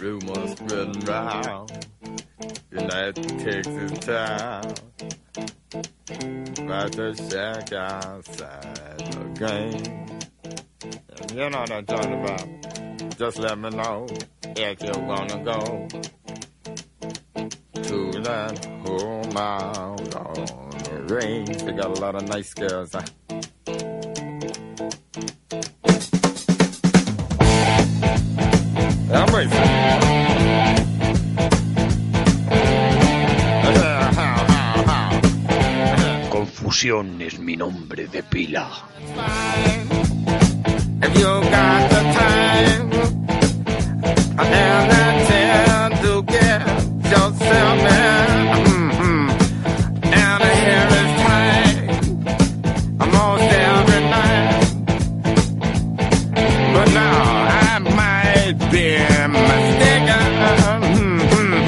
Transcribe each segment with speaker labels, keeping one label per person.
Speaker 1: Rumors spreading round, United Texas town. About to shack outside the game. If you know what I'm talking about, just let me know if you're gonna go to that whole mile on the range. They got a lot of nice girls. Huh? I'm
Speaker 2: Confusión es mi nombre de pila.
Speaker 1: If you got the time and the time to get yourself in, mhm, and here is time, almost every night. But now I might be mistaken. mhm, mhm.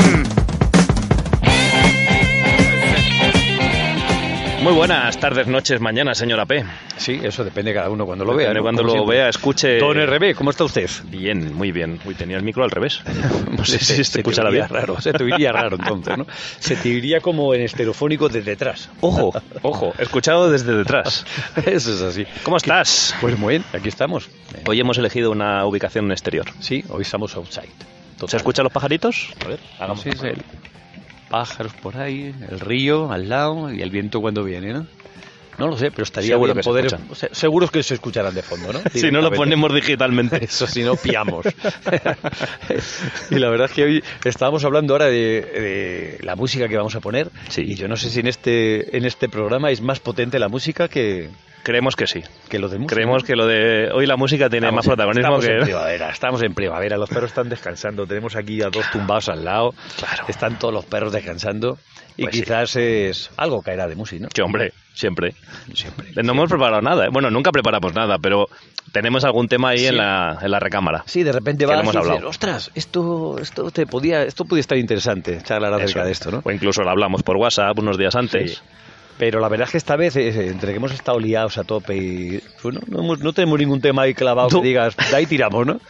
Speaker 3: Muy buenas tardes, noches, mañana, señora P.
Speaker 2: Sí, eso depende de cada uno cuando lo
Speaker 3: Depende
Speaker 2: vea. ¿no?
Speaker 3: cuando
Speaker 2: Como
Speaker 3: lo
Speaker 2: siempre.
Speaker 3: vea, escuche.
Speaker 2: Don RB, ¿cómo está usted?
Speaker 3: Bien, muy bien. Uy, tenía el micro al revés. No sé si
Speaker 2: Se
Speaker 3: se
Speaker 2: te
Speaker 3: escucha la
Speaker 2: oiría
Speaker 3: vida.
Speaker 2: raro, se te oiría raro entonces, ¿no? Se te oiría como en estereofónico desde detrás.
Speaker 3: Ojo, ojo, escuchado desde detrás.
Speaker 2: Eso es así.
Speaker 3: ¿Cómo estás?
Speaker 2: Pues muy bien, aquí estamos. Eh,
Speaker 3: Hoy hemos elegido una ubicación exterior.
Speaker 2: Sí, hoy estamos outside.
Speaker 3: ¿Se
Speaker 2: Total.
Speaker 3: escuchan los pajaritos?
Speaker 2: A ver, hagamos sí, es el- pájaros por ahí, el río al lado y el viento cuando viene, ¿no? No lo sé, pero estaría
Speaker 3: Seguro
Speaker 2: bien
Speaker 3: que se
Speaker 2: poder...
Speaker 3: escuchan.
Speaker 2: se- Seguro que se escucharán de fondo, ¿no?
Speaker 3: Si no lo
Speaker 2: Directamente.
Speaker 3: ponemos digitalmente.
Speaker 2: Eso si no, piamos. y la verdad es que hoy estábamos hablando ahora de, de la música que vamos a poner.
Speaker 3: Sí.
Speaker 2: Y yo no sé si en este, en este programa es más potente la música que,
Speaker 3: Creemos que sí.
Speaker 2: que lo de música.
Speaker 3: Creemos que lo de hoy la música tiene más protagonismo
Speaker 2: estamos en
Speaker 3: que.
Speaker 2: primavera, estamos en primavera, los perros están descansando, tenemos aquí a dos tumbados al lado,
Speaker 3: Claro.
Speaker 2: están todos los perros descansando y
Speaker 3: Pues sí.
Speaker 2: quizás es algo caerá de música, ¿no?
Speaker 3: Sí, hombre, siempre.
Speaker 2: Siempre.
Speaker 3: No hemos preparado nada. ¿eh? Bueno, nunca preparamos nada, pero tenemos algún tema ahí
Speaker 2: Sí.
Speaker 3: en, la, en la recámara.
Speaker 2: Sí, de
Speaker 3: Que
Speaker 2: repente vas
Speaker 3: lo
Speaker 2: y
Speaker 3: hemos
Speaker 2: dices,
Speaker 3: hablado.
Speaker 2: ostras, esto, esto te podía, esto podía estar interesante, charlar acerca
Speaker 3: Eso. Pues
Speaker 2: de esto, ¿no?
Speaker 3: O incluso lo hablamos por WhatsApp unos días antes.
Speaker 2: Sí. Pero la verdad es que esta vez, eh, entre que hemos estado liados a tope y pues, no, no hemos- no tenemos ningún tema ahí clavado
Speaker 3: No.
Speaker 2: que digas, de ahí tiramos, ¿no?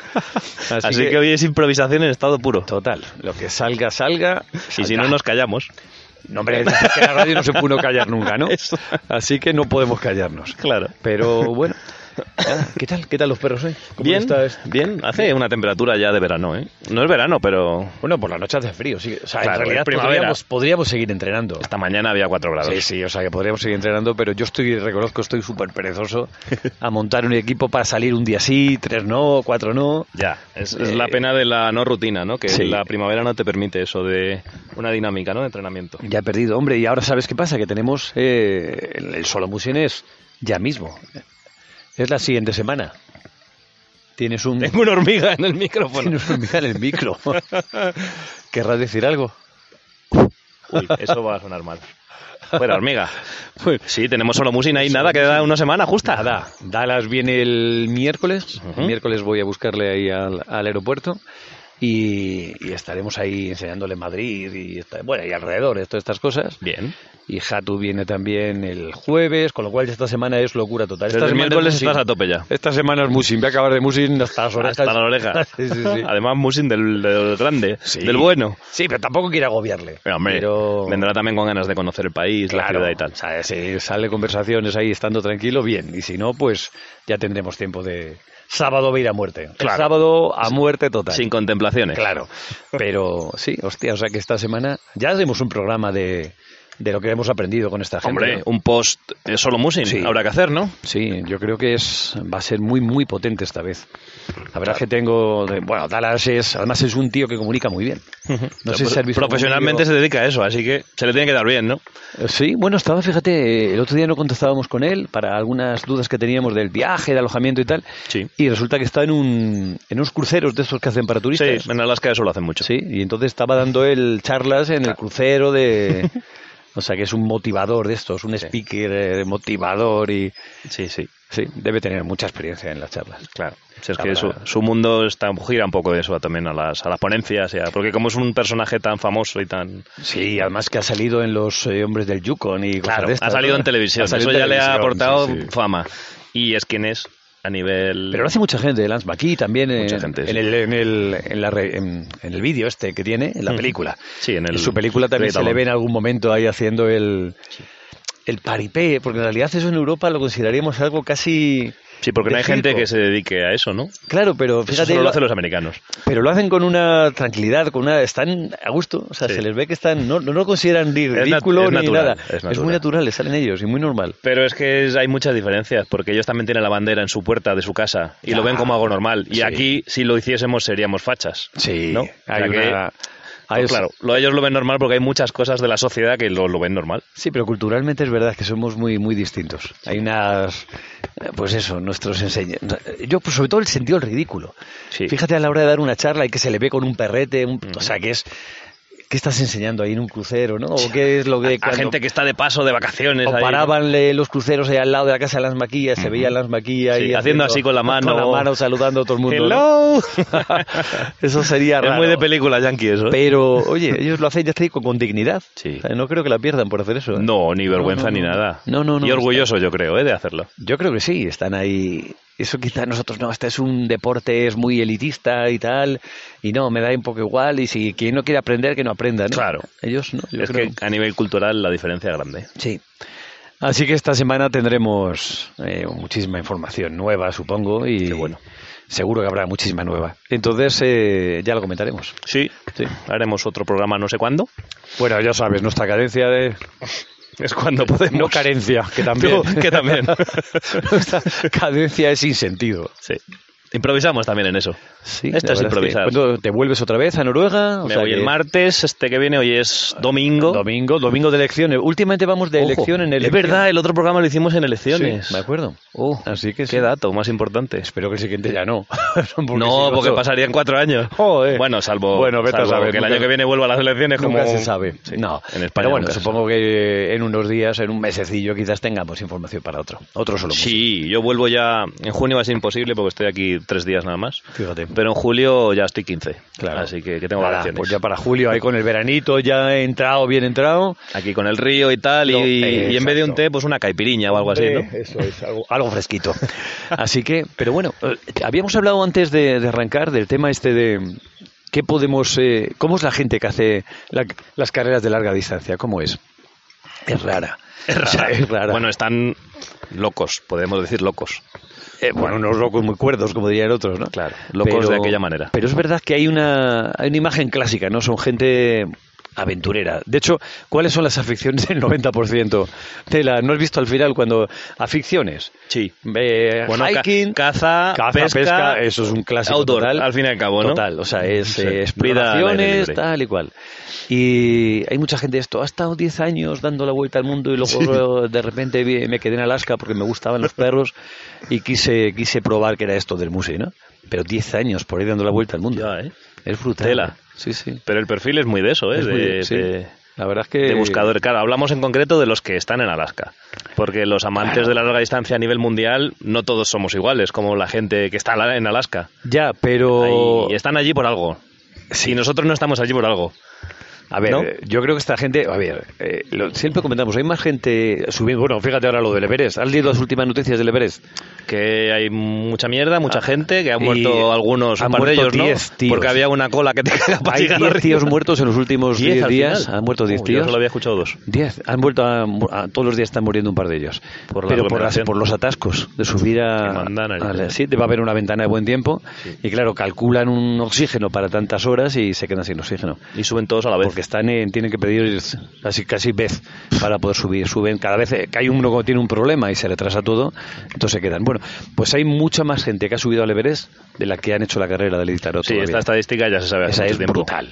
Speaker 3: Así, que... hoy es improvisación en estado puro.
Speaker 2: total, lo que salga, salga.
Speaker 3: Y si no nos callamos.
Speaker 2: No, hombre, es que la radio no se pudo callar nunca, ¿no?
Speaker 3: Eso.
Speaker 2: Así que no podemos callarnos.
Speaker 3: Claro.
Speaker 2: Pero bueno, ah, ¿qué tal? ¿Qué tal los perros hoy? ¿Cómo
Speaker 3: Bien,
Speaker 2: está esto?
Speaker 3: bien. Hace una temperatura ya de verano, ¿eh? No es verano, pero
Speaker 2: Bueno, por la noche hace frío, sí. O sea,
Speaker 3: Claro,
Speaker 2: en realidad
Speaker 3: es primavera.
Speaker 2: podríamos, podríamos seguir entrenando.
Speaker 3: esta mañana había 4 grados.
Speaker 2: Sí, sí, o sea que podríamos seguir entrenando, pero yo estoy, reconozco, estoy súper perezoso a montar un equipo para salir un día sí, tres no, cuatro no.
Speaker 3: Ya, es, es
Speaker 2: Eh,
Speaker 3: la pena de la no rutina, ¿no? Que
Speaker 2: sí.
Speaker 3: la primavera no te permite eso de una dinámica, ¿no? De entrenamiento.
Speaker 2: Ya he perdido, hombre, y ahora sabes qué pasa, que tenemos eh, el, el solo musines ya mismo. Es la siguiente semana. Tienes un...
Speaker 3: Tengo una hormiga en el micrófono.
Speaker 2: Tienes un mira en el micro. ¿Querrás decir algo?
Speaker 3: Uy, eso va a sonar mal. Fuera, hormiga.
Speaker 2: Pues,
Speaker 3: Sí, tenemos solo musina y nada, queda una semana justa.
Speaker 2: Nada, Dallas viene el miércoles.
Speaker 3: Ujú.
Speaker 2: El miércoles voy a buscarle ahí al, al aeropuerto. Y, y estaremos ahí enseñándole Madrid y, esta- bueno, y alrededor, todas estas cosas.
Speaker 3: Bien.
Speaker 2: Y Hatu viene también el jueves, con lo cual esta semana es locura total.
Speaker 3: Desde
Speaker 2: Esta
Speaker 3: el
Speaker 2: semana es
Speaker 3: miércoles
Speaker 2: Musin.
Speaker 3: estás a tope ya.
Speaker 2: Esta semana es Musin, voy a acabar de Musin hasta las orejas.
Speaker 3: Hasta la oreja.
Speaker 2: Sí, sí, sí.
Speaker 3: Además, Musin del, del grande,
Speaker 2: Sí.
Speaker 3: del bueno.
Speaker 2: Sí, pero tampoco quiero agobiarle.
Speaker 3: Pero, hombre,
Speaker 2: Pero-
Speaker 3: vendrá también con ganas de conocer el país,
Speaker 2: Claro,
Speaker 3: la ciudad y tal.
Speaker 2: o sea, si sale conversaciones ahí estando tranquilo, bien. Y si no, pues ya tendremos tiempo de. Sábado va a ir a muerte. El
Speaker 3: Claro.
Speaker 2: sábado a muerte total.
Speaker 3: Sin contemplaciones.
Speaker 2: Claro. Pero sí, hostia, o sea que esta semana ya hacemos un programa de, de lo que hemos aprendido con esta gente.
Speaker 3: Hombre,
Speaker 2: ¿no?
Speaker 3: un post eh, solo Musin
Speaker 2: Sí.
Speaker 3: habrá que hacer, ¿no?
Speaker 2: Sí, yo creo que es va a ser muy, muy potente esta vez. La verdad que tengo... de- bueno, Dallas es... Además es un tío que comunica muy bien. No sé si has visto algún
Speaker 3: Profesionalmente se
Speaker 2: vídeo-
Speaker 3: dedica a eso, así que se le tiene que dar bien, ¿no?
Speaker 2: Sí, bueno, estaba, fíjate, el otro día no contestábamos con él para algunas dudas que teníamos del viaje, del alojamiento y tal.
Speaker 3: Sí.
Speaker 2: Y resulta que está en, un, en unos cruceros de estos que hacen para
Speaker 3: Sí,
Speaker 2: turistas.
Speaker 3: en Alaska eso lo hacen mucho.
Speaker 2: Sí, y entonces estaba dando él charlas en el crucero de... O sea, que es un motivador de estos, un speaker eh, motivador y...
Speaker 3: sí, sí,
Speaker 2: Sí, debe tener mucha experiencia en las charlas.
Speaker 3: claro. Si es
Speaker 2: Habrá-
Speaker 3: que su, su mundo está, gira un poco de eso también a las, a las ponencias, y a- porque como es un personaje tan famoso y tan...
Speaker 2: Sí, además que ha salido en Los eh, Hombres del Yukon y cosas de estas,
Speaker 3: pues, ha salido
Speaker 2: ¿no?
Speaker 3: en televisión,
Speaker 2: Ha salido
Speaker 3: eso
Speaker 2: en
Speaker 3: ya le ha
Speaker 2: televisión,
Speaker 3: aportado
Speaker 2: sí, sí.
Speaker 3: fama. Y es quien es a nivel...
Speaker 2: Pero lo hace mucha gente, Lance McKee también en,
Speaker 3: Mucha gente, sí.
Speaker 2: en el, en el, en la re- en- en el vídeo este que tiene, en la película.
Speaker 3: Sí, en el-
Speaker 2: su película también se
Speaker 3: Retabón.
Speaker 2: le ve en algún momento ahí haciendo el, el paripé, porque en realidad eso en Europa lo consideraríamos algo casi...
Speaker 3: Sí, porque
Speaker 2: de
Speaker 3: no hay gente
Speaker 2: circo.
Speaker 3: que se dedique a eso, ¿no?
Speaker 2: Claro, pero
Speaker 3: Eso
Speaker 2: fíjate...
Speaker 3: solo
Speaker 2: lo-
Speaker 3: lo hacen los americanos.
Speaker 2: Pero lo hacen con una tranquilidad, con una están a gusto, o sea,
Speaker 3: Sí.
Speaker 2: se les ve que están no, no lo consideran ni
Speaker 3: nat-
Speaker 2: ridículo
Speaker 3: es
Speaker 2: ni
Speaker 3: natural,
Speaker 2: nada.
Speaker 3: es
Speaker 2: Es, muy
Speaker 3: natural.
Speaker 2: natural, les salen ellos y muy normal.
Speaker 3: Pero es que es- hay muchas diferencias, porque ellos también tienen la bandera en su puerta de su casa y lo ven como algo normal. Y
Speaker 2: sí.
Speaker 3: aquí, si lo hiciésemos, seríamos fachas.
Speaker 2: Sí,
Speaker 3: ¿no?
Speaker 2: hay
Speaker 3: O sea que,
Speaker 2: una-
Speaker 3: pues
Speaker 2: hay-
Speaker 3: claro, lo, ellos lo ven normal porque hay muchas cosas de la sociedad que lo, lo ven normal.
Speaker 2: Sí, pero culturalmente es verdad que somos muy muy distintos. Hay unas eh, pues eso, nuestros enseñan yo pues, sobre todo el sentido del ridículo.
Speaker 3: Sí.
Speaker 2: Fíjate a la hora de dar una charla y que se le ve con un perrete, un- o sea, que es ¿qué estás enseñando ahí en un crucero, no? ¿O qué es lo que
Speaker 3: a
Speaker 2: cuando-
Speaker 3: gente que está de paso, de vacaciones.
Speaker 2: O
Speaker 3: ahí, ¿no?
Speaker 2: paraban eh, los cruceros ahí al lado de la casa de las maquillas, se veían las maquillas
Speaker 3: Sí,
Speaker 2: ahí
Speaker 3: haciendo así con la mano.
Speaker 2: Con la mano saludando a todo el mundo. ¿no?
Speaker 3: ¡Hello!
Speaker 2: eso sería raro.
Speaker 3: es muy de película yankee eso. ¿eh?
Speaker 2: Pero, oye, ellos lo hacen, ya te digo, con dignidad.
Speaker 3: Sí.
Speaker 2: O sea, no creo que la pierdan por hacer eso. ¿eh?
Speaker 3: No, ni vergüenza
Speaker 2: no,
Speaker 3: ni
Speaker 2: no.
Speaker 3: nada.
Speaker 2: No, no, no,
Speaker 3: Y
Speaker 2: está-
Speaker 3: orgulloso, yo creo, ¿eh? de hacerlo.
Speaker 2: Yo creo que sí, están ahí. Eso quizá nosotros no, este es un deporte, es muy elitista y tal, y no, me da un poco igual, y si quien no quiere aprender, que no aprenda, ¿no?
Speaker 3: Claro.
Speaker 2: Ellos no, yo
Speaker 3: es
Speaker 2: creo.
Speaker 3: que a nivel cultural la diferencia es grande.
Speaker 2: Sí. Así que esta semana tendremos eh, muchísima información nueva, supongo, y
Speaker 3: Qué bueno.
Speaker 2: seguro que habrá muchísima nueva. Entonces, eh, ya lo comentaremos.
Speaker 3: Sí, sí. Haremos otro programa no sé cuándo.
Speaker 2: Bueno, ya sabes, nuestra cadencia de...
Speaker 3: Es cuando podemos.
Speaker 2: No carencia, que también.
Speaker 3: No, que también.
Speaker 2: nuestra cadencia es sin sentido.
Speaker 3: Sí. Improvisamos también en eso.
Speaker 2: Sí,
Speaker 3: Esto
Speaker 2: la
Speaker 3: es
Speaker 2: verdad que-
Speaker 3: improvisar.
Speaker 2: ¿Cuándo te vuelves otra vez a Noruega? O
Speaker 3: Me
Speaker 2: sea
Speaker 3: voy el
Speaker 2: que-
Speaker 3: martes, este que viene, hoy es domingo.
Speaker 2: Domingo, domingo de elecciones. Últimamente vamos de
Speaker 3: Ojo,
Speaker 2: elección en
Speaker 3: Es
Speaker 2: elección.
Speaker 3: verdad, el otro programa lo hicimos en
Speaker 2: Sí,
Speaker 3: elecciones.
Speaker 2: me acuerdo. Así que sí.
Speaker 3: Qué dato más importante.
Speaker 2: Espero que el siguiente ya no. Porque
Speaker 3: no,
Speaker 2: si
Speaker 3: porque
Speaker 2: no-
Speaker 3: pasarían cuatro años.
Speaker 2: Joder.
Speaker 3: Bueno, salvo,
Speaker 2: Bueno, vete a
Speaker 3: salvo
Speaker 2: saber,
Speaker 3: que el
Speaker 2: nunca-
Speaker 3: año que viene vuelva a las elecciones.
Speaker 2: Nunca
Speaker 3: como...
Speaker 2: se sabe.
Speaker 3: Sí,
Speaker 2: No.
Speaker 3: En España.
Speaker 2: Pero bueno,
Speaker 3: nunca se
Speaker 2: supongo que en unos días, en un mesecillo, quizás tengamos información para otro. Otro solo.
Speaker 3: sabe. Sí, yo vuelvo ya. En junio va a ser imposible porque estoy aquí tres días nada más.
Speaker 2: Fíjate.
Speaker 3: Pero en julio ya estoy 15.
Speaker 2: Claro.
Speaker 3: Así que, que tengo
Speaker 2: Nada,
Speaker 3: vacaciones.
Speaker 2: Pues ya para julio, ahí con el veranito, ya he entrado, bien entrado.
Speaker 3: Aquí con el río y tal.
Speaker 2: No,
Speaker 3: y,
Speaker 2: eh,
Speaker 3: y en vez de un
Speaker 2: exacto. Eh,
Speaker 3: té, pues una caipiriña o algo así, ¿no?
Speaker 2: Eso es, algo, algo fresquito. Así que, pero bueno, eh, habíamos hablado antes de, de arrancar del tema este de qué podemos, eh, cómo es la gente que hace la- las carreras de larga distancia, cómo es. Es rara. O sea, Es rara.
Speaker 3: Bueno, están locos, podemos decir locos.
Speaker 2: Eh, bueno, unos locos muy cuerdos, como dirían otros, ¿no?
Speaker 3: Claro, locos de aquella manera.
Speaker 2: Pero es verdad que hay una, hay una imagen clásica, ¿no? Son gente aventurera. De hecho, ¿cuáles son las aficiones del 90% de la... ¿No has visto al final cuando... Aficiones?
Speaker 3: Sí.
Speaker 2: Eh,
Speaker 3: Bueno, ca-
Speaker 2: hiking,
Speaker 3: caza, pesca,
Speaker 2: eso es un clásico
Speaker 3: outdoor,
Speaker 2: total.
Speaker 3: al fin y al cabo, ¿no?
Speaker 2: Total, o sea, es
Speaker 3: Sí.
Speaker 2: eh,
Speaker 3: Vida al aire
Speaker 2: exploraciones,
Speaker 3: libre.
Speaker 2: tal y cual. Y hay mucha gente de esto, ha estado 10 años dando la vuelta al mundo y luego de repente vi- me quedé en Alaska porque me gustaban los perros y quise quise probar que era esto del museo, ¿no? Pero 10 años por ahí dando la vuelta al mundo.
Speaker 3: Ya, ¿eh?
Speaker 2: Es brutal.
Speaker 3: Tela.
Speaker 2: Sí, sí.
Speaker 3: Pero el perfil es muy de eso, ¿eh?
Speaker 2: Es
Speaker 3: de,
Speaker 2: muy- sí. Eh.
Speaker 3: de-
Speaker 2: La verdad es que...
Speaker 3: de buscador. Claro, hablamos en concreto de los que están en Alaska. Porque los amantes de la larga distancia a nivel mundial no todos somos iguales, como la gente que está ala- en Alaska.
Speaker 2: Ya, pero...
Speaker 3: Ahí- están allí por algo. Si nosotros no estamos allí por algo.
Speaker 2: A ver,
Speaker 3: ¿No?
Speaker 2: eh, yo creo que esta gente, a ver, eh, lo- siempre comentamos, hay más gente subiendo, bueno, fíjate ahora lo del Everest, ¿has leído las últimas noticias del Everest?
Speaker 3: Que hay mucha mierda, mucha gente, que han
Speaker 2: Ah, y
Speaker 3: muerto algunos,
Speaker 2: han
Speaker 3: un par de
Speaker 2: muerto
Speaker 3: ellos, ¿no?
Speaker 2: 10 tíos.
Speaker 3: Porque había una cola que te quedaba para
Speaker 2: Hay
Speaker 3: llegar
Speaker 2: 10
Speaker 3: arriba.
Speaker 2: tíos muertos en los últimos
Speaker 3: 10
Speaker 2: 10
Speaker 3: al
Speaker 2: días,
Speaker 3: final.
Speaker 2: han muerto 10
Speaker 3: Uh, Yo
Speaker 2: tíos.
Speaker 3: solo había escuchado dos.
Speaker 2: 10, han vuelto a, mu- a- todos los días están muriendo un par de ellos.
Speaker 3: Por la
Speaker 2: Pero por,
Speaker 3: aglomeración.
Speaker 2: por los atascos de subir a,
Speaker 3: Que mandan ahí.
Speaker 2: a la- sí, te va a haber una ventana de buen tiempo y claro, calculan un oxígeno para tantas horas y se quedan sin oxígeno.
Speaker 3: Y suben todos a la vez.
Speaker 2: Porque que están en, tienen que pedir casi, casi vez para poder subir. Suben cada vez que hay uno que tiene un problema y se retrasa todo, entonces se quedan. Bueno, pues hay mucha más gente que ha subido al Everest de la que han hecho la carrera del Itarot.
Speaker 3: Sí, esta estadística ya se sabe hace
Speaker 2: Esa
Speaker 3: mucho
Speaker 2: es
Speaker 3: tiempo.
Speaker 2: brutal.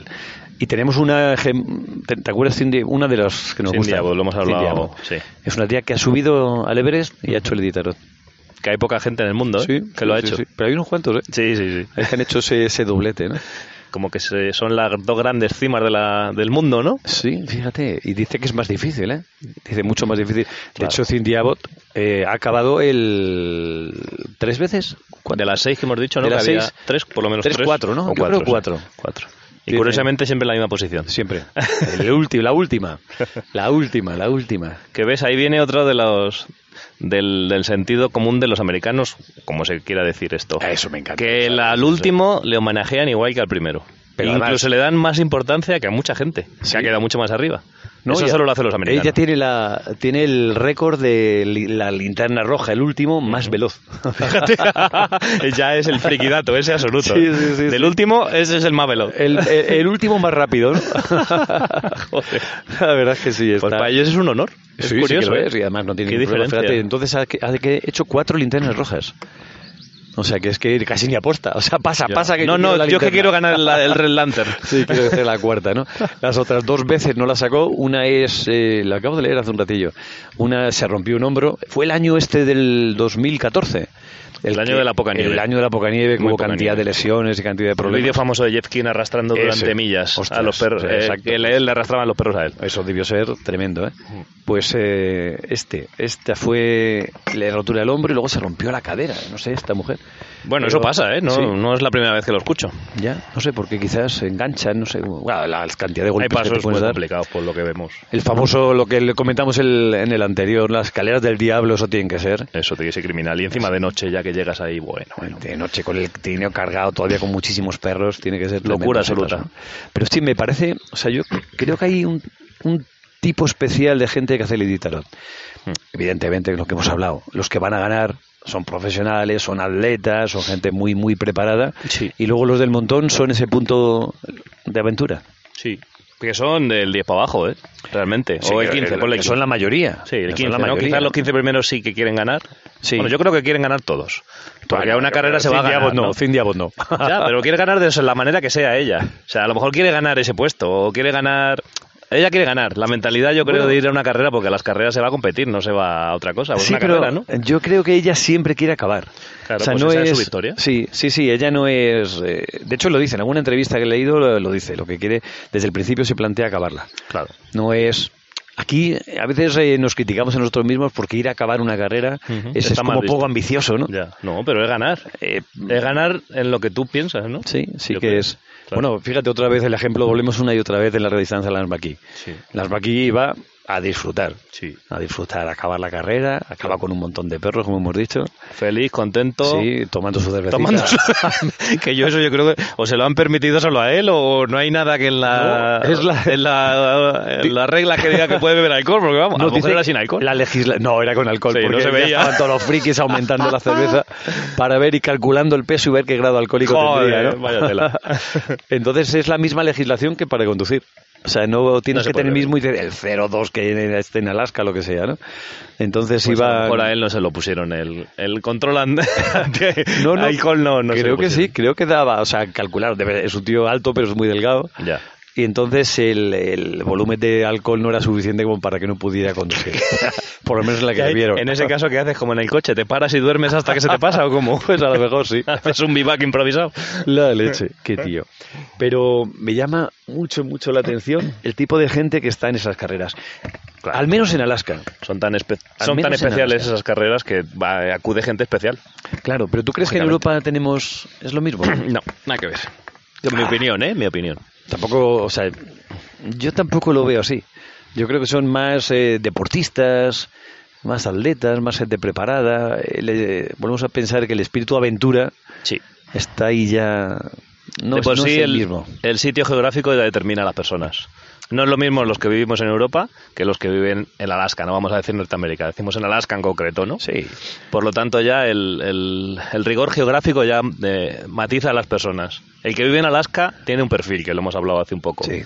Speaker 2: Y tenemos una. gem- ¿Te, te acuerdas, Cindy? Una de las que nos
Speaker 3: Cindy
Speaker 2: gusta.
Speaker 3: Abbo, lo hemos
Speaker 2: Cindy
Speaker 3: hablado,
Speaker 2: Abbo.
Speaker 3: sí.
Speaker 2: Es una tía que ha subido al Everest y ha hecho el Iditarod.
Speaker 3: Que hay poca gente en el mundo ¿eh? que lo ha hecho.
Speaker 2: Pero hay unos cuantos, ¿eh?
Speaker 3: Sí, sí, sí.
Speaker 2: Hay que han hecho ese, ese doblete, ¿no?
Speaker 3: Como que se- son las dos grandes cimas de la- del mundo, ¿no?
Speaker 2: Sí, fíjate. Y dice que es más difícil, ¿eh? Dice mucho más difícil. De
Speaker 3: Claro.
Speaker 2: hecho, Cindy Abbott eh, ha acabado el. ¿Tres veces?
Speaker 3: De las seis que hemos dicho, ¿no?
Speaker 2: De las
Speaker 3: Que había
Speaker 2: seis.
Speaker 3: tres, por lo menos
Speaker 2: Tres,
Speaker 3: tres.
Speaker 2: cuatro, ¿no?
Speaker 3: O
Speaker 2: Yo
Speaker 3: cuatro,
Speaker 2: creo cuatro.
Speaker 3: sí. Cuatro. Y
Speaker 2: Tiene-
Speaker 3: curiosamente siempre en la misma posición.
Speaker 2: Siempre. El ulti- la última. La última, la última.
Speaker 3: Que ves, ahí viene otro de los del, del sentido común de los americanos, como se quiera decir esto.
Speaker 2: Eso me encanta.
Speaker 3: Que el- al último le homenajean igual que al primero.
Speaker 2: Pero
Speaker 3: Incluso
Speaker 2: además-
Speaker 3: le dan más importancia que a mucha gente,
Speaker 2: Sí.
Speaker 3: que ha quedado mucho más arriba.
Speaker 2: No,
Speaker 3: Eso
Speaker 2: ya-
Speaker 3: solo lo hacen los americanos.
Speaker 2: Ella tiene, la, tiene el récord de li- la linterna roja, el último
Speaker 3: Mm.
Speaker 2: más veloz.
Speaker 3: Fíjate, ya es el friquidato, ese absoluto.
Speaker 2: Sí, sí, sí,
Speaker 3: Del
Speaker 2: sí.
Speaker 3: último, ese es el más veloz.
Speaker 2: El, el- el último más rápido, ¿no?
Speaker 3: Joder.
Speaker 2: La verdad es que sí. Está.
Speaker 3: Pues para ellos es un honor. Es
Speaker 2: Sí, sí
Speaker 3: curioso.
Speaker 2: que lo
Speaker 3: ¿eh?
Speaker 2: es, y además no tiene
Speaker 3: Qué
Speaker 2: ningún problema.
Speaker 3: diferencia.
Speaker 2: Fíjate, entonces ha, que- ha de que- hecho cuatro linternas rojas. O sea, que es que casi ni aposta. O sea, pasa,
Speaker 3: Ya.
Speaker 2: pasa que
Speaker 3: no, no,
Speaker 2: quiero
Speaker 3: yo
Speaker 2: la
Speaker 3: que
Speaker 2: linterna.
Speaker 3: quiero ganar la- el Red Lantern.
Speaker 2: Sí, quiero decir la cuarta, ¿no? Las otras dos veces no la sacó. Una es, eh, la acabo de leer hace un ratillo. Una se rompió un hombro. Fue el año este del 2014.
Speaker 3: El año de la poca nieve.
Speaker 2: El año de la poca nieve, que
Speaker 3: Muy
Speaker 2: hubo
Speaker 3: poca
Speaker 2: cantidad
Speaker 3: nieve.
Speaker 2: de lesiones y cantidad de
Speaker 3: El
Speaker 2: problemas.
Speaker 3: vídeo famoso de Jeff Keane arrastrando
Speaker 2: Ese.
Speaker 3: durante millas
Speaker 2: Hostias,
Speaker 3: a los perros.
Speaker 2: sí,
Speaker 3: eh,
Speaker 2: exacto.
Speaker 3: que le- él le arrastraban los perros a él.
Speaker 2: Eso debió ser tremendo, ¿eh? Pues eh, este, esta fue la rotura del hombro y luego se rompió la cadera, no sé, esta mujer.
Speaker 3: Bueno,
Speaker 2: Pero-
Speaker 3: eso pasa, ¿eh? No,
Speaker 2: Sí,
Speaker 3: no es la primera vez que lo escucho.
Speaker 2: ya, no sé, porque quizás se enganchan, no sé, bueno, la cantidad
Speaker 3: Hay
Speaker 2: de golpes que te
Speaker 3: pasos muy
Speaker 2: puedes dar.
Speaker 3: complicados por lo que vemos.
Speaker 2: El famoso, lo que le comentamos el- en el anterior, las escaleras del diablo, eso tienen que ser.
Speaker 3: Eso tiene que ser criminal. Y encima de noche, ya que llegas ahí, bueno, bueno.
Speaker 2: De noche con el trineo cargado, todavía con muchísimos perros, tiene que ser
Speaker 3: Locura
Speaker 2: tremendo ese
Speaker 3: absoluta.
Speaker 2: paso. Pero sí, me parece, o sea, yo creo que hay un, un tipo especial de gente que hace el Iditarod.
Speaker 3: Hmm.
Speaker 2: Evidentemente, lo que hemos hablado, los que van a ganar son profesionales, son atletas, son gente muy, muy preparada.
Speaker 3: Sí.
Speaker 2: Y luego los del montón son ese punto de aventura.
Speaker 3: Sí. Que son del 10 para abajo, ¿eh? Realmente.
Speaker 2: Sí,
Speaker 3: o el
Speaker 2: que-
Speaker 3: 15,
Speaker 2: que
Speaker 3: ponle
Speaker 2: Son la mayoría.
Speaker 3: Sí, el
Speaker 2: Son
Speaker 3: 15,
Speaker 2: la
Speaker 3: ¿no?
Speaker 2: mayoría.
Speaker 3: Quizás los 15 primeros sí que quieren ganar.
Speaker 2: Sí.
Speaker 3: Bueno, yo creo que quieren ganar todos. Porque a una carrera se va a
Speaker 2: Cindy
Speaker 3: ganar.
Speaker 2: Abbott
Speaker 3: ¿no?
Speaker 2: no, Cindy Abbott no.
Speaker 3: Ya, pero quiere ganar de la manera que sea ella. O sea, a lo mejor quiere ganar ese puesto o quiere ganar... Ella quiere ganar. La mentalidad, yo creo,
Speaker 2: Bueno.
Speaker 3: de ir a una carrera, porque a las carreras se va a competir, no se va a otra cosa. Pues
Speaker 2: sí,
Speaker 3: una
Speaker 2: pero eh,
Speaker 3: carrera, ¿no?
Speaker 2: yo creo que ella siempre quiere acabar.
Speaker 3: Claro, pues esa es su victoria.
Speaker 2: Sí, sí, sí, ella no es... eh, de hecho, lo dice, en alguna entrevista que he leído lo, lo dice, lo que quiere, desde el principio se plantea acabarla.
Speaker 3: Claro.
Speaker 2: No es... Aquí a veces eh, nos criticamos a nosotros mismos porque ir a acabar una carrera
Speaker 3: Ujú.
Speaker 2: es, es
Speaker 3: Está mal
Speaker 2: como
Speaker 3: visto.
Speaker 2: poco ambicioso, ¿no?
Speaker 3: Ya. No, pero es ganar.
Speaker 2: Eh,
Speaker 3: Es ganar en lo que tú piensas, ¿no?
Speaker 2: Sí, sí
Speaker 3: Yo
Speaker 2: que
Speaker 3: creo.
Speaker 2: es.
Speaker 3: Claro.
Speaker 2: Bueno, fíjate otra vez el ejemplo, volvemos una y otra vez en la distancia de las Baquí.
Speaker 3: Sí.
Speaker 2: Las Baquí iba a disfrutar.
Speaker 3: Sí.
Speaker 2: A disfrutar, a acabar la carrera, acaba con un montón de perros, como hemos dicho.
Speaker 3: Feliz, contento.
Speaker 2: Sí, tomando su cervecita.
Speaker 3: Tomando su- que yo eso yo creo que o se lo han permitido solo a él o no hay nada que en la
Speaker 2: No, es la-
Speaker 3: en la, en la regla que diga que puede beber alcohol porque vamos a lo
Speaker 2: Nos
Speaker 3: mejor
Speaker 2: dice
Speaker 3: era sin alcohol
Speaker 2: La legisla... No, era con alcohol,
Speaker 3: Sí,
Speaker 2: porque
Speaker 3: no se
Speaker 2: ya
Speaker 3: veía.
Speaker 2: estaban todos los frikis aumentando la cerveza para ver y calculando el peso y ver qué grado alcohólico
Speaker 3: Joder,
Speaker 2: tendría, ¿no?
Speaker 3: vaya tela.
Speaker 2: Entonces es la misma legislación que para conducir. O sea, no
Speaker 3: No
Speaker 2: tienes
Speaker 3: se
Speaker 2: que tener
Speaker 3: puede.
Speaker 2: mismo el 0,2 que esté en Alaska, lo que sea, ¿no? Entonces
Speaker 3: Pues a lo
Speaker 2: iba...
Speaker 3: mejor a él no se lo pusieron el, el control and- de
Speaker 2: No, no,
Speaker 3: alcohol no, no se
Speaker 2: creo
Speaker 3: lo
Speaker 2: que sí,
Speaker 3: pusieron.
Speaker 2: creo que daba, o sea, calcular, debe- es un tío alto pero es muy delgado.
Speaker 3: Ya.
Speaker 2: Y entonces el, el volumen de alcohol no era suficiente como para que no pudiera conducir. Por lo menos en la que
Speaker 3: Que
Speaker 2: le
Speaker 3: hay-
Speaker 2: vieron.
Speaker 3: En ese caso, ¿qué haces? Como en el coche, ¿te paras y duermes hasta que se te pasa o cómo?
Speaker 2: Pues a lo mejor sí.
Speaker 3: Haces un vivac improvisado.
Speaker 2: La leche, qué tío. Pero me llama mucho, mucho la atención el tipo de gente que está en esas carreras.
Speaker 3: Claro.
Speaker 2: Al menos en Alaska.
Speaker 3: Son tan, espe-
Speaker 2: Al
Speaker 3: son tan
Speaker 2: menos en
Speaker 3: especiales
Speaker 2: Alaska.
Speaker 3: esas carreras que va- acude gente especial.
Speaker 2: Claro, pero ¿tú crees que en
Speaker 3: Lógicamente.
Speaker 2: Europa tenemos... es lo mismo?
Speaker 3: No, nada que ver. Mi opinión, ¿eh? Mi opinión.
Speaker 2: tampoco, o sea, yo tampoco lo veo así. Yo creo que son más eh, deportistas, más atletas, más gente preparada. Eh, le- volvemos a pensar que el espíritu aventura
Speaker 3: Sí.
Speaker 2: está ahí ya... No,
Speaker 3: De
Speaker 2: es-
Speaker 3: por
Speaker 2: no
Speaker 3: sí,
Speaker 2: es el
Speaker 3: el,
Speaker 2: mismo.
Speaker 3: el sitio geográfico ya determina a las personas. No es lo mismo los que vivimos en Europa que los que viven en Alaska, no vamos a decir Norteamérica, decimos en Alaska en concreto, ¿no?
Speaker 2: Sí.
Speaker 3: Por lo tanto, ya el, el- el rigor geográfico ya eh, matiza a las personas. El que vive en Alaska tiene un perfil, que lo hemos hablado hace un poco.
Speaker 2: Sí.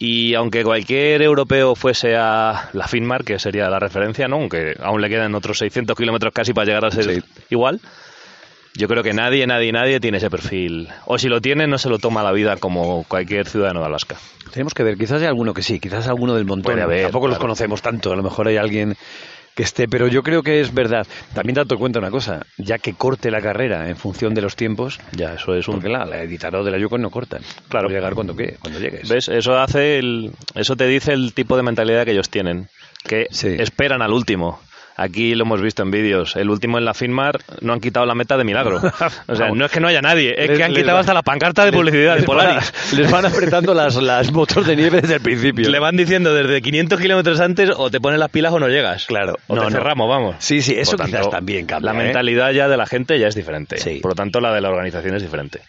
Speaker 3: Y aunque cualquier europeo fuese a la Finmar, que sería la referencia, ¿no? aunque aún le quedan otros 600 kilómetros casi para llegar a ser
Speaker 2: Sí.
Speaker 3: igual, yo creo que nadie, nadie, nadie tiene ese perfil. O si lo tiene, no se lo toma la vida como cualquier ciudadano de Alaska.
Speaker 2: Tenemos que ver, quizás hay alguno que sí, quizás alguno del montón.
Speaker 3: Puede haber,
Speaker 2: Tampoco los
Speaker 3: claro.
Speaker 2: conocemos tanto, a lo mejor hay alguien que esté, pero yo creo que es verdad. También tanto cuenta una cosa, ya que corte la carrera en función de los tiempos,
Speaker 3: Ya, eso es un...
Speaker 2: porque la, la Editaró de la Yukon no cortan. Claro. llegar cuando, qué, cuando llegues.
Speaker 3: ¿Ves? Eso, hace el... eso te dice el tipo de mentalidad que ellos tienen, que
Speaker 2: Sí.
Speaker 3: esperan al último. Aquí lo hemos visto en vídeos. El último en la Finmar no han quitado la meta de milagro. O sea, no es que no haya nadie, es
Speaker 2: Les-
Speaker 3: que han
Speaker 2: les
Speaker 3: quitado
Speaker 2: va-
Speaker 3: hasta la pancarta de publicidad de
Speaker 2: les van a-
Speaker 3: Polaris.
Speaker 2: les van apretando las, las motos de nieve desde el principio.
Speaker 3: Le van diciendo desde 500 kilómetros antes o te pones las pilas o no llegas.
Speaker 2: Claro.
Speaker 3: O
Speaker 2: No,
Speaker 3: te
Speaker 2: no.
Speaker 3: cerramos, vamos.
Speaker 2: Sí, sí, eso
Speaker 3: Por tanto,
Speaker 2: quizás también cambia.
Speaker 3: La
Speaker 2: ¿eh?
Speaker 3: mentalidad ya de la gente ya es diferente.
Speaker 2: Sí.
Speaker 3: Por lo tanto, la de la organización es diferente.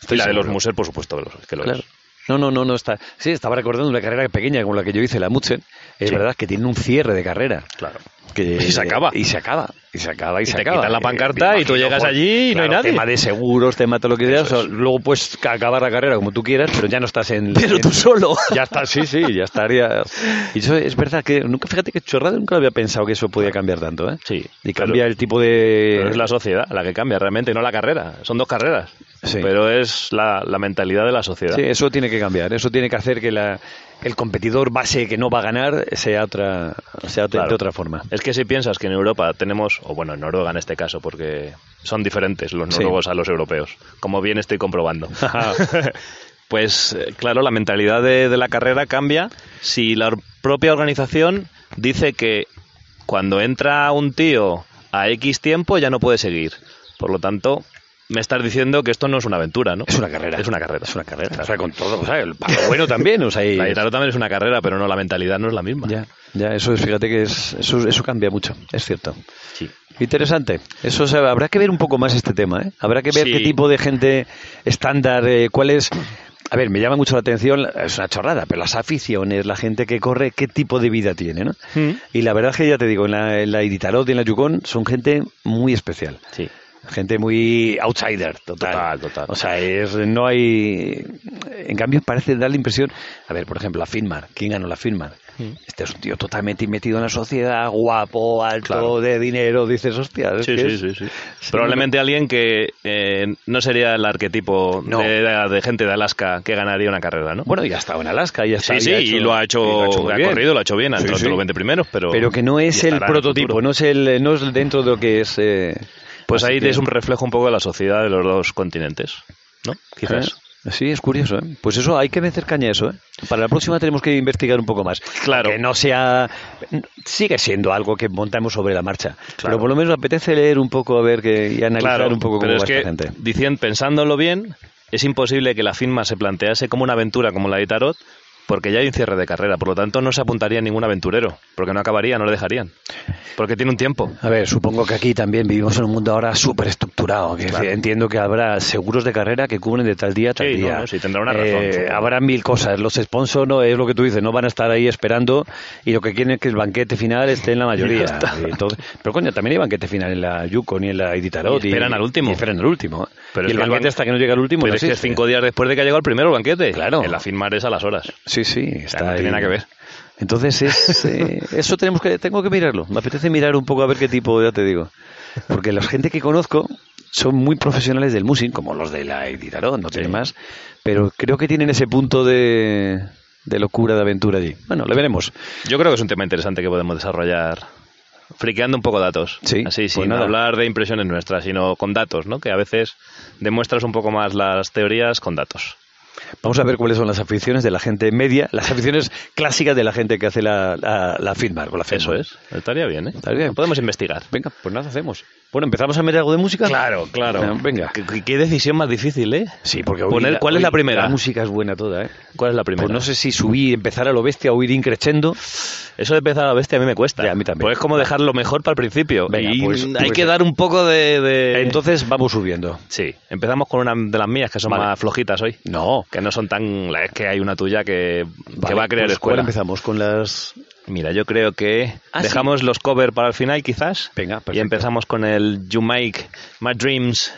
Speaker 2: Estoy
Speaker 3: y la de los
Speaker 2: seguro.
Speaker 3: museos, por supuesto, de los, que lo
Speaker 2: Claro.
Speaker 3: es.
Speaker 2: No, no, no, no está. Sí, estaba recordando una carrera pequeña como la que yo hice, la Mutsen. Es
Speaker 3: Sí.
Speaker 2: verdad que tiene un cierre de carrera.
Speaker 3: Claro.
Speaker 2: Que,
Speaker 3: Y se acaba.
Speaker 2: Y se acaba. Y se acaba. Y,
Speaker 3: Y
Speaker 2: se
Speaker 3: te
Speaker 2: acaba.
Speaker 3: quitan la
Speaker 2: Eh,
Speaker 3: pancarta
Speaker 2: me
Speaker 3: y tú llegas
Speaker 2: joder,
Speaker 3: allí y no hay
Speaker 2: claro,
Speaker 3: nadie.
Speaker 2: Tema de seguros, tema de todo lo que quieras.
Speaker 3: Eso
Speaker 2: o sea, Luego puedes ca- acabar la carrera como tú quieras, pero ya no estás en.
Speaker 3: Pero
Speaker 2: en-
Speaker 3: tú solo.
Speaker 2: Ya estás, sí, sí, ya estarías. Y eso es verdad que nunca, fíjate que chorrada, nunca había pensado que eso podía cambiar tanto, ¿eh?
Speaker 3: Sí,
Speaker 2: Y
Speaker 3: pero-
Speaker 2: cambia el tipo de.
Speaker 3: Pero es la sociedad la que cambia realmente, no la carrera. Son dos carreras.
Speaker 2: Sí.
Speaker 3: Pero es la, la mentalidad de la sociedad.
Speaker 2: Sí, eso tiene que cambiar. Eso tiene que hacer que la, el competidor base que no va a ganar sea, otra, sea otra-
Speaker 3: Claro.
Speaker 2: de otra forma.
Speaker 3: Es que si piensas que en Europa tenemos, o bueno, en Noruega en este caso, porque son diferentes los
Speaker 2: Sí.
Speaker 3: noruegos a los europeos, como bien estoy comprobando. pues eh, claro, la mentalidad de, de la carrera cambia si la or- propia organización dice que cuando entra un tío a X tiempo ya no puede seguir. Por lo tanto, me estás diciendo que esto no es una aventura, ¿no?
Speaker 2: Es una carrera.
Speaker 3: Es una carrera.
Speaker 2: Es una carrera. O sea, con todo. O sea, el palo bueno también. O sea, y-
Speaker 3: La Itaro también es una carrera, pero no, la mentalidad no es la misma.
Speaker 2: ya, ya, eso es, fíjate que es, eso, eso cambia mucho. Es cierto.
Speaker 3: Sí.
Speaker 2: Interesante. Eso o sea, habrá que ver un poco más este tema. ¿eh? Habrá que ver
Speaker 3: Sí.
Speaker 2: qué tipo de gente estándar, eh, cuál es. A ver, me llama mucho la atención, es una chorrada, pero las aficiones, la gente que corre, qué tipo de vida tiene, ¿no?
Speaker 3: Mm.
Speaker 2: Y la verdad es que ya te digo, en la, en la Iditarod y en la Yukon son gente muy especial.
Speaker 3: Sí.
Speaker 2: Gente muy outsider, total.
Speaker 3: Total, total.
Speaker 2: O sea, es, no hay. En cambio, parece dar la impresión. A ver, por ejemplo, la Finmar. ¿Quién ganó la Finmar?
Speaker 3: Mm.
Speaker 2: Este es un tío totalmente metido en la sociedad, guapo, alto,
Speaker 3: Claro.
Speaker 2: de dinero. Dices, hostia. es
Speaker 3: Sí,
Speaker 2: que
Speaker 3: sí,
Speaker 2: es-
Speaker 3: sí, sí.
Speaker 2: Sí,
Speaker 3: Probablemente alguien que eh, no sería el arquetipo
Speaker 2: No.
Speaker 3: de, de gente de Alaska que ganaría una carrera, ¿no?
Speaker 2: Bueno, ya ha estado en Alaska, ya
Speaker 3: sí,
Speaker 2: está.
Speaker 3: sí,
Speaker 2: ya
Speaker 3: y lo ha hecho,
Speaker 2: y lo
Speaker 3: ha
Speaker 2: muy bien.
Speaker 3: corrido, lo ha hecho bien, ha
Speaker 2: Sí,
Speaker 3: entrado
Speaker 2: sí.
Speaker 3: entre los 20 primeros, pero...
Speaker 2: Pero que no es
Speaker 3: y
Speaker 2: el
Speaker 3: estará en
Speaker 2: prototipo,
Speaker 3: futuro.
Speaker 2: no es el, no es dentro de lo que es. eh,
Speaker 3: Pues
Speaker 2: así
Speaker 3: ahí
Speaker 2: que-
Speaker 3: es un reflejo un poco de la sociedad de los dos continentes, ¿no? Quizás.
Speaker 2: Ah, Sí, es curioso. ¿eh? Pues eso, hay que vencer caña a eso. ¿eh? Para la próxima tenemos que investigar un poco más.
Speaker 3: Claro.
Speaker 2: Que no sea... Sigue siendo algo que montamos sobre la marcha.
Speaker 3: Claro.
Speaker 2: Pero por lo menos apetece leer un poco, a ver, que, y analizar un poco cómo
Speaker 3: pero
Speaker 2: va
Speaker 3: es que,
Speaker 2: esta gente.
Speaker 3: dicien- pensándolo bien, es imposible que la firma se plantease como una aventura como la de Tarot, porque ya hay un cierre de carrera, por lo tanto no se apuntaría ningún aventurero, porque no acabaría, no lo dejarían, porque tiene un tiempo.
Speaker 2: A ver, supongo que aquí también vivimos en un mundo ahora súper estructurado. que
Speaker 3: Claro.
Speaker 2: Entiendo que habrá seguros de carrera que cubren de tal día a tal
Speaker 3: Sí, no,
Speaker 2: día.
Speaker 3: no, sí, tendrá una razón,
Speaker 2: Eh,
Speaker 3: supongo.
Speaker 2: habrá mil cosas. Los sponsors, no, es lo que tú dices, no van a estar ahí esperando y lo que quieren es que el banquete final esté en la
Speaker 3: Ya
Speaker 2: mayoría.
Speaker 3: está.
Speaker 2: Y entonces- pero coño, también hay banquete final en la Yukon y en la Editarod.
Speaker 3: Y esperan al último.
Speaker 2: y esperan al último.
Speaker 3: Pero
Speaker 2: y
Speaker 3: es
Speaker 2: el
Speaker 3: que el
Speaker 2: banquete
Speaker 3: ban-
Speaker 2: hasta que no llega al último
Speaker 3: Pero
Speaker 2: no
Speaker 3: es que es
Speaker 2: existe.
Speaker 3: cinco días después de que ha llegado el primero el banquete.
Speaker 2: Claro.
Speaker 3: En la firmar es a las horas.
Speaker 2: Sí, sí, está
Speaker 3: no tiene
Speaker 2: ahí.
Speaker 3: nada que ver.
Speaker 2: Entonces, es, eh, eso tenemos que, tengo que mirarlo. Me apetece mirar un poco a ver qué tipo, ya te digo. Porque la gente que conozco son muy profesionales del musing, como los de la Editarón, no tiene más. Pero creo que tienen ese punto de, de locura, de aventura allí. Bueno, le veremos.
Speaker 3: Yo creo que es un tema interesante que podemos desarrollar friqueando un poco datos.
Speaker 2: Sí,
Speaker 3: Así,
Speaker 2: pues
Speaker 3: sin
Speaker 2: nada.
Speaker 3: hablar de impresiones nuestras, sino con datos, ¿no? Que a veces demuestras un poco más las teorías con datos.
Speaker 2: Vamos a ver cuáles son las aficiones de la gente media, las aficiones clásicas de la gente que hace la, la, la Finmar, con la
Speaker 3: Eso
Speaker 2: Finmar.
Speaker 3: es. Estaría bien, ¿eh?
Speaker 2: Estaría bien.
Speaker 3: Podemos investigar.
Speaker 2: Venga, pues nada, hacemos. Bueno, ¿empezamos a meter algo de música? Ah, Venga.
Speaker 3: ¿Qué, qué decisión más difícil, ¿eh?
Speaker 2: Sí, porque hoy
Speaker 3: Poner, ¿Cuál
Speaker 2: hoy
Speaker 3: es la primera?
Speaker 2: La música es buena toda, ¿eh?
Speaker 3: ¿Cuál es la primera?
Speaker 2: Pues no sé si subir, empezar a lo bestia o ir increchendo.
Speaker 3: Eso de empezar a la bestia a mí me cuesta.
Speaker 2: Ya, a mí también.
Speaker 3: Pues es como dejarlo mejor para el principio.
Speaker 2: Venga,
Speaker 3: Y
Speaker 2: pues-
Speaker 3: hay
Speaker 2: pues-
Speaker 3: que dar un poco de... de-
Speaker 2: Entonces vamos subiendo.
Speaker 3: Sí, empezamos con una de las mías que son
Speaker 2: Vale.
Speaker 3: más flojitas hoy.
Speaker 2: No.
Speaker 3: Que no son tan. Es que hay una tuya que, que
Speaker 2: Vale,
Speaker 3: va a crear
Speaker 2: pues, ¿cuál
Speaker 3: escuela.
Speaker 2: empezamos con las.
Speaker 3: Mira, yo creo que
Speaker 2: Ah,
Speaker 3: dejamos los cover para el final, quizás.
Speaker 2: Venga,
Speaker 3: Y
Speaker 2: perfecto.
Speaker 3: empezamos con el You Make My eh, Dreams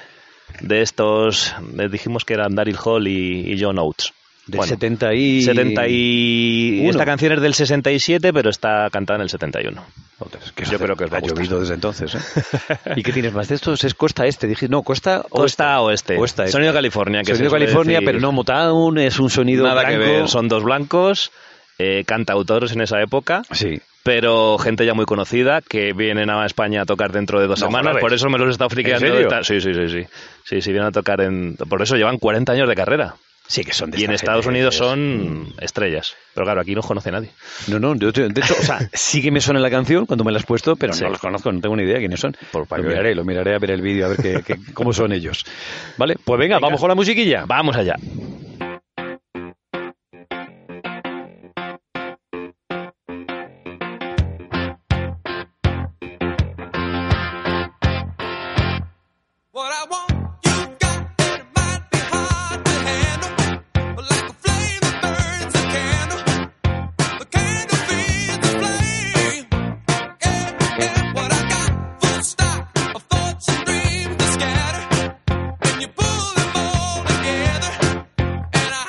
Speaker 3: de estos. les dijimos que eran Daryl Hall y, y John Oates.
Speaker 2: Del
Speaker 3: Bueno,
Speaker 2: 70 y...
Speaker 3: 70 y...
Speaker 2: Uno.
Speaker 3: Esta canción es del 67, pero está cantada en el 71.
Speaker 2: Joder, que
Speaker 3: Yo
Speaker 2: joder,
Speaker 3: creo que os va a
Speaker 2: ha
Speaker 3: gustar.
Speaker 2: llovido desde entonces. ¿eh? ¿Y qué tienes más de estos? Es Costa Este. Dije, no, Costa Oeste.
Speaker 3: Costa Oeste.
Speaker 2: Costa Este.
Speaker 3: Sonido California. Que
Speaker 2: Sonido
Speaker 3: se suele
Speaker 2: California,
Speaker 3: decir.
Speaker 2: pero no Motown, es un sonido
Speaker 3: Nada que
Speaker 2: blanco.
Speaker 3: ver. Son dos blancos, eh, cantautores en esa época.
Speaker 2: Sí.
Speaker 3: pero gente ya muy conocida que vienen a España a tocar dentro de dos
Speaker 2: No
Speaker 3: semanas.
Speaker 2: jodas.
Speaker 3: Por eso me los he estado friqueando.
Speaker 2: ¿En serio?
Speaker 3: y tal. Sí, sí, sí, sí. Sí, sí, vienen a tocar en... Por eso llevan 40 años de carrera.
Speaker 2: Sí, que son de
Speaker 3: Y en
Speaker 2: esta
Speaker 3: Estados
Speaker 2: gente,
Speaker 3: Unidos
Speaker 2: es-
Speaker 3: son estrellas. Pero claro, aquí no conoce nadie.
Speaker 2: No, no, yo te- de hecho, o sea, sí que me suena la canción cuando me la has puesto, pero
Speaker 3: Sí.
Speaker 2: no los conozco, no tengo ni idea quiénes son.
Speaker 3: Por- para
Speaker 2: lo
Speaker 3: que veas.
Speaker 2: miraré, lo miraré a ver el vídeo, a ver qué- qué- cómo son ellos. Vale, pues venga, vamos con la musiquilla.
Speaker 3: Vamos allá.
Speaker 4: What I want, you got, and it might be hard to handle. But like a flame that burns a candle, the candle feeds the flame. And, and what I got, full stock of thoughts and dreams that scatter. And you pull them all together, and I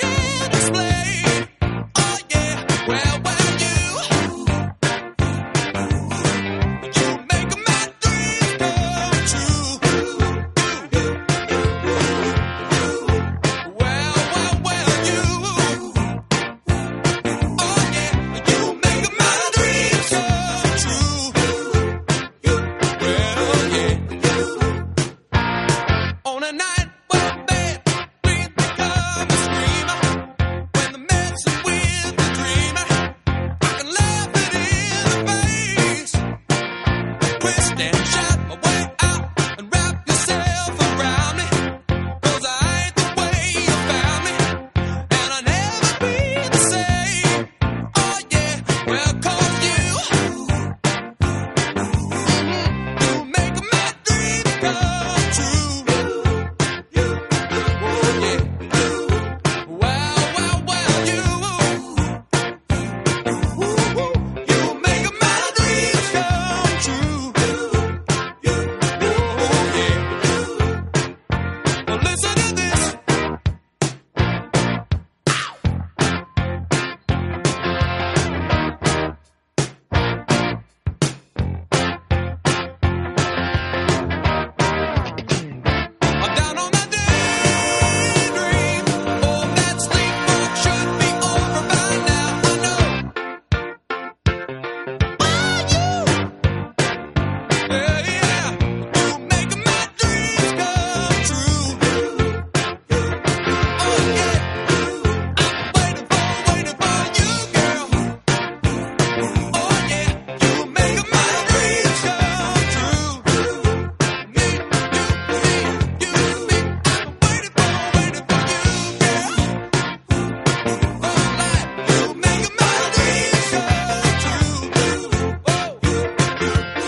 Speaker 4: can't explain. Oh yeah, well, well, you. You make my dreams come true. Well, well, well, you. Oh yeah, you make my dreams come true. Well, yeah. On a night when bad dreams become a screamer, when the messing with the dreamer, I can laugh it in the face twist and shout my way out and wrap yourself around me. 'Cause I ain't the way you found me, and I'll never be the same. Oh yeah, well, 'cause you, you make my dreams come true. Oh yeah, wow, wow, wow, you. You make my dreams come true. Oh yeah. Now listen to this. I'm down on the daydream. Oh, that sleep should be over by now. I know. Yeah, yeah. You make my dreams come true. Oh yeah. I'm waiting for, waiting for you, girl. Oh yeah. You make my dreams come true. Me, you, me, you, me. I'm waiting for, waiting for you, girl. Oh life, you make my dreams come true. Oh.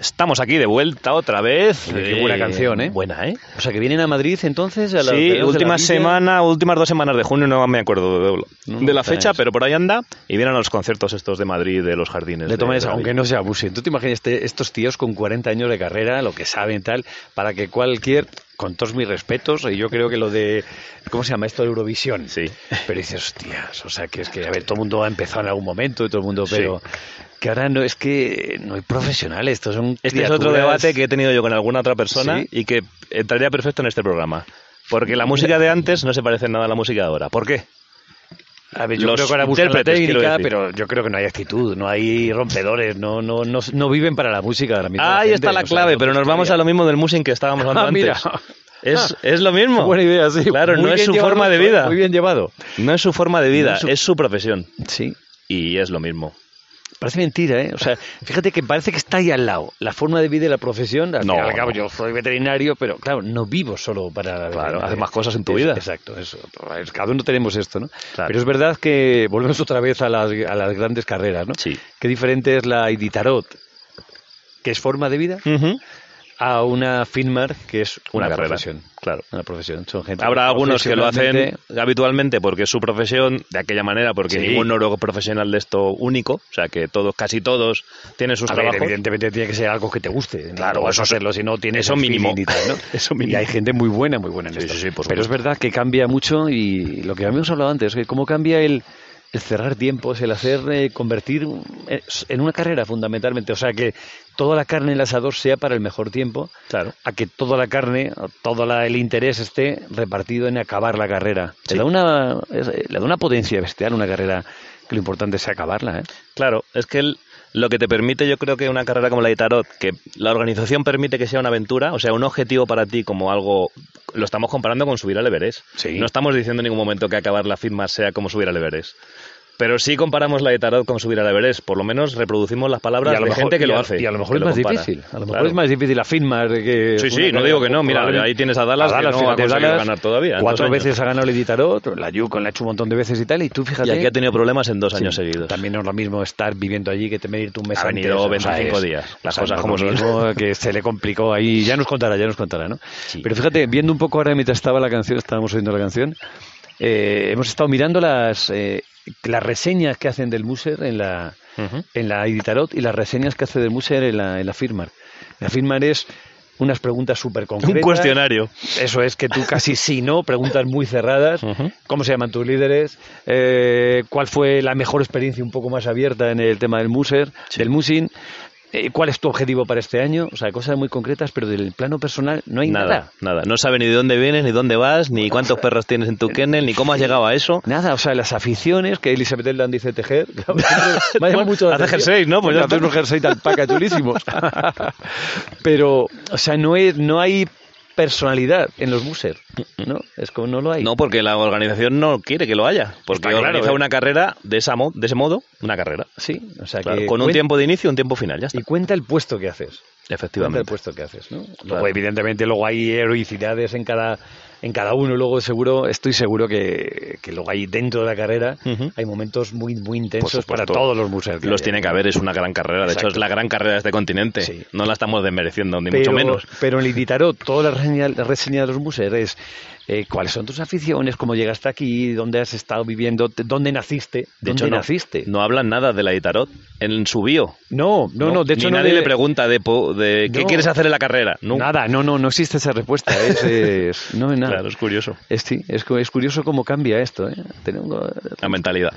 Speaker 3: Estamos aquí de vuelta otra vez.
Speaker 2: Oye, qué buena canción, ¿eh?
Speaker 3: Buena, ¿eh?
Speaker 2: O sea, que vienen a Madrid entonces a las
Speaker 3: Sí,
Speaker 2: 12 de la
Speaker 3: última
Speaker 2: villa.
Speaker 3: semana, últimas dos semanas de junio, no me acuerdo de,
Speaker 2: No,
Speaker 3: de la
Speaker 2: tenéis.
Speaker 3: fecha, pero por ahí anda. Y vienen a los conciertos estos de Madrid, de los jardines.
Speaker 2: Le toman
Speaker 3: de-
Speaker 2: esa,
Speaker 3: de la
Speaker 2: aunque
Speaker 3: villa.
Speaker 2: no sea abusen. ¿Tú te imaginas este- estos tíos con 40 años de carrera, lo que saben tal, para que cualquier, con todos mis respetos, y yo creo que lo de, ¿cómo se llama esto de Eurovisión?
Speaker 3: Sí.
Speaker 2: Pero dices, hostias, o sea, que es que, a ver, todo el mundo ha empezado en algún momento y todo el mundo, pero que ahora no, es que no hay profesionales, estos son
Speaker 3: Este es otro
Speaker 2: criaturas-
Speaker 3: debate que he tenido yo con alguna otra persona
Speaker 2: Sí.
Speaker 3: y que entraría perfecto en este programa. Porque la música de antes no se parece en nada a la música de ahora. ¿Por qué?
Speaker 2: A ver, yo
Speaker 3: los
Speaker 2: creo que ahora buscan la
Speaker 3: intérpretes, quiero
Speaker 2: técnica,
Speaker 3: decir.
Speaker 2: pero yo creo que no hay actitud, no hay rompedores, no no no, no viven para la música de la misma
Speaker 3: Ahí
Speaker 2: gente,
Speaker 3: está la
Speaker 2: o sea,
Speaker 3: clave,
Speaker 2: no
Speaker 3: pero nos
Speaker 2: historia.
Speaker 3: vamos a lo mismo del musing que estábamos hablando
Speaker 2: Ah, mira.
Speaker 3: antes. Es, es lo mismo.
Speaker 2: Buena idea, sí.
Speaker 3: Claro,
Speaker 2: Muy
Speaker 3: no es
Speaker 2: bien
Speaker 3: su
Speaker 2: llevado,
Speaker 3: forma de vida.
Speaker 2: Muy bien llevado.
Speaker 3: No es su forma de
Speaker 2: No
Speaker 3: vida,
Speaker 2: es su-
Speaker 3: es su profesión.
Speaker 2: Sí.
Speaker 3: Y es lo mismo.
Speaker 2: Parece mentira, ¿eh? O sea, fíjate que parece que está ahí al lado. La forma de vida y la profesión, al
Speaker 3: No,
Speaker 2: fin y al cabo,
Speaker 3: no.
Speaker 2: yo soy veterinario, pero claro, no vivo solo para...
Speaker 3: Claro, haces más cosas en tu
Speaker 2: Es-
Speaker 3: vida.
Speaker 2: Exacto, eso. Cada uno tenemos esto, ¿no?
Speaker 3: Claro.
Speaker 2: Pero es verdad que volvemos otra vez a las, a las grandes carreras, ¿no?
Speaker 3: Sí.
Speaker 2: Qué diferente es la Iditarod que es forma de vida,
Speaker 3: Ujú.
Speaker 2: a una FINMAR, que es una,
Speaker 3: Mm. Una carrera,
Speaker 2: profesión.
Speaker 3: claro.
Speaker 2: Una profesión. Son gente
Speaker 3: Habrá algunos que lo hacen
Speaker 2: profesionalmente-
Speaker 3: habitualmente porque es su profesión, de aquella manera, porque
Speaker 2: Sí.
Speaker 3: ningún neuroprofesional profesional de esto único, o sea que todos, casi todos, tienen sus
Speaker 2: A ver,
Speaker 3: trabajos.
Speaker 2: evidentemente tiene que ser algo que te guste. No
Speaker 3: Claro,
Speaker 2: puedes
Speaker 3: eso sí.
Speaker 2: hacerlo, si no tienes
Speaker 3: Eso
Speaker 2: el
Speaker 3: mínimo.
Speaker 2: feeling Y, tal, ¿no?
Speaker 3: Eso mínimo.
Speaker 2: Y hay gente muy buena, muy buena en
Speaker 3: Sí,
Speaker 2: esto.
Speaker 3: sí, sí, por
Speaker 2: Pero es verdad que cambia mucho y lo que habíamos hablado antes, que cómo cambia el, el cerrar tiempos, el hacer eh, convertir eh, en una carrera fundamentalmente. O sea, que toda la carne en el asador sea para el mejor tiempo,
Speaker 3: Claro.
Speaker 2: a que toda la carne, o todo la- el interés esté repartido en acabar la carrera.
Speaker 3: Sí.
Speaker 2: Le, da una, es- eh, le da una potencia bestial una carrera que lo importante sea acabarla. ¿eh?
Speaker 3: Claro, es que el- lo que te permite, yo creo que una carrera como la de Tarot, que la organización permite que sea una aventura, o sea, un objetivo para ti como algo. Lo estamos comparando con subir al Everest.
Speaker 2: Sí.
Speaker 3: No estamos diciendo en ningún momento que acabar la firma sea como subir al Everest. Pero sí comparamos la de Tarot con subir al Everest. Por lo menos reproducimos las palabras
Speaker 2: Y a lo
Speaker 3: de
Speaker 2: mejor-
Speaker 3: gente que
Speaker 2: y a-
Speaker 3: lo hace.
Speaker 2: Y a lo mejor
Speaker 3: que
Speaker 2: es más
Speaker 3: compara.
Speaker 2: difícil. A lo mejor
Speaker 3: Claro.
Speaker 2: es más difícil la firma que.
Speaker 3: Sí, sí,
Speaker 2: una
Speaker 3: no
Speaker 2: carrera
Speaker 3: digo que no, mira,
Speaker 2: probablemente-
Speaker 3: ahí tienes a Dallas, que no ha
Speaker 2: fíjate,
Speaker 3: conseguido ganar todavía, en
Speaker 2: Cuatro
Speaker 3: dos años.
Speaker 2: veces ha ganado el Editarot, la Yu con la ha hecho un montón de veces y tal, y tú fíjate.
Speaker 3: Y aquí ha tenido problemas en dos
Speaker 2: Sí,
Speaker 3: años seguidos.
Speaker 2: También no es lo mismo estar viviendo allí que tener irte un mes
Speaker 3: Ha
Speaker 2: antes,
Speaker 3: venido
Speaker 2: o sea,
Speaker 3: 25
Speaker 2: es-
Speaker 3: días, las
Speaker 2: o
Speaker 3: cosas
Speaker 2: sea, no
Speaker 3: como
Speaker 2: es
Speaker 3: son.
Speaker 2: lo mismo que se le complicó ahí, ya nos contará, ya nos contará, ¿no?
Speaker 3: Sí.
Speaker 2: Pero fíjate, viendo un poco ahora mientras estaba la canción, estábamos oyendo la canción, eh, hemos estado mirando las, eh, las reseñas que hacen del Muser en la,
Speaker 3: Ujú.
Speaker 2: en la Editarot y las reseñas que hace del Muser en la, en la Firmar. La Firmar es unas preguntas súper concretas.
Speaker 3: Un cuestionario.
Speaker 2: Eso es que tú casi sí, ¿no? Preguntas muy cerradas.
Speaker 3: Ujú.
Speaker 2: ¿Cómo se llaman tus líderes? Eh, ¿Cuál fue la mejor experiencia un poco más abierta en el tema del Muser, del Musin? Eh, ¿Cuál es tu objetivo para este año? O sea, cosas muy concretas, pero del plano personal no hay nada.
Speaker 3: Nada, nada. No sabe ni de dónde vienes, ni dónde vas, ni cuántos perros tienes en tu kennel, ni cómo has llegado a eso.
Speaker 2: Nada, o sea, las aficiones que Elizabeth Eldan dice tejer. claro, siempre me ha llamado mucho la
Speaker 3: Hace
Speaker 2: atención.
Speaker 3: jerseys, ¿no? Pues ya
Speaker 2: hace
Speaker 3: está.
Speaker 2: unos jerseys tan paca chulísimos. Pero, o sea, no, es, no hay personalidad en los muser, ¿no? Es como no lo hay.
Speaker 3: No, porque la organización no quiere que lo haya. Porque
Speaker 2: Está claro,
Speaker 3: organiza
Speaker 2: ¿eh?
Speaker 3: una carrera de, esa mo- de ese modo, una carrera.
Speaker 2: Sí, o sea,
Speaker 3: Claro,
Speaker 2: que
Speaker 3: con un
Speaker 2: cuen-
Speaker 3: tiempo de inicio y un tiempo final, ya está.
Speaker 2: Y cuenta el puesto que haces. Cuenta el
Speaker 3: Efectivamente.
Speaker 2: puesto que haces, ¿no? Luego,
Speaker 3: Claro.
Speaker 2: evidentemente, luego hay heroicidades en cada, en cada uno. Luego, seguro, estoy seguro que, que luego hay dentro de la carrera,
Speaker 3: Ujú.
Speaker 2: hay momentos muy, muy intensos para
Speaker 3: supuesto.
Speaker 2: todos los museos.
Speaker 3: Los tiene que haber, es una gran carrera. De hecho,
Speaker 2: pues, Exacto.
Speaker 3: es la gran carrera de este continente.
Speaker 2: Sí.
Speaker 3: No la estamos desmereciendo, ni mucho
Speaker 2: pero,
Speaker 3: menos.
Speaker 2: Pero en Liditarot, toda la reseña, la reseña de los museos es eh, cuáles son tus aficiones, cómo llegaste aquí, dónde has estado viviendo, te- dónde naciste,
Speaker 3: De
Speaker 2: dónde
Speaker 3: hecho, no,
Speaker 2: naciste.
Speaker 3: no hablan nada de la de Tarot en su bio.
Speaker 2: No, no, no, de hecho
Speaker 3: ni
Speaker 2: no
Speaker 3: nadie
Speaker 2: le-
Speaker 3: le pregunta de, po- de qué
Speaker 2: No.
Speaker 3: quieres hacer en la carrera. No.
Speaker 2: Nada, no, no, no existe esa respuesta. Es, es- no, nada.
Speaker 3: Claro, es curioso.
Speaker 2: Es, sí, es, cu- es curioso cómo cambia esto. ¿eh? Tengo-
Speaker 3: La mentalidad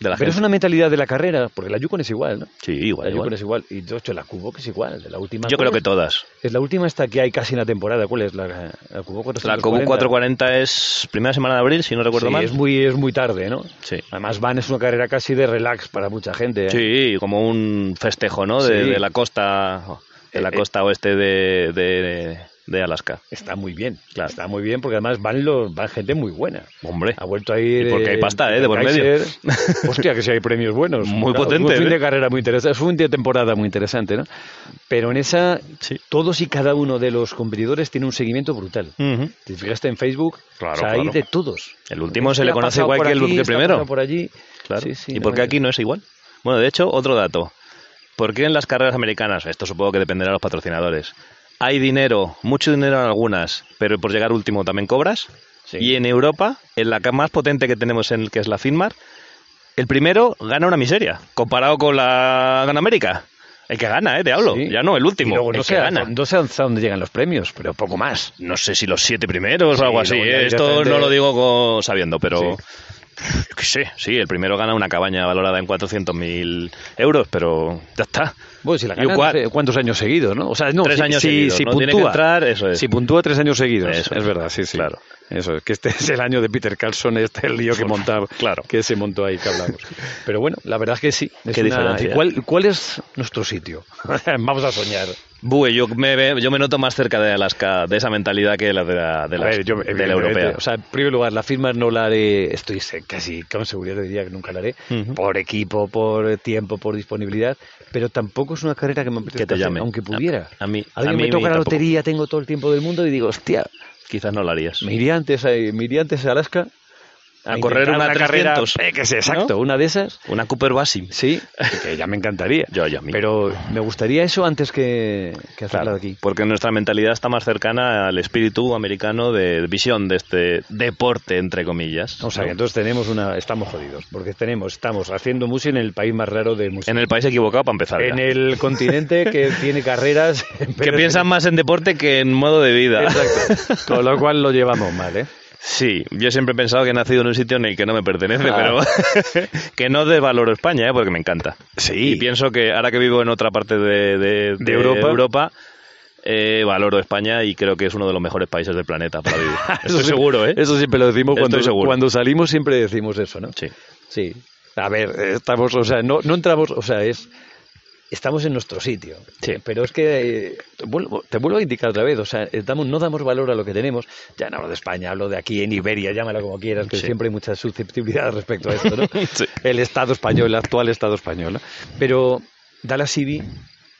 Speaker 3: de la
Speaker 2: Pero es
Speaker 3: gente.
Speaker 2: una mentalidad de la carrera, porque la Yukon es igual, ¿no?
Speaker 3: Sí, igual,
Speaker 2: la
Speaker 3: igual.
Speaker 2: Yukon es igual. Y de hecho, la Cubo que es igual. La última
Speaker 3: Yo creo que
Speaker 2: todo.
Speaker 3: todas.
Speaker 2: Es la última esta que hay casi en la temporada. ¿Cuál es? La, la Cubo 440.
Speaker 3: La Cobu 440 es primera semana de abril, si no recuerdo
Speaker 2: Sí,
Speaker 3: mal.
Speaker 2: Es muy, es muy tarde, ¿no?
Speaker 3: Sí.
Speaker 2: Además, Van es una carrera casi de relax para mucha gente. ¿eh?
Speaker 3: Sí, como un festejo, ¿no? De,
Speaker 2: Sí.
Speaker 3: de la costa, de la
Speaker 2: Eh, eh.
Speaker 3: costa oeste de, de, de Alaska.
Speaker 2: Está muy bien.
Speaker 3: Claro.
Speaker 2: Está muy bien porque además van, los, van gente muy buena.
Speaker 3: Hombre,
Speaker 2: Ha vuelto a ir.
Speaker 3: Y porque hay
Speaker 2: eh,
Speaker 3: pasta, eh, de por
Speaker 2: Kaiser.
Speaker 3: medio.
Speaker 2: Hostia, que si hay premios buenos.
Speaker 3: Muy
Speaker 2: fue
Speaker 3: potente,
Speaker 2: Un fin
Speaker 3: ¿eh?
Speaker 2: de carrera muy interesante. Fue un día de temporada muy interesante, ¿no? Pero en esa,
Speaker 3: Sí.
Speaker 2: todos y cada uno de los competidores tiene un seguimiento brutal.
Speaker 3: Ujú.
Speaker 2: Te fijaste en Facebook,
Speaker 3: Mm. Claro,
Speaker 2: o sea, hay
Speaker 3: claro.
Speaker 2: de todos.
Speaker 3: el último se
Speaker 2: Este
Speaker 3: le
Speaker 2: ha
Speaker 3: conoce
Speaker 2: pasado
Speaker 3: igual
Speaker 2: por
Speaker 3: que el
Speaker 2: aquí,
Speaker 3: que
Speaker 2: este ha
Speaker 3: primero.
Speaker 2: pasado por allí.
Speaker 3: Claro.
Speaker 2: Sí, sí,
Speaker 3: ¿Y por qué aquí no es igual? Bueno, de hecho, otro dato. ¿Por qué en las carreras americanas, esto supongo que dependerá de los patrocinadores, hay dinero, mucho dinero en algunas, pero por llegar último también cobras?
Speaker 2: Sí.
Speaker 3: Y en Europa, en la ca- más potente que tenemos, en, que es la Finmar, el primero gana una miseria, comparado con la Gran América. El que gana, ¿eh? Te hablo.
Speaker 2: Sí.
Speaker 3: Ya no, el último.
Speaker 2: Y luego
Speaker 3: el
Speaker 2: no
Speaker 3: que
Speaker 2: sé, a-
Speaker 3: gana.
Speaker 2: no sé hasta dónde llegan los premios, pero poco más.
Speaker 3: No sé si los siete primeros
Speaker 2: Sí,
Speaker 3: o algo así.
Speaker 2: luego
Speaker 3: ¿eh?
Speaker 2: ya
Speaker 3: Esto
Speaker 2: directamente-
Speaker 3: no lo digo co- sabiendo, pero...
Speaker 2: Sí.
Speaker 3: Yo qué sé, sí, el primero gana una cabaña valorada en 400.000 euros, pero ya está.
Speaker 2: Bueno, si la
Speaker 3: Y
Speaker 2: ganan, eh,
Speaker 3: cua-
Speaker 2: no sé cuántos años seguidos, ¿no? O sea, no,
Speaker 3: Tres
Speaker 2: si,
Speaker 3: años
Speaker 2: si-
Speaker 3: seguidos,
Speaker 2: si
Speaker 3: ¿no?
Speaker 2: puntúa,
Speaker 3: Tiene que entrar, eso es.
Speaker 2: Si puntúa tres años seguidos,
Speaker 3: Eso
Speaker 2: es
Speaker 3: es.
Speaker 2: verdad, sí, sí.
Speaker 3: Claro.
Speaker 2: Eso es, que este es el año de Peter Carlson, este el lío que montaba,
Speaker 3: Claro.
Speaker 2: que se montó ahí, que hablamos. Pero bueno, la verdad es que sí. es
Speaker 3: Qué diferencia.
Speaker 2: ¿y ¿Cuál, cuál es nuestro sitio? Vamos a soñar.
Speaker 3: Bue, yo me, ve- yo me noto más cerca de Alaska, de esa mentalidad que la de la, de
Speaker 2: A
Speaker 3: las-
Speaker 2: ver, yo,
Speaker 3: de la
Speaker 2: evidentemente,
Speaker 3: europea.
Speaker 2: O sea, en primer lugar, la firma no la haré, estoy se- casi con seguridad te diría que nunca la haré,
Speaker 3: Ujú.
Speaker 2: por equipo, por tiempo, por disponibilidad, pero tampoco es una carrera que me apetezca
Speaker 3: Que te
Speaker 2: hacer,
Speaker 3: llame.
Speaker 2: aunque pudiera.
Speaker 3: A- a mí-
Speaker 2: Ahora
Speaker 3: a
Speaker 2: que
Speaker 3: mí
Speaker 2: me toca la
Speaker 3: tampoco.
Speaker 2: lotería, tengo todo el tiempo del mundo y digo, hostia,
Speaker 3: Quizás no lo harías.
Speaker 2: me iría antes a, me iría antes a Alaska
Speaker 3: a correr
Speaker 2: intentar
Speaker 3: una, 300,
Speaker 2: carrera, eh, que es exacto, una de esas,
Speaker 3: una Cooper Basim.
Speaker 2: sí, que ya me encantaría.
Speaker 3: Yo, yo, a mí.
Speaker 2: Pero me gustaría eso antes que, que hacerla
Speaker 3: Claro,
Speaker 2: de aquí.
Speaker 3: porque nuestra mentalidad está más cercana al espíritu americano de visión de este deporte, entre comillas.
Speaker 2: O sea,
Speaker 3: ¿no?
Speaker 2: que entonces tenemos una, estamos jodidos, porque tenemos, estamos haciendo música en el país más raro de música.
Speaker 3: En el país equivocado para empezar.
Speaker 2: En
Speaker 3: ya.
Speaker 2: el continente que tiene carreras.
Speaker 3: que
Speaker 2: pero-
Speaker 3: piensan más en deporte que en modo de vida.
Speaker 2: Exacto. Con lo cual lo llevamos mal, ¿eh?
Speaker 3: Sí, yo siempre he pensado que he nacido en un sitio en el que no me pertenece,
Speaker 2: Ah.
Speaker 3: pero que no desvaloro España, ¿eh? porque me encanta.
Speaker 2: Sí.
Speaker 3: Y pienso que ahora que vivo en otra parte de, de- de
Speaker 2: Europa.
Speaker 3: eh, valoro España y creo que es uno de los mejores países del planeta para vivir. Estoy seguro, ¿eh?
Speaker 2: Eso siempre lo decimos
Speaker 3: Estoy
Speaker 2: cuando,
Speaker 3: seguro.
Speaker 2: cuando salimos, siempre decimos eso, ¿no?
Speaker 3: Sí.
Speaker 2: Sí. A ver, estamos, o sea, no, no entramos, o sea, es. Estamos en nuestro sitio.
Speaker 3: Sí.
Speaker 2: Pero es que. eh, te vuelvo- te vuelvo a indicar otra vez, o sea, eh, damos- no damos valor a lo que tenemos. Ya no hablo de España, hablo de aquí en Iberia, llámala como quieras, que
Speaker 3: Sí.
Speaker 2: siempre hay mucha susceptibilidad respecto a esto, ¿no?
Speaker 3: Sí.
Speaker 2: El Estado español, el actual Estado español. ¿no? Pero Dallas City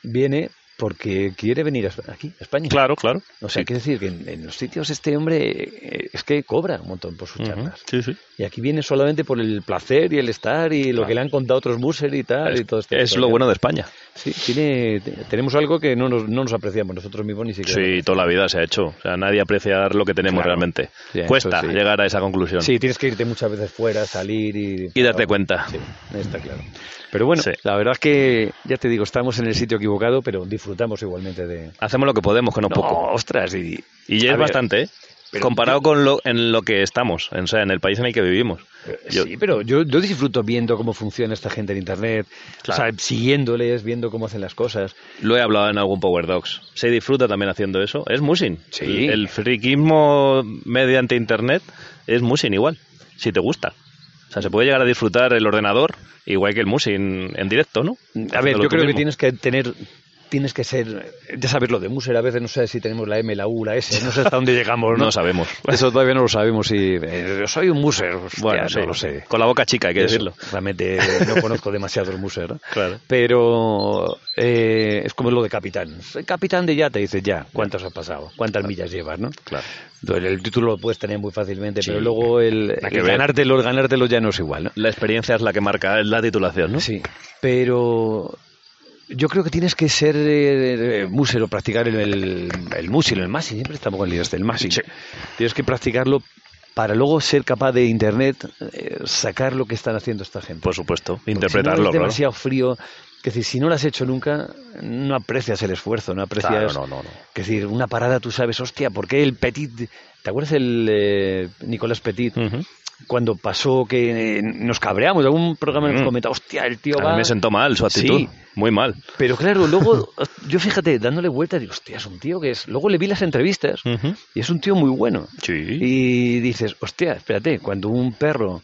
Speaker 2: viene porque quiere venir a- aquí, a España.
Speaker 3: Claro, claro.
Speaker 2: O sea, quiere decir que en, en los sitios este hombre eh, es que cobra un montón por sus
Speaker 3: Ujú.
Speaker 2: charlas.
Speaker 3: Sí, sí.
Speaker 2: Y aquí viene solamente por el placer y el estar y lo que le han contado otros buses y tal y todo este esto.
Speaker 3: es lo bueno de España.
Speaker 2: Sí, tiene, te- tenemos algo que no nos, no nos apreciamos nosotros mismos ni siquiera.
Speaker 3: Sí, toda la vida se ha hecho. O sea, nadie aprecia lo que tenemos
Speaker 2: Claro.
Speaker 3: realmente.
Speaker 2: Sí, eso
Speaker 3: Cuesta
Speaker 2: sí.
Speaker 3: llegar a esa conclusión.
Speaker 2: Sí, tienes que irte muchas veces fuera, salir y...
Speaker 3: Y darte cuenta.
Speaker 2: Sí, está claro. Pero bueno,
Speaker 3: Sí.
Speaker 2: la verdad es que, ya te digo, estamos en el sitio equivocado, pero disfrutamos igualmente de...
Speaker 3: Hacemos lo que podemos, que no, es
Speaker 2: No,
Speaker 3: poco.
Speaker 2: ostras, y...
Speaker 3: Y ya
Speaker 2: a
Speaker 3: es
Speaker 2: ver,
Speaker 3: bastante, ¿eh?
Speaker 2: pero-
Speaker 3: Comparado con lo en lo que estamos, en- o sea, en el país en el que vivimos. Yo-
Speaker 2: sí, pero yo, yo disfruto viendo cómo funciona esta gente en Internet, o
Speaker 3: Claro.
Speaker 2: sea, siguiéndoles, viendo cómo hacen las cosas.
Speaker 3: Lo he hablado en algún Power Docs. Se disfruta también haciendo eso. Es musing.
Speaker 2: Sí.
Speaker 3: El, el friquismo mediante Internet es musing igual, si te gusta. O sea, se puede llegar a disfrutar el ordenador igual que el musing en directo, ¿no?
Speaker 2: A ver,
Speaker 3: Haciéndolo
Speaker 2: yo
Speaker 3: tú
Speaker 2: creo que
Speaker 3: mismo.
Speaker 2: tienes que tener, tienes que ser, ya sabes lo de Muser, a veces no sabes si tenemos la M, la U, la S, no sé hasta dónde llegamos, ¿no?
Speaker 3: No sabemos.
Speaker 2: Eso todavía no lo sabemos si eh, soy un Muser,
Speaker 3: Bueno,
Speaker 2: bueno,
Speaker 3: sí.
Speaker 2: no lo sé.
Speaker 3: Con la boca chica, hay que
Speaker 2: Eso,
Speaker 3: decirlo.
Speaker 2: Realmente eh, no conozco demasiados Muser, ¿no?
Speaker 3: Claro.
Speaker 2: Pero eh, es como lo de capitán. Soy capitán de yate, dices ya, ¿cuántas has pasado? ¿Cuántas millas llevas, no?
Speaker 3: Claro.
Speaker 2: El, el título lo puedes tener muy fácilmente,
Speaker 3: Sí.
Speaker 2: pero luego el,
Speaker 3: Nada que
Speaker 2: el
Speaker 3: ver.
Speaker 2: ganártelo, el ganártelo ya no es igual, ¿no?
Speaker 3: La experiencia es la que marca la titulación, ¿no?
Speaker 2: Sí, pero yo creo que tienes que ser eh, eh, músero, practicar el, el, el músero, el másing, siempre estamos con el líos del másing.
Speaker 3: Sí.
Speaker 2: Tienes que practicarlo para luego ser capaz de internet eh, sacar lo que están haciendo esta gente.
Speaker 3: Por supuesto,
Speaker 2: Porque
Speaker 3: interpretarlo,
Speaker 2: si Pues no es
Speaker 3: claro.
Speaker 2: demasiado frío. Que decir, si no lo has hecho nunca, no aprecias el esfuerzo, no aprecias.
Speaker 3: Claro, no, no, no.
Speaker 2: Que decir, una parada tú sabes, hostia, ¿por qué el Petit. ¿Te acuerdas el eh, Nicolás Petit?
Speaker 3: Ujú.
Speaker 2: Cuando pasó que eh, nos cabreamos, algún programa nos
Speaker 3: Mm.
Speaker 2: comentaba, hostia, el tío
Speaker 3: A
Speaker 2: va.
Speaker 3: mí me sentó mal su
Speaker 2: Sí.
Speaker 3: actitud, muy mal.
Speaker 2: Pero claro, luego, yo fíjate, dándole vuelta, digo, hostia, es un tío que es. Luego le vi las entrevistas
Speaker 3: Ujú.
Speaker 2: y es un tío muy bueno.
Speaker 3: Sí.
Speaker 2: Y dices, hostia, espérate, cuando un perro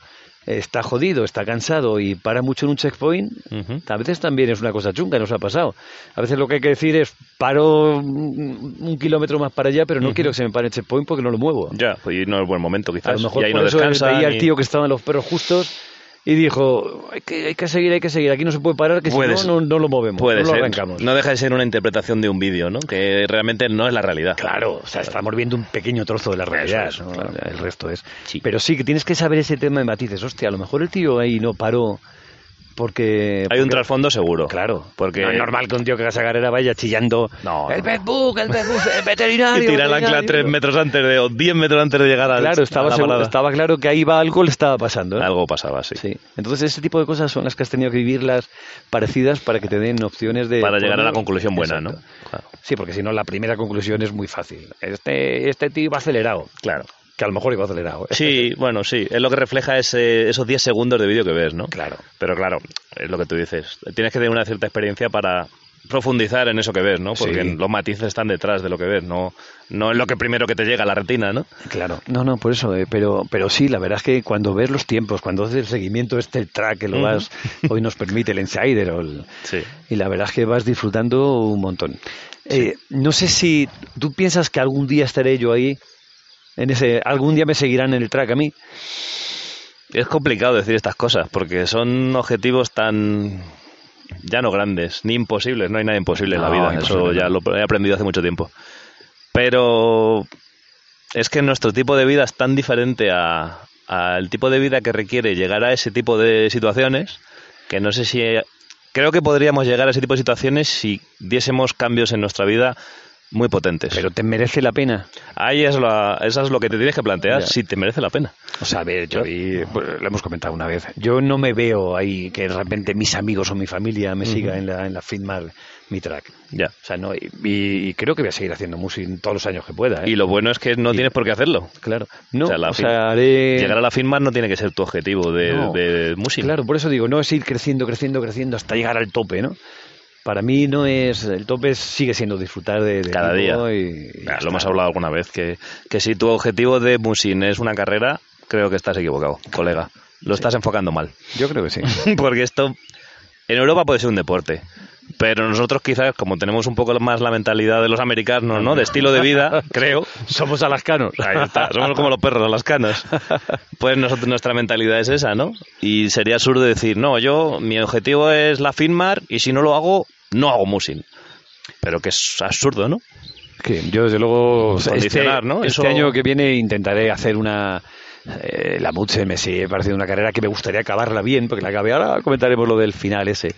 Speaker 2: está jodido, está cansado y para mucho en un checkpoint,
Speaker 3: Ujú.
Speaker 2: a veces también es una cosa chunga, nos ha pasado. A veces lo que hay que decir es, paro un un kilómetro más para allá, pero no quiero que se me pare el checkpoint porque no lo muevo.
Speaker 3: Ya, pues, y no es buen momento quizás.
Speaker 2: A lo mejor
Speaker 3: y ahí
Speaker 2: por
Speaker 3: no
Speaker 2: eso él
Speaker 3: descansa.
Speaker 2: veía al
Speaker 3: ni-
Speaker 2: tío que estaban los perros justos y dijo, hay que, hay que seguir, hay que seguir, aquí no se puede parar, que
Speaker 3: Puede
Speaker 2: si
Speaker 3: ser.
Speaker 2: no, no, no lo movemos,
Speaker 3: Puede
Speaker 2: no lo
Speaker 3: ser.
Speaker 2: arrancamos.
Speaker 3: No deja de ser una interpretación de un vídeo, ¿no? Que realmente no es la realidad.
Speaker 2: Claro, o sea, estamos viendo un pequeño trozo de la realidad,
Speaker 3: es,
Speaker 2: ¿no?
Speaker 3: claro.
Speaker 2: el resto es.
Speaker 3: Sí.
Speaker 2: Pero sí que tienes que saber ese tema de matices. Hostia, a lo mejor el tío ahí no paró porque...
Speaker 3: Hay un
Speaker 2: porque-
Speaker 3: trasfondo seguro.
Speaker 2: Claro,
Speaker 3: Porque
Speaker 2: no es normal que un tío que haga carrera vaya chillando.
Speaker 3: No,
Speaker 2: el
Speaker 3: no.
Speaker 2: Petbook, el Petbook, el
Speaker 3: Y
Speaker 2: veterinario.
Speaker 3: tira el
Speaker 2: el
Speaker 3: ancla
Speaker 2: veterinario".
Speaker 3: tres metros antes de, o diez metros antes de llegar al-
Speaker 2: Claro,
Speaker 3: a
Speaker 2: estaba,
Speaker 3: la
Speaker 2: seguro-
Speaker 3: balada.
Speaker 2: estaba claro que ahí va algo, le estaba pasando. ¿eh?
Speaker 3: Algo pasaba, sí.
Speaker 2: Sí. Entonces, ese tipo de cosas son las que has tenido que vivirlas parecidas para que te den opciones de.
Speaker 3: Para llegar a la
Speaker 2: Bueno,
Speaker 3: conclusión buena,
Speaker 2: exacto.
Speaker 3: ¿no? Claro.
Speaker 2: Sí, porque si no, la primera conclusión es muy fácil. Este, este tío iba acelerado.
Speaker 3: Claro.
Speaker 2: Que a lo mejor iba acelerado. ¿eh?
Speaker 3: Sí, bueno, sí. Es lo que refleja ese- esos 10 segundos de vídeo que ves, ¿no?
Speaker 2: Claro.
Speaker 3: Pero claro, es lo que tú dices. Tienes que tener una cierta experiencia para profundizar en eso que ves, ¿no? Porque
Speaker 2: Sí.
Speaker 3: los matices están detrás de lo que ves, no, no es lo que primero que te llega a la retina, ¿no?
Speaker 2: Claro. No, no, por eso. eh, pero, pero sí, la verdad es que cuando ves los tiempos, cuando haces el seguimiento, este el track que lo
Speaker 3: Ujú.
Speaker 2: vas. Hoy nos permite el Insider o el.
Speaker 3: Sí.
Speaker 2: Y la verdad es que vas disfrutando un montón. Eh, no sé si tú piensas que algún día estaré yo ahí. En ese, algún día me seguirán en el track a mí.
Speaker 3: Es complicado decir estas cosas porque son objetivos tan ya no grandes ni imposibles. No hay nada imposible en
Speaker 2: No,
Speaker 3: la vida. Eso
Speaker 2: imposible,
Speaker 3: ya lo he aprendido hace mucho tiempo. Pero es que nuestro tipo de vida es tan diferente a, al tipo de vida que requiere llegar a ese tipo de situaciones, que no sé si... Creo que podríamos llegar a ese tipo de situaciones si diésemos cambios en nuestra vida muy potentes.
Speaker 2: Pero te merece la pena.
Speaker 3: Ahí es, la- eso es lo que te tienes que plantear,
Speaker 2: Ya.
Speaker 3: si te merece la pena.
Speaker 2: O sea, a ver, yo ahí, pues, lo hemos comentado una vez. Yo no me veo ahí que de repente mis amigos o mi familia me siga en la, en la Fitmar, mi track.
Speaker 3: Ya.
Speaker 2: O sea, no, y, y creo que voy a seguir haciendo música todos los años que pueda. ¿eh?
Speaker 3: Y lo bueno es que no tienes por qué hacerlo.
Speaker 2: Claro. No,
Speaker 3: O sea, la
Speaker 2: o
Speaker 3: fin-
Speaker 2: sea, haré-
Speaker 3: Llegar a la firma no tiene que ser tu objetivo de,
Speaker 2: No.
Speaker 3: de música.
Speaker 2: Claro, por eso digo, no es ir creciendo, creciendo, creciendo hasta llegar al tope, ¿no? Para mí no es... El tope es- sigue siendo disfrutar de... de
Speaker 3: Cada día.
Speaker 2: vivo y- y
Speaker 3: Ya,
Speaker 2: ya
Speaker 3: Ah, lo hemos
Speaker 2: está.
Speaker 3: hablado alguna vez, que, que si tu objetivo de Musin es una carrera, creo que estás equivocado, colega. Lo estás enfocando mal.
Speaker 2: Yo creo que sí.
Speaker 3: Porque esto en Europa puede ser un deporte. Pero nosotros quizás, como tenemos un poco más la mentalidad de los americanos, ¿no? De estilo de vida, creo.
Speaker 2: Somos alascanos.
Speaker 3: Ahí está, somos como los perros, las canas. Pues nosotros, nuestra mentalidad es esa, ¿no? Y sería absurdo decir, no, yo, mi objetivo es la Finmar y si no lo hago, no hago musing. Pero que es absurdo, ¿no?
Speaker 2: Que yo, desde luego,
Speaker 3: Condicionar,
Speaker 2: este,
Speaker 3: ¿no?
Speaker 2: este
Speaker 3: Eso-
Speaker 2: año que viene intentaré hacer una. eh, la Mutse me sigue pareciendo una carrera que me gustaría acabarla bien, porque la acabé. Ahora comentaremos lo del final ese.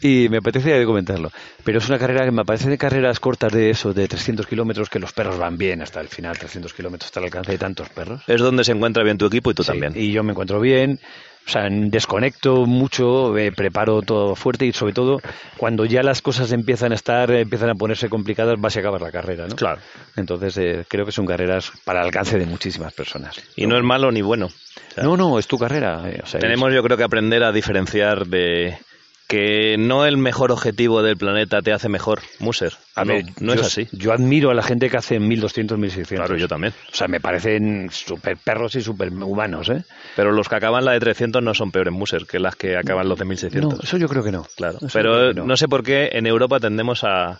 Speaker 2: Y me apetece comentarlo. Pero es una carrera que me parece de carreras cortas de eso, de 300 kilómetros, que los perros van bien hasta el final, 300 kilómetros hasta el alcance de tantos perros.
Speaker 3: Es donde se encuentra bien tu equipo y tú
Speaker 2: Sí,
Speaker 3: también.
Speaker 2: Y yo me encuentro bien, o sea, en- desconecto mucho, eh, preparo todo fuerte y sobre todo cuando ya las cosas empiezan a estar, eh, empiezan a ponerse complicadas, vas a acabar la carrera, ¿no?
Speaker 3: Claro.
Speaker 2: Entonces eh, creo que son carreras para el alcance de muchísimas personas.
Speaker 3: Y no es malo ni bueno. O sea,
Speaker 2: No, no, es tu carrera. eh, o sea,
Speaker 3: tenemos yo creo que aprender a diferenciar de que no el mejor objetivo del planeta te hace mejor, Muser.
Speaker 2: es- a
Speaker 3: no,
Speaker 2: ver,
Speaker 3: no es
Speaker 2: Ah, yo-
Speaker 3: así.
Speaker 2: Yo admiro a la gente que hace 1200, 1600.
Speaker 3: Claro, yo también.
Speaker 2: O sea, me parecen super perros y super humanos, ¿eh?
Speaker 3: Pero los que acaban la de 300 no son peores Muser que las que acaban los de 1600.
Speaker 2: No, eso yo creo que no.
Speaker 3: Claro,
Speaker 2: Eso yo creo
Speaker 3: pero
Speaker 2: que
Speaker 3: no sé por qué en Europa tendemos a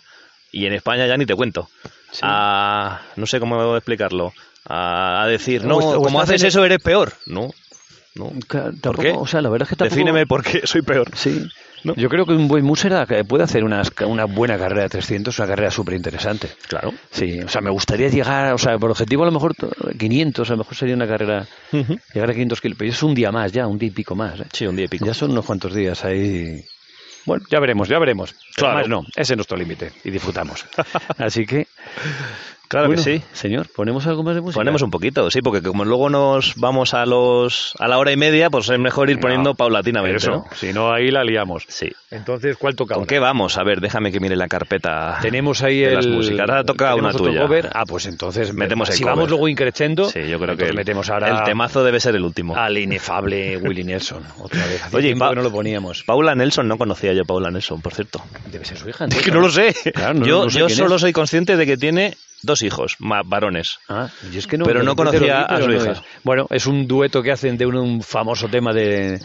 Speaker 3: y en España ya ni te cuento.
Speaker 2: Sí.
Speaker 3: A no sé cómo explicarlo, a, a decir, no,
Speaker 2: O est- o
Speaker 3: como
Speaker 2: estás
Speaker 3: haces
Speaker 2: en-
Speaker 3: eso eres peor. No. No.
Speaker 2: Ca-
Speaker 3: ¿Por
Speaker 2: tampoco-
Speaker 3: qué?
Speaker 2: O sea, la verdad es que tampoco...
Speaker 3: Defíneme por qué soy peor.
Speaker 2: Sí.
Speaker 3: ¿No?
Speaker 2: Yo creo que un buen Musera eh, puede hacer unas- una buena carrera de 300, una carrera súper interesante.
Speaker 3: Claro.
Speaker 2: Sí, o sea, me gustaría llegar, o sea, por objetivo a lo mejor to- 500, a lo mejor sería una carrera,
Speaker 3: Ujú.
Speaker 2: llegar a 500 kilos, pero es un día más ya, un día y pico más. ¿eh?
Speaker 3: Sí, un día y pico.
Speaker 2: Ya son unos cuantos días ahí. Bueno, ya veremos, ya veremos.
Speaker 3: Claro.
Speaker 2: Además, no, ese es nuestro límite y disfrutamos. Así que,
Speaker 3: Claro
Speaker 2: bueno,
Speaker 3: que sí.
Speaker 2: Señor, ¿ponemos algo más de música?
Speaker 3: Ponemos un poquito, sí, porque como luego nos vamos a los a la hora y media, pues es mejor ir poniendo
Speaker 2: No,
Speaker 3: paulatinamente,
Speaker 2: Eso,
Speaker 3: ¿no?
Speaker 2: si no, ahí la liamos.
Speaker 3: Sí.
Speaker 2: Entonces, ¿cuál toca?
Speaker 3: ¿Con
Speaker 2: ahora?
Speaker 3: qué vamos? A ver, déjame que mire la carpeta.
Speaker 2: Tenemos ahí
Speaker 3: Ah, de
Speaker 2: el.
Speaker 3: las músicas. Ahora toca
Speaker 2: tenemos
Speaker 3: una
Speaker 2: otro
Speaker 3: tuya.
Speaker 2: cover. Ah, pues entonces
Speaker 3: Metemos el
Speaker 2: Si
Speaker 3: cover.
Speaker 2: vamos luego increciendo.
Speaker 3: Sí, yo creo que
Speaker 2: entonces
Speaker 3: el,
Speaker 2: metemos ahora
Speaker 3: el temazo debe ser el último.
Speaker 2: al inefable Willie Nelson otra vez. Hace
Speaker 3: Oye,
Speaker 2: tiempo
Speaker 3: Pa-
Speaker 2: que no lo poníamos.
Speaker 3: Paula Nelson, no conocía yo a Paula Nelson, por cierto.
Speaker 2: Debe ser su hija.
Speaker 3: Es que no lo sé.
Speaker 2: Claro, no-
Speaker 3: yo
Speaker 2: no sé
Speaker 3: yo
Speaker 2: quién
Speaker 3: solo
Speaker 2: es.
Speaker 3: soy consciente de que tiene dos hijos, ma- varones.
Speaker 2: Ah, y es que no,
Speaker 3: Pero
Speaker 2: de
Speaker 3: no
Speaker 2: repente
Speaker 3: conocía
Speaker 2: lo vi,
Speaker 3: a
Speaker 2: pero
Speaker 3: su
Speaker 2: no
Speaker 3: hija.
Speaker 2: es. Bueno, es un dueto que hacen de un, un famoso tema de,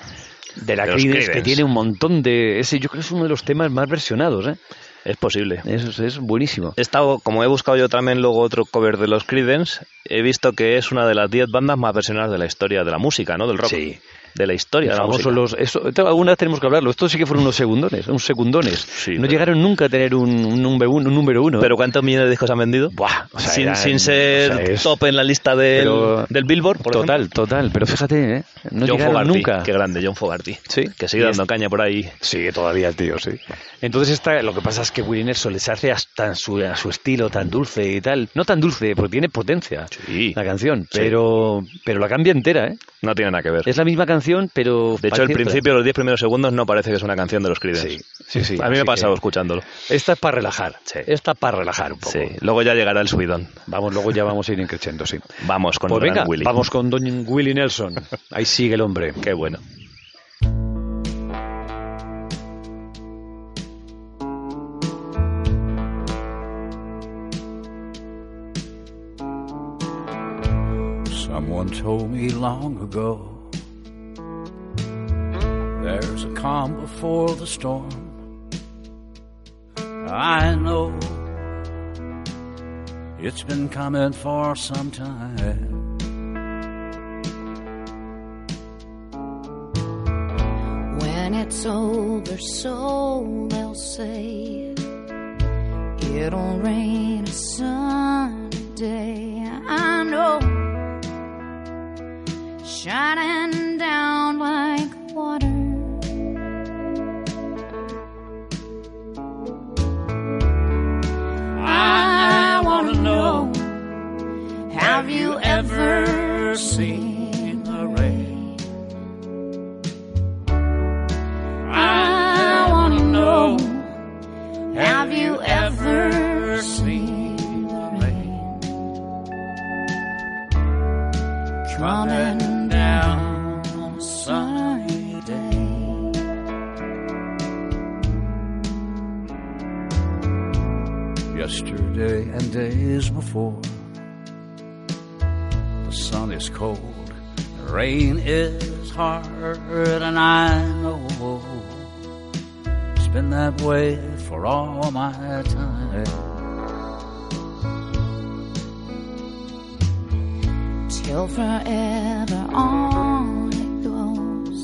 Speaker 2: de la
Speaker 3: De los
Speaker 2: Creedence que
Speaker 3: Creedence.
Speaker 2: tiene un montón de. Ese yo creo que es uno de los temas más versionados. ¿eh?
Speaker 3: Es posible.
Speaker 2: Eso es, es buenísimo.
Speaker 3: He estado, como he buscado yo también luego otro cover de los Creedence, he visto que es una de las 10 bandas más versionadas de la historia de la música, ¿no? Del rock.
Speaker 2: Sí.
Speaker 3: De la historia. de la
Speaker 2: Famosos
Speaker 3: música.
Speaker 2: los, esto, esto alguna vez tenemos que hablarlo. Esto sí que fueron unos segundones, unos secundones.
Speaker 3: Sí,
Speaker 2: no
Speaker 3: pero-
Speaker 2: llegaron nunca a tener un, un número uno. Un número uno ¿eh?
Speaker 3: Pero ¿cuántos millones de discos han vendido?
Speaker 2: Buah, o sea,
Speaker 3: sin,
Speaker 2: eran-
Speaker 3: sin ser
Speaker 2: o sea, es-
Speaker 3: top en la lista del,
Speaker 2: Pero-
Speaker 3: del Billboard, por
Speaker 2: total,
Speaker 3: ejemplo.
Speaker 2: total. Pero fíjate, ¿eh? no
Speaker 3: John
Speaker 2: llegaron
Speaker 3: Fogarty,
Speaker 2: nunca.
Speaker 3: Qué grande, John Fogarty.
Speaker 2: Sí.
Speaker 3: Que sigue
Speaker 2: Y
Speaker 3: dando
Speaker 2: es-
Speaker 3: caña por ahí.
Speaker 2: Sigue todavía el tío, sí. Entonces esta, lo que pasa es que Willie Nelson les hace hasta en su, a su estilo tan dulce y tal. No tan dulce, porque tiene potencia
Speaker 3: Sí.
Speaker 2: la canción, pero pero la cambia entera, ¿eh?
Speaker 3: No tiene nada que ver.
Speaker 2: Es la misma canción, pero...
Speaker 3: De hecho, al
Speaker 2: parece otra.
Speaker 3: principio, los 10 primeros segundos, no parece que es una canción de los Creedence.
Speaker 2: Sí, sí, sí.
Speaker 3: A mí me
Speaker 2: Así
Speaker 3: ha pasado
Speaker 2: que
Speaker 3: escuchándolo.
Speaker 2: Esta es para relajar.
Speaker 3: Sí.
Speaker 2: Esta es para relajar un poco.
Speaker 3: Sí. Luego ya llegará el subidón.
Speaker 2: Vamos, luego ya vamos a ir creciendo, sí.
Speaker 3: Vamos con
Speaker 2: pues
Speaker 3: Gran
Speaker 2: venga,
Speaker 3: Willy.
Speaker 2: vamos con Don Willie Nelson. Ahí sigue el hombre.
Speaker 3: Qué bueno.
Speaker 5: Someone told me long ago there's a calm before the storm. I know it's been coming for some time.
Speaker 6: When it's over, so they'll say it'll rain a sunny day. I know
Speaker 7: shining down like water. I want to know Have you ever seen the rain? I want to know Have you ever seen the rain coming down on a sunny day?
Speaker 8: yesterday and days before. The sun is cold, the rain is hard, and I know it's been that way for all my time.
Speaker 7: till forever on it goes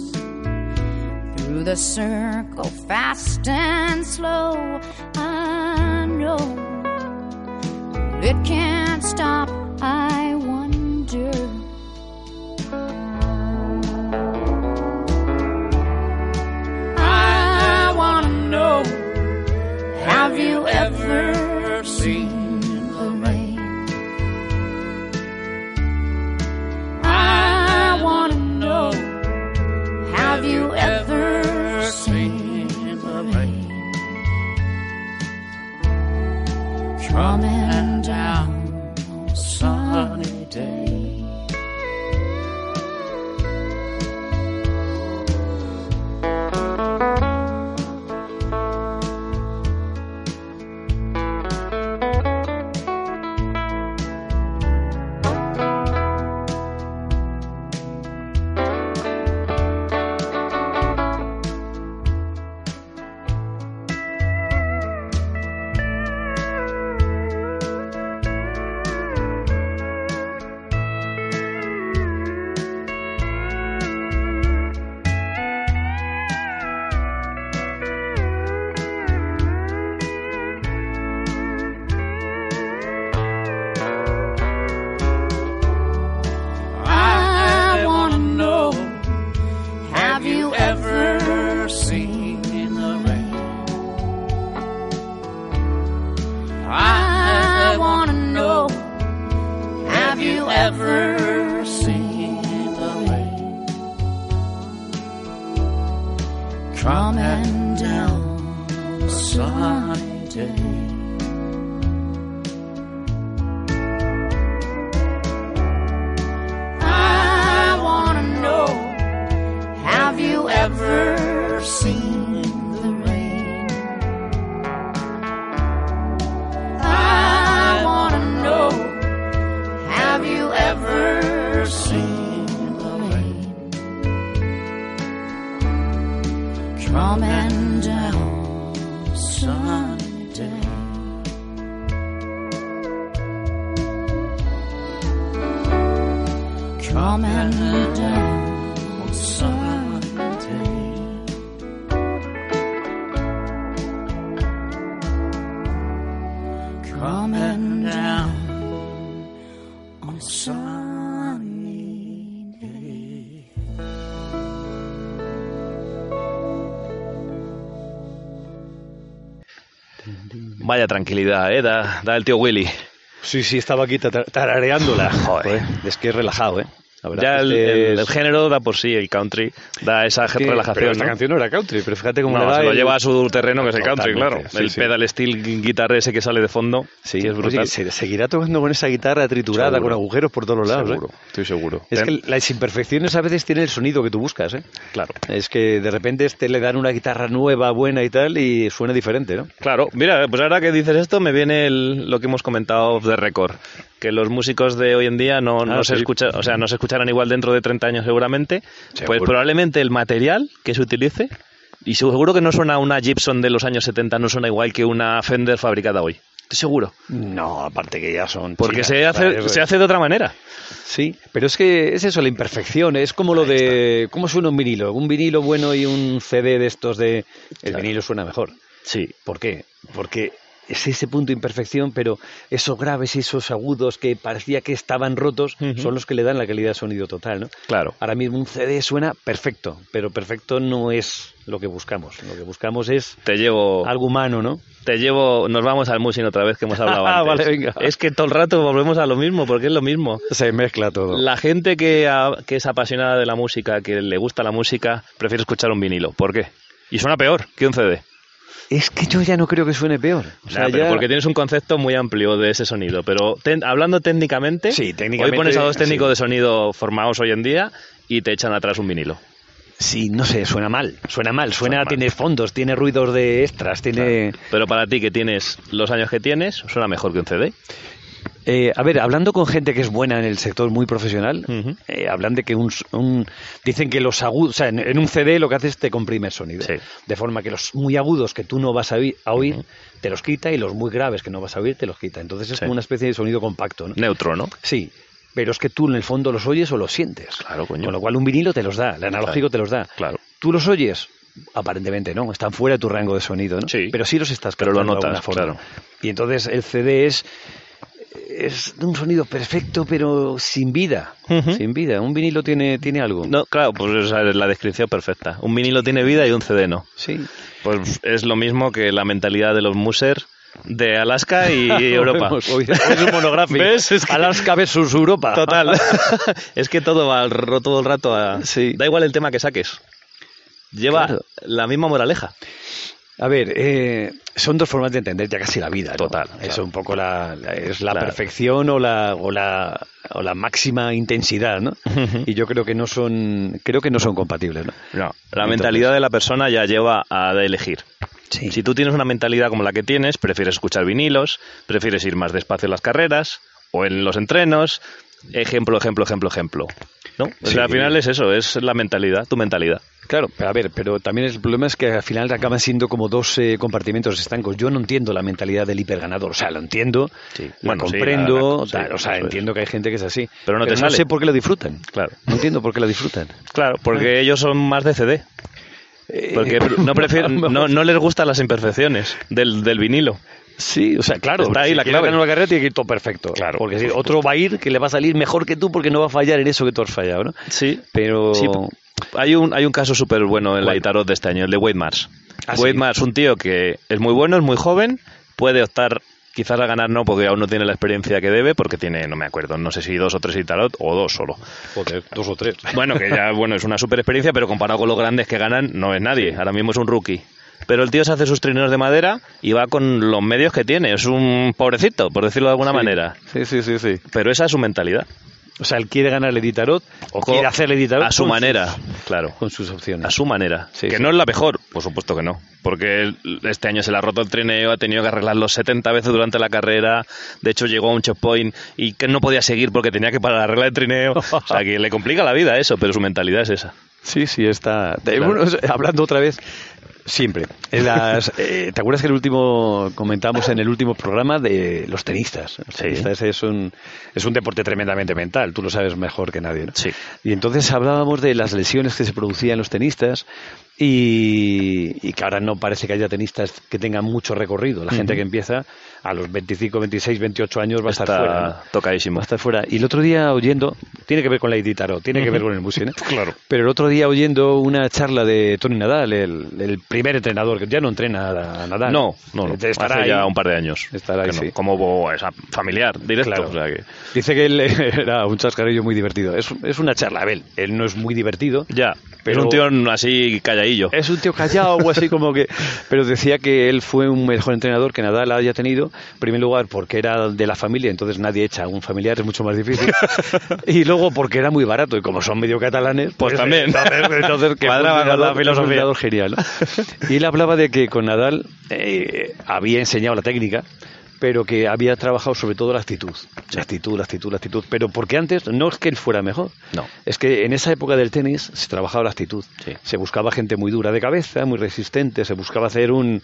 Speaker 7: through the circle fast and slow i know it can't stop i wonder i want to know have you ever seen the rain I want to know Have you ever seen the rain coming down on a sunny day? I want to know Have you ever seen the rain? I want to know Have you ever seen the rain? Coming down on a sunny day. I want to know Have you ever seen the rain? I want to know Have you ever seen the rain? Coming down Sunday. Coming down on Sunday. Coming down on Sunday.
Speaker 3: Vaya tranquilidad, ¿eh? Da, da el tío Willy.
Speaker 2: Sí, sí, estaba aquí tar- tarareándola.
Speaker 3: Joder.
Speaker 2: es que es relajado, ¿eh? La verdad
Speaker 3: Ya
Speaker 2: es
Speaker 3: el,
Speaker 2: que este
Speaker 3: el-
Speaker 2: es-
Speaker 3: el género da por sí, el country, da esa
Speaker 2: que- pero
Speaker 3: relajación.
Speaker 2: esta
Speaker 3: ¿no?
Speaker 2: canción no era country, pero fíjate cómo
Speaker 3: No,
Speaker 2: le da
Speaker 3: se lo
Speaker 2: el-
Speaker 3: lleva a su terreno, que es el country,
Speaker 2: Totalmente,
Speaker 3: claro.
Speaker 2: sí,
Speaker 3: el
Speaker 2: sí.
Speaker 3: pedal steel gu- guitarra ese que sale de fondo,
Speaker 2: Sí,
Speaker 3: que es
Speaker 2: oye,
Speaker 3: brutal.
Speaker 2: se- seguirá tocando con esa guitarra triturada,
Speaker 3: Seguro.
Speaker 2: con agujeros por todos los lados. ¿eh?
Speaker 3: Seguro, estoy seguro.
Speaker 2: Es
Speaker 3: Ten-
Speaker 2: que las imperfecciones a veces tienen el sonido que tú buscas, ¿eh?
Speaker 3: Claro.
Speaker 2: Es que de repente este le dan una guitarra nueva, buena y tal, y suena diferente, ¿no?
Speaker 3: Claro, mira, pues ahora que dices esto me viene el- lo que hemos comentado off the record, que los músicos de hoy en día no, no
Speaker 2: Ah,
Speaker 3: se
Speaker 2: sí.
Speaker 3: escucha, o sea, no se escucharán igual dentro de 30 años seguramente, pues
Speaker 2: Seguro.
Speaker 3: probablemente el material que se utilice y seguro que no suena una Gibson de los años 70 no suena igual que una Fender fabricada hoy. Estoy seguro,
Speaker 2: No, aparte que ya son.
Speaker 3: porque
Speaker 2: chinas,
Speaker 3: se
Speaker 2: para
Speaker 3: hace
Speaker 2: eso
Speaker 3: se
Speaker 2: es.
Speaker 3: hace de otra manera.
Speaker 2: Sí, pero es que es eso, la imperfección. Es como lo de. ¿Cómo suena un vinilo? Un vinilo bueno y un CD de estos de. El vinilo suena mejor.
Speaker 3: Sí,
Speaker 2: ¿Por qué? Porque es ese punto de imperfección, pero esos graves y esos agudos que parecía que estaban rotos
Speaker 3: Ujú.
Speaker 2: son los que le dan la calidad de sonido total, ¿no?
Speaker 3: Claro.
Speaker 2: Ahora mismo un CD suena perfecto, pero perfecto no es lo que buscamos. Lo que buscamos es
Speaker 3: Te llevo,
Speaker 2: algo humano, ¿no?
Speaker 3: te llevo, nos vamos al Musin otra vez que hemos hablado
Speaker 2: Ah,
Speaker 3: antes.
Speaker 2: vale, venga.
Speaker 3: Es que todo el rato volvemos a lo mismo, porque es lo mismo.
Speaker 2: Se mezcla todo.
Speaker 3: La gente que, a- que es apasionada de la música, que le gusta la música, prefiere escuchar un vinilo. ¿Por qué? Y suena peor que un CD.
Speaker 2: Es que yo ya no creo que suene peor. O sea,
Speaker 3: Nah, pero
Speaker 2: ya-
Speaker 3: Porque tienes un concepto muy amplio de ese sonido. Pero ten- hablando técnicamente,
Speaker 2: Sí, técnicamente,
Speaker 3: hoy pones a dos técnicos
Speaker 2: sí.
Speaker 3: de sonido formados hoy en día y te echan atrás un vinilo.
Speaker 2: Sí, no sé, suena mal. Suena mal, suena,
Speaker 3: Suena mal.
Speaker 2: tiene fondos, tiene ruidos de extras, tiene...
Speaker 3: Pero para ti que tienes los años que tienes, suena mejor que un CD.
Speaker 2: Eh, a ver, hablando con gente que es buena en el sector muy profesional,
Speaker 3: Ujú.
Speaker 2: eh, hablan de que un, s- un- dicen que los agudos, o sea, en, en un CD lo que hace es te comprime el sonido,
Speaker 3: Sí.
Speaker 2: de forma que los muy agudos que tú no vas a, oí- a oír te los quita y los muy graves que no vas a oír te los quita. Entonces es
Speaker 3: Sí.
Speaker 2: como una especie de sonido compacto, ¿no?
Speaker 3: Neutro, ¿no?
Speaker 2: Sí, pero es que tú en el fondo los oyes o los sientes.
Speaker 3: Claro, coño.
Speaker 2: Con lo cual un vinilo te los da, el analógico
Speaker 3: Claro.
Speaker 2: te los da.
Speaker 3: Claro.
Speaker 2: ¿Tú los oyes? Aparentemente no, están fuera de tu rango de sonido, ¿no?
Speaker 3: Sí.
Speaker 2: Pero sí los estás
Speaker 3: Pero lo
Speaker 2: captando de
Speaker 3: notas,
Speaker 2: alguna forma.
Speaker 3: claro.
Speaker 2: Y entonces el CD es es de un sonido perfecto pero sin vida,
Speaker 3: Ujú.
Speaker 2: sin vida. Un vinilo tiene tiene algo.
Speaker 3: No, claro, pues esa es la descripción perfecta. Un vinilo tiene vida y un CD no.
Speaker 2: Sí.
Speaker 3: Pues es lo mismo que la mentalidad de los muser de Alaska y Europa.
Speaker 2: Hoy- hoy es "Pues un monográfico.
Speaker 3: ¿Ves? Es que-
Speaker 2: Alaska versus Europa.
Speaker 3: Total. es que todo va al ro- todo el rato a...
Speaker 2: Sí.
Speaker 3: Da igual el tema que saques. Lleva
Speaker 2: Claro.
Speaker 3: la misma moraleja.
Speaker 2: A ver, eh, son dos formas de entender ya casi la vida. ¿no?
Speaker 3: Total,
Speaker 2: Es
Speaker 3: claro.
Speaker 2: un poco la, la- es la
Speaker 3: Claro.
Speaker 2: perfección o la, o la o la máxima intensidad, ¿no? Y yo creo que no son creo que no son compatibles, ¿no?
Speaker 3: No, la
Speaker 2: Entonces-
Speaker 3: mentalidad de la persona ya lleva a elegir.
Speaker 2: Sí.
Speaker 3: Si tú tienes una mentalidad como la que tienes, prefieres escuchar vinilos, prefieres ir más despacio en las carreras o en los entrenos. Ejemplo, ejemplo, ejemplo, ejemplo. ¿No? O sea,
Speaker 2: Sí.
Speaker 3: al final es eso, es la mentalidad, tu mentalidad.
Speaker 2: Claro, pero a ver, pero también el problema es que al final acaban siendo como dos eh, compartimentos estancos. Yo no entiendo la mentalidad del hiperganador, o sea, lo entiendo,
Speaker 3: Sí.
Speaker 2: la
Speaker 3: Bueno, sí,
Speaker 2: comprendo,
Speaker 3: la- la- sí,
Speaker 2: tal, o sea,
Speaker 3: eso es.
Speaker 2: entiendo que hay gente que es así,
Speaker 3: Pero no te sale.
Speaker 2: sé por qué lo disfrutan.
Speaker 3: Claro.
Speaker 2: No entiendo por qué lo disfrutan.
Speaker 3: Claro, porque ellos son más de CD. Porque
Speaker 2: Eh,
Speaker 3: no, prefieren,
Speaker 2: vamos.
Speaker 3: no, no les gustan las imperfecciones del, del vinilo.
Speaker 2: Sí, o sea, claro.
Speaker 3: Está ahí
Speaker 2: si
Speaker 3: la
Speaker 2: quieres
Speaker 3: clave.
Speaker 2: ganar una carrera tiene que ir todo perfecto.
Speaker 3: Claro,
Speaker 2: Porque
Speaker 3: por
Speaker 2: si
Speaker 3: supuesto.
Speaker 2: otro va a ir que le va a salir mejor que tú porque no va a fallar en eso que tú has fallado, ¿no?
Speaker 3: Sí.
Speaker 2: Pero
Speaker 3: Sí, hay un, hay un caso súper bueno en la
Speaker 2: ¿Cuál?
Speaker 3: Itarot de este año, el de Wade Mars.
Speaker 2: Ah,
Speaker 3: Wade
Speaker 2: sí.
Speaker 3: Mars, un tío que es muy bueno, es muy joven, puede optar quizás a ganar no, porque aún no tiene la experiencia que debe, porque tiene, no me acuerdo, no sé si dos o tres Itarot o dos solo.
Speaker 2: joder, dos o tres.
Speaker 3: Bueno, que ya, bueno, es una super experiencia, pero comparado con los grandes que ganan, no es nadie. Ahora mismo es un rookie. Pero el tío se hace sus trineos de madera y va con los medios que tiene. Es un pobrecito, por decirlo de alguna manera.
Speaker 2: Sí, sí, sí, sí.
Speaker 3: Pero esa es su mentalidad.
Speaker 2: O sea, él quiere ganar el Editarot o
Speaker 3: Co-
Speaker 2: quiere hacer el Editarot
Speaker 3: A su
Speaker 2: con
Speaker 3: manera, claro.
Speaker 2: sus- con sus opciones.
Speaker 3: A su manera.
Speaker 2: pues, Sí,
Speaker 3: que
Speaker 2: sí.
Speaker 3: no es la mejor, por supuesto que no. Porque el- este año se le ha roto el trineo, ha tenido que arreglarlo 70 veces durante la carrera. De hecho, llegó a un checkpoint y que no podía seguir porque tenía que parar arreglar el trineo. O sea, que le complica la vida eso, pero su mentalidad es esa.
Speaker 2: Sí, sí, está. de-
Speaker 3: Claro.
Speaker 2: bueno, hablando otra vez, siempre. En las- eh, ¿Te acuerdas que el último comentamos en el último programa de los tenistas? Los
Speaker 3: Sí.
Speaker 2: tenistas es un, es un deporte tremendamente mental, tú lo sabes mejor que nadie. ¿no?
Speaker 3: Sí.
Speaker 2: Y entonces hablábamos de las lesiones que se producían en los tenistas y, y que ahora no parece que haya tenistas que tengan mucho recorrido. La gente que empieza a los 25, 26, 28 años va a estar
Speaker 3: Está
Speaker 2: fuera. ¿no?
Speaker 3: tocadísimo.
Speaker 2: Va a estar fuera. Y el otro día oyendo, tiene que ver con la Edith Tarot, tiene que ver con el museo, ¿no?
Speaker 3: Claro.
Speaker 2: Pero el otro día oyendo una charla de Tony Nadal, el, el primer entrenador, que ya no entrena a Nadal. Este
Speaker 3: No, no, no.
Speaker 2: Ah, Estará
Speaker 3: Hace
Speaker 2: ahí.
Speaker 3: ya un par de años.
Speaker 2: Estará ahí,
Speaker 3: que no.
Speaker 2: sí.
Speaker 3: Como bo- esa familiar, directo.
Speaker 2: Claro.
Speaker 3: o sea que-
Speaker 2: Dice que él era un chascarrillo muy divertido. Es, es una charla, a ver, él no es muy divertido.
Speaker 3: Ya,
Speaker 2: Pero-
Speaker 3: pero es un tío así calladillo.
Speaker 2: Es un tío callado o así como que... Pero decía que él fue un mejor entrenador que Nadal haya tenido. En primer lugar, porque era de la familia, entonces nadie echa a un familiar, es mucho más difícil. y luego porque era muy barato y como son medio catalanes...
Speaker 3: Pues también.
Speaker 2: Entonces, entonces que
Speaker 3: Cuadraba
Speaker 2: fue un
Speaker 3: con la
Speaker 2: entrenador- fue un
Speaker 3: filosofía.
Speaker 2: entrenador genial, ¿no? Y él hablaba de que con Nadal eh, había enseñado la técnica pero que había trabajado sobre todo la actitud, la actitud, la actitud, la actitud, pero porque antes no es que él fuera mejor,
Speaker 3: No.
Speaker 2: es que en esa época del tenis se trabajaba la actitud.
Speaker 3: Sí.
Speaker 2: Se buscaba gente muy dura de cabeza, muy resistente, se buscaba hacer un,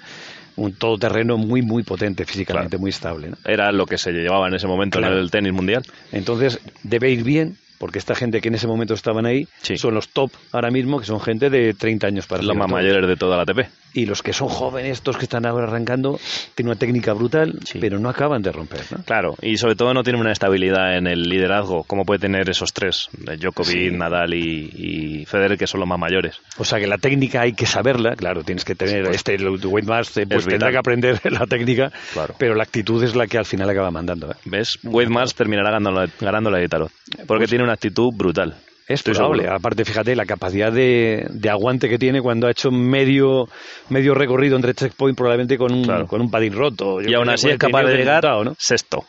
Speaker 2: un todoterreno muy, muy potente físicamente, muy estable. ¿no?
Speaker 3: Era lo que se llevaba en ese momento
Speaker 2: Claro.
Speaker 3: en el tenis mundial.
Speaker 2: Entonces, debe ir bien, porque esta gente que en ese momento estaban ahí
Speaker 3: Sí.
Speaker 2: son los top ahora mismo, que son gente de 30 años para
Speaker 3: Los
Speaker 2: arriba,
Speaker 3: más
Speaker 2: todos.
Speaker 3: mayores de toda la ATP.
Speaker 2: Y los que son jóvenes, estos que están ahora arrancando, tienen una técnica brutal,
Speaker 3: Sí.
Speaker 2: pero no acaban de romper. ¿no?
Speaker 3: Claro, y sobre todo no tiene una estabilidad en el liderazgo, como puede tener esos tres, eh, Djokovic, Nadal y, y Federer, que son los más mayores.
Speaker 2: O sea que la técnica hay que saberla, claro, tienes que tener este el weight mass, eh, pues
Speaker 3: Es
Speaker 2: tendrá
Speaker 3: vital.
Speaker 2: que aprender la técnica,
Speaker 3: Claro.
Speaker 2: pero la actitud es la que al final acaba mandando. ¿eh?
Speaker 3: ¿Ves? Wade Mars terminará ganando, la- ganando la de Tarot, porque tiene una actitud brutal.
Speaker 2: Pues, Es
Speaker 3: Estoy
Speaker 2: probable.
Speaker 3: seguro.
Speaker 2: Aparte, fíjate, la capacidad de, de aguante que tiene cuando ha hecho medio, medio recorrido entre checkpoint, probablemente con un,
Speaker 3: Claro.
Speaker 2: con un patín roto. Yo
Speaker 3: Y aún
Speaker 2: creo
Speaker 3: así
Speaker 2: que
Speaker 3: es capaz
Speaker 2: tenía
Speaker 3: de
Speaker 2: un
Speaker 3: llegar
Speaker 2: resultado, ¿no?
Speaker 3: sexto.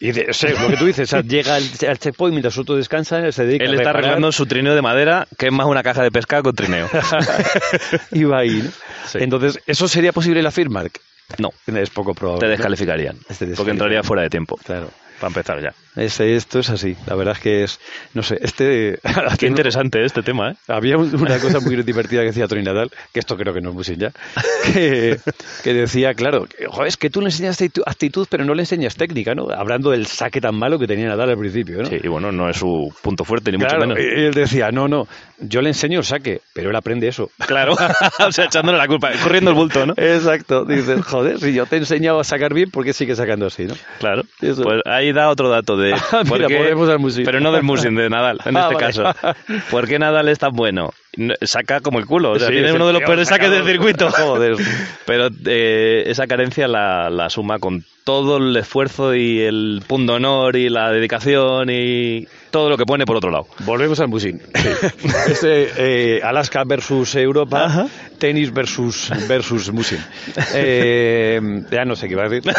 Speaker 2: Y de- o sea, lo que tú dices, o sea, llega al, al checkpoint mientras otro descansa, se dedica
Speaker 3: Él
Speaker 2: a
Speaker 3: está
Speaker 2: reparar
Speaker 3: arreglando su trineo de madera, que es más una caja de pesca con trineo.
Speaker 2: y va ahí. ¿no?
Speaker 3: Sí.
Speaker 2: Entonces, ¿eso sería posible en la Firmark?
Speaker 3: no,
Speaker 2: Es poco probable.
Speaker 3: te
Speaker 2: ¿no?
Speaker 3: descalificarían,
Speaker 2: descalificarían.
Speaker 3: porque entraría fuera de tiempo,
Speaker 2: Claro.
Speaker 3: para empezar ya.
Speaker 2: Ese- esto es así. La verdad es que es. No sé, este.
Speaker 3: Qué interesante este tema, ¿eh?
Speaker 2: Había un- una cosa muy divertida que decía Tony Nadal, que esto creo que no es Musin ya, que, que decía, claro, que, "Jo, es que tú le enseñas actitu- actitud, pero no le enseñas técnica, ¿no? Hablando del saque tan malo que tenía Nadal al principio, ¿no?
Speaker 3: Sí, y bueno, no es su punto fuerte, ni
Speaker 2: Claro,
Speaker 3: mucho menos.
Speaker 2: él decía, no, no, yo le enseño el saque, pero él aprende eso.
Speaker 3: Claro, o sea, echándole la culpa, corriendo el bulto, ¿no?
Speaker 2: Exacto, dices, joder, si yo te he enseñado a sacar bien, ¿por qué sigue sacando así, no?
Speaker 3: Claro.
Speaker 2: Eso.
Speaker 3: Pues ahí da otro dato de.
Speaker 2: Ah, mira,
Speaker 3: por qué-
Speaker 2: volvemos al Musin.
Speaker 3: Pero no del Musin, de Nadal, en
Speaker 2: Ah,
Speaker 3: este
Speaker 2: vale.
Speaker 3: caso. ¿Por qué Nadal es tan bueno? No, Saca como el culo. O sea,
Speaker 2: Sí,
Speaker 3: tiene
Speaker 2: es
Speaker 3: uno
Speaker 2: el
Speaker 3: de los
Speaker 2: peor
Speaker 3: peores saques del
Speaker 2: sacador.
Speaker 3: circuito.
Speaker 2: Joder.
Speaker 3: Pero eh, esa carencia la, la suma con todo el esfuerzo y el punto honor y la dedicación y todo lo que pone por otro lado.
Speaker 2: Volvemos al Musin. Este, eh, Alaska versus Europa, tenis versus, versus Musin. Eh, ya no sé qué iba a decir.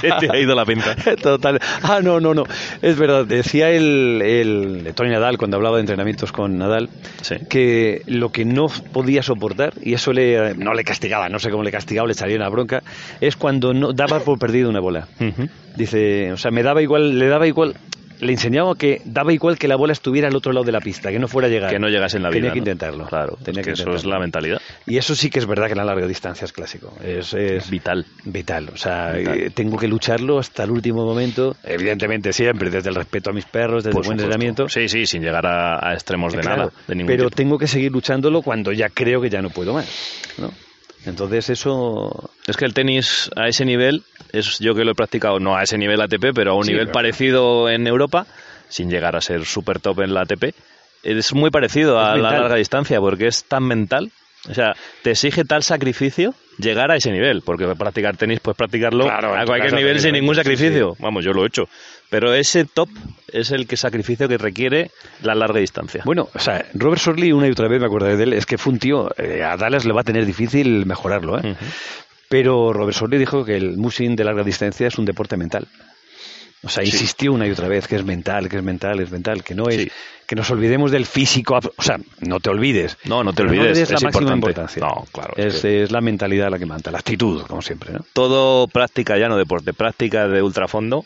Speaker 3: Se te ha ido la pinta.
Speaker 2: Total. Ah, no, no, no. Es verdad. Decía el, el Tony Nadal cuando hablaba de entrenamientos con Nadal
Speaker 3: Sí.
Speaker 2: que lo que no podía soportar, y eso le, no le castigaba, no sé cómo le castigaba, le salía una bronca, es cuando no daba por perdido una bola.
Speaker 3: Ujú.
Speaker 2: Dice, o sea, me daba igual, le daba igual, le enseñaba que daba igual que la bola estuviera al otro lado de la pista, que no fuera a llegar.
Speaker 3: Que no llegase en la vida.
Speaker 2: Tenía que
Speaker 3: ¿no?
Speaker 2: intentarlo.
Speaker 3: Claro,
Speaker 2: Tenía
Speaker 3: es que, eso es
Speaker 2: intentarlo.
Speaker 3: la mentalidad.
Speaker 2: Y eso sí que es verdad que en la larga distancia es clásico. Es, es
Speaker 3: Vital.
Speaker 2: vital. O sea,
Speaker 3: Vital.
Speaker 2: eh, tengo que lucharlo hasta el último momento. Evidentemente siempre, desde el respeto a mis perros, desde el
Speaker 3: Por
Speaker 2: buen
Speaker 3: supuesto.
Speaker 2: entrenamiento. eh,
Speaker 3: Sí, sí, sin llegar a, a extremos de
Speaker 2: Claro,
Speaker 3: nada. De ningún
Speaker 2: pero
Speaker 3: tipo.
Speaker 2: tengo que seguir luchándolo cuando ya creo que ya no puedo más. ¿no? Entonces eso...
Speaker 3: Es que el tenis a ese nivel, es yo que lo he practicado no a ese nivel ATP, pero a un
Speaker 2: Sí,
Speaker 3: nivel
Speaker 2: claro.
Speaker 3: parecido en Europa, sin llegar a ser super top en la ATP, es muy parecido a la
Speaker 2: mental.
Speaker 3: larga distancia porque es tan mental. O sea, te exige tal sacrificio llegar a ese nivel, porque practicar tenis puedes practicarlo
Speaker 2: Claro, en
Speaker 3: a
Speaker 2: tu
Speaker 3: cualquier
Speaker 2: casa
Speaker 3: nivel
Speaker 2: tenis,
Speaker 3: sin ningún
Speaker 2: sí, sí.
Speaker 3: sacrificio. Vamos, yo lo he hecho. Pero ese top es el que sacrificio que requiere la larga distancia.
Speaker 2: Bueno, o sea, Robert Sorley una y otra vez me acordaré de él, es que fue un tío, eh, a Dallas le va a tener difícil mejorarlo,
Speaker 3: Mm.
Speaker 2: ¿eh? Pero Robert Sorley dijo que el musing de larga distancia es un deporte mental. O sea, insistió una y otra vez que es mental, que es mental, es mental, que no es
Speaker 3: Sí.
Speaker 2: que nos olvidemos del físico, ab- o sea, no te olvides.
Speaker 3: No, no te
Speaker 2: Pero
Speaker 3: olvides,
Speaker 2: le
Speaker 3: es
Speaker 2: des la máxima
Speaker 3: importante.
Speaker 2: importancia.
Speaker 3: No, claro, es
Speaker 2: Es, es la mentalidad la que manda, la actitud, como siempre, ¿no?
Speaker 3: Todo práctica, ya no deporte, práctica de ultrafondo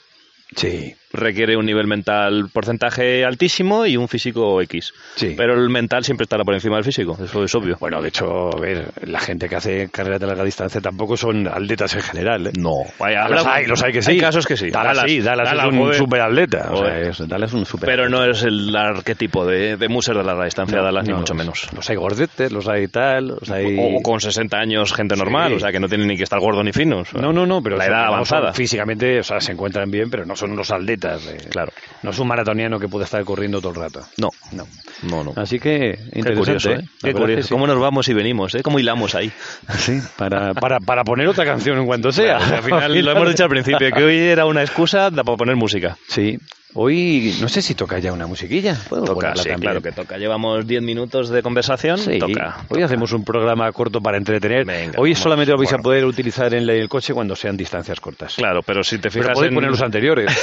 Speaker 2: Sí.
Speaker 3: requiere un nivel mental porcentaje altísimo y un físico X.
Speaker 2: Sí.
Speaker 3: Pero el mental siempre estará por encima del físico, eso es obvio.
Speaker 2: Bueno, de hecho, a ver, la gente que hace carreras de larga distancia tampoco son atletas en general, ¿eh?
Speaker 3: No, Vaya,
Speaker 2: los
Speaker 3: habrá-
Speaker 2: hay, los hay que sí.
Speaker 3: Hay casos que sí.
Speaker 2: Dallas, sí, Dallas, es un
Speaker 3: joder.
Speaker 2: superatleta. O sea,
Speaker 3: Joder.
Speaker 2: es, Dallas es un super
Speaker 3: Pero no es el arquetipo de, de Muser de larga distancia de Dallas, ni mucho menos.
Speaker 2: Los hay gordetes, los hay tal, los hay...
Speaker 3: O, o con 60 años, gente normal,
Speaker 2: Sí.
Speaker 3: o sea, que no tienen ni que estar gordo ni finos.
Speaker 2: No, no, no, pero
Speaker 3: La
Speaker 2: son-
Speaker 3: edad
Speaker 2: no son
Speaker 3: avanzada.
Speaker 2: físicamente, o sea, se encuentran bien, pero no son unos atletas. eh.
Speaker 3: Claro.
Speaker 2: No es un maratoniano que puede estar corriendo todo el rato.
Speaker 3: No,
Speaker 2: No.
Speaker 3: no, no.
Speaker 2: Así que,
Speaker 3: Qué
Speaker 2: interesante.
Speaker 3: curioso,
Speaker 2: ¿eh?
Speaker 3: ¿eh?
Speaker 2: La
Speaker 3: Qué
Speaker 2: verdad
Speaker 3: curioso.
Speaker 2: es que sí.
Speaker 3: ¿Cómo nos vamos y venimos? ¿eh? ¿Cómo hilamos ahí?
Speaker 2: Sí, para, para, para poner otra canción en cuanto sea.
Speaker 3: Claro, al final, lo hemos dicho al principio, que hoy era una excusa da para poner música.
Speaker 2: Sí. Hoy, no sé si toca ya una musiquilla. Puedo
Speaker 3: Toca,
Speaker 2: ponerla
Speaker 3: sí,
Speaker 2: también.
Speaker 3: claro que toca. Llevamos 10 minutos de conversación.
Speaker 2: Sí,
Speaker 3: Toca. Pues
Speaker 2: Hoy hacemos un programa corto para entretener.
Speaker 3: Venga,
Speaker 2: hoy
Speaker 3: vamos.
Speaker 2: solamente lo vais a
Speaker 3: Bueno.
Speaker 2: poder utilizar en la- el coche cuando sean distancias cortas.
Speaker 3: Claro, pero si te
Speaker 2: Pero
Speaker 3: fijas
Speaker 2: podéis
Speaker 3: en...
Speaker 2: poner los anteriores.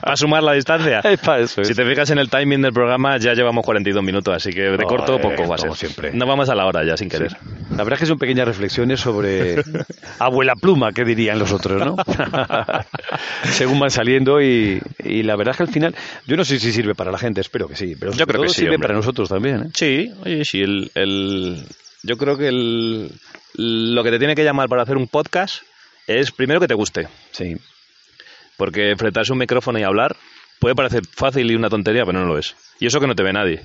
Speaker 3: para sumar la distancia.
Speaker 2: Es para eso, es.
Speaker 3: Si te fijas en el timing del programa, ya llevamos 42 minutos, así que de
Speaker 2: Joder,
Speaker 3: corto poco va a ser.
Speaker 2: como siempre.
Speaker 3: No vamos a la hora ya, sin querer.
Speaker 2: La verdad es que son pequeñas reflexiones sobre abuela pluma, que dirían los otros, ¿no? Según van saliendo y, y la verdad es que al final, yo no sé si sirve para la gente, espero que sí, pero
Speaker 3: Yo
Speaker 2: sobre
Speaker 3: creo que
Speaker 2: todo
Speaker 3: sí,
Speaker 2: sirve
Speaker 3: hombre.
Speaker 2: para nosotros también. ¿eh?
Speaker 3: Sí, oye, sí. El, el- yo creo que el- lo que te tiene que llamar para hacer un podcast es primero que te guste.
Speaker 2: Sí.
Speaker 3: Porque enfrentarse a un micrófono y hablar puede parecer fácil y una tontería, pero no lo es. Y eso que no te ve nadie.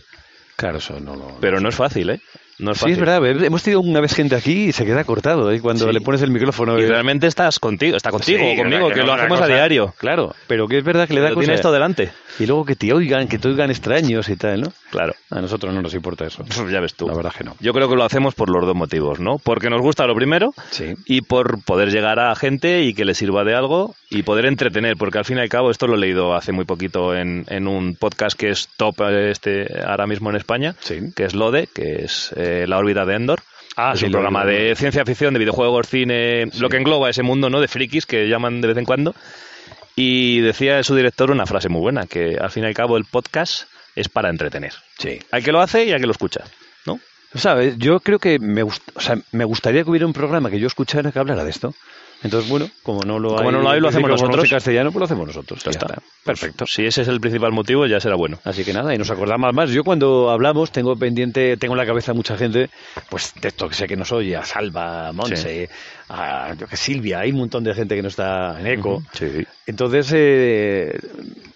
Speaker 2: Claro, eso no lo...
Speaker 3: Pero no es fácil, ¿eh? No es
Speaker 2: sí,
Speaker 3: fácil.
Speaker 2: es verdad. he- Hemos tenido una vez gente aquí y se queda cortado ¿eh? cuando
Speaker 3: Sí.
Speaker 2: le pones el micrófono.
Speaker 3: Y
Speaker 2: eh,
Speaker 3: realmente estás contigo, está contigo,
Speaker 2: Sí,
Speaker 3: o conmigo,
Speaker 2: verdad
Speaker 3: que,
Speaker 2: que no,
Speaker 3: lo
Speaker 2: otra
Speaker 3: hacemos a
Speaker 2: cosa.
Speaker 3: diario.
Speaker 2: Claro, pero que es verdad que le da
Speaker 3: Pero tiene
Speaker 2: cosa-
Speaker 3: esto delante.
Speaker 2: Y luego que te oigan, que te oigan extraños y tal, ¿no?
Speaker 3: Claro.
Speaker 2: A nosotros no nos importa eso.
Speaker 3: Ah, Ya ves tú.
Speaker 2: La verdad que no.
Speaker 3: Yo creo que lo hacemos por los dos motivos, ¿no? Porque nos gusta lo primero
Speaker 2: Sí.
Speaker 3: y por poder llegar a gente y que le sirva de algo y poder entretener, porque al fin y al cabo, esto lo he leído hace muy poquito en, en un podcast que es top eh, este ahora mismo en España,
Speaker 2: Sí.
Speaker 3: que es LODE, que es eh, La órbita de Endor.
Speaker 2: Ah,
Speaker 3: es
Speaker 2: sí,
Speaker 3: un
Speaker 2: lo he
Speaker 3: programa
Speaker 2: oído.
Speaker 3: de ciencia ficción, de videojuegos, cine, lo que engloba ese mundo, ¿no? De frikis que llaman de vez en cuando. Y decía su director una frase muy buena, que al fin y al cabo el podcast es para entretener.
Speaker 2: Sí.
Speaker 3: Al que lo hace y al que lo escucha, ¿no?
Speaker 2: ¿Sabes? eh, Yo creo que me, gust- o sea, me gustaría que hubiera un programa que yo escuchara que hablara de esto. Entonces, bueno, como no lo
Speaker 3: Como
Speaker 2: hay,
Speaker 3: no lo hay, lo
Speaker 2: en
Speaker 3: hacemos
Speaker 2: castellano, como no
Speaker 3: nosotros.
Speaker 2: sé castellano, pues lo hacemos nosotros.
Speaker 3: Ya
Speaker 2: Ya
Speaker 3: está.
Speaker 2: está. Perfecto.
Speaker 3: Si ese es el principal motivo, ya será bueno.
Speaker 2: Así que nada, y nos acordamos más. Yo cuando hablamos tengo pendiente, tengo en la cabeza mucha gente, pues de esto que sé que nos oye, a Salva, a Monse, a yo que Silvia, hay un montón de gente que no está en eco.
Speaker 3: Sí.
Speaker 2: Entonces, eh,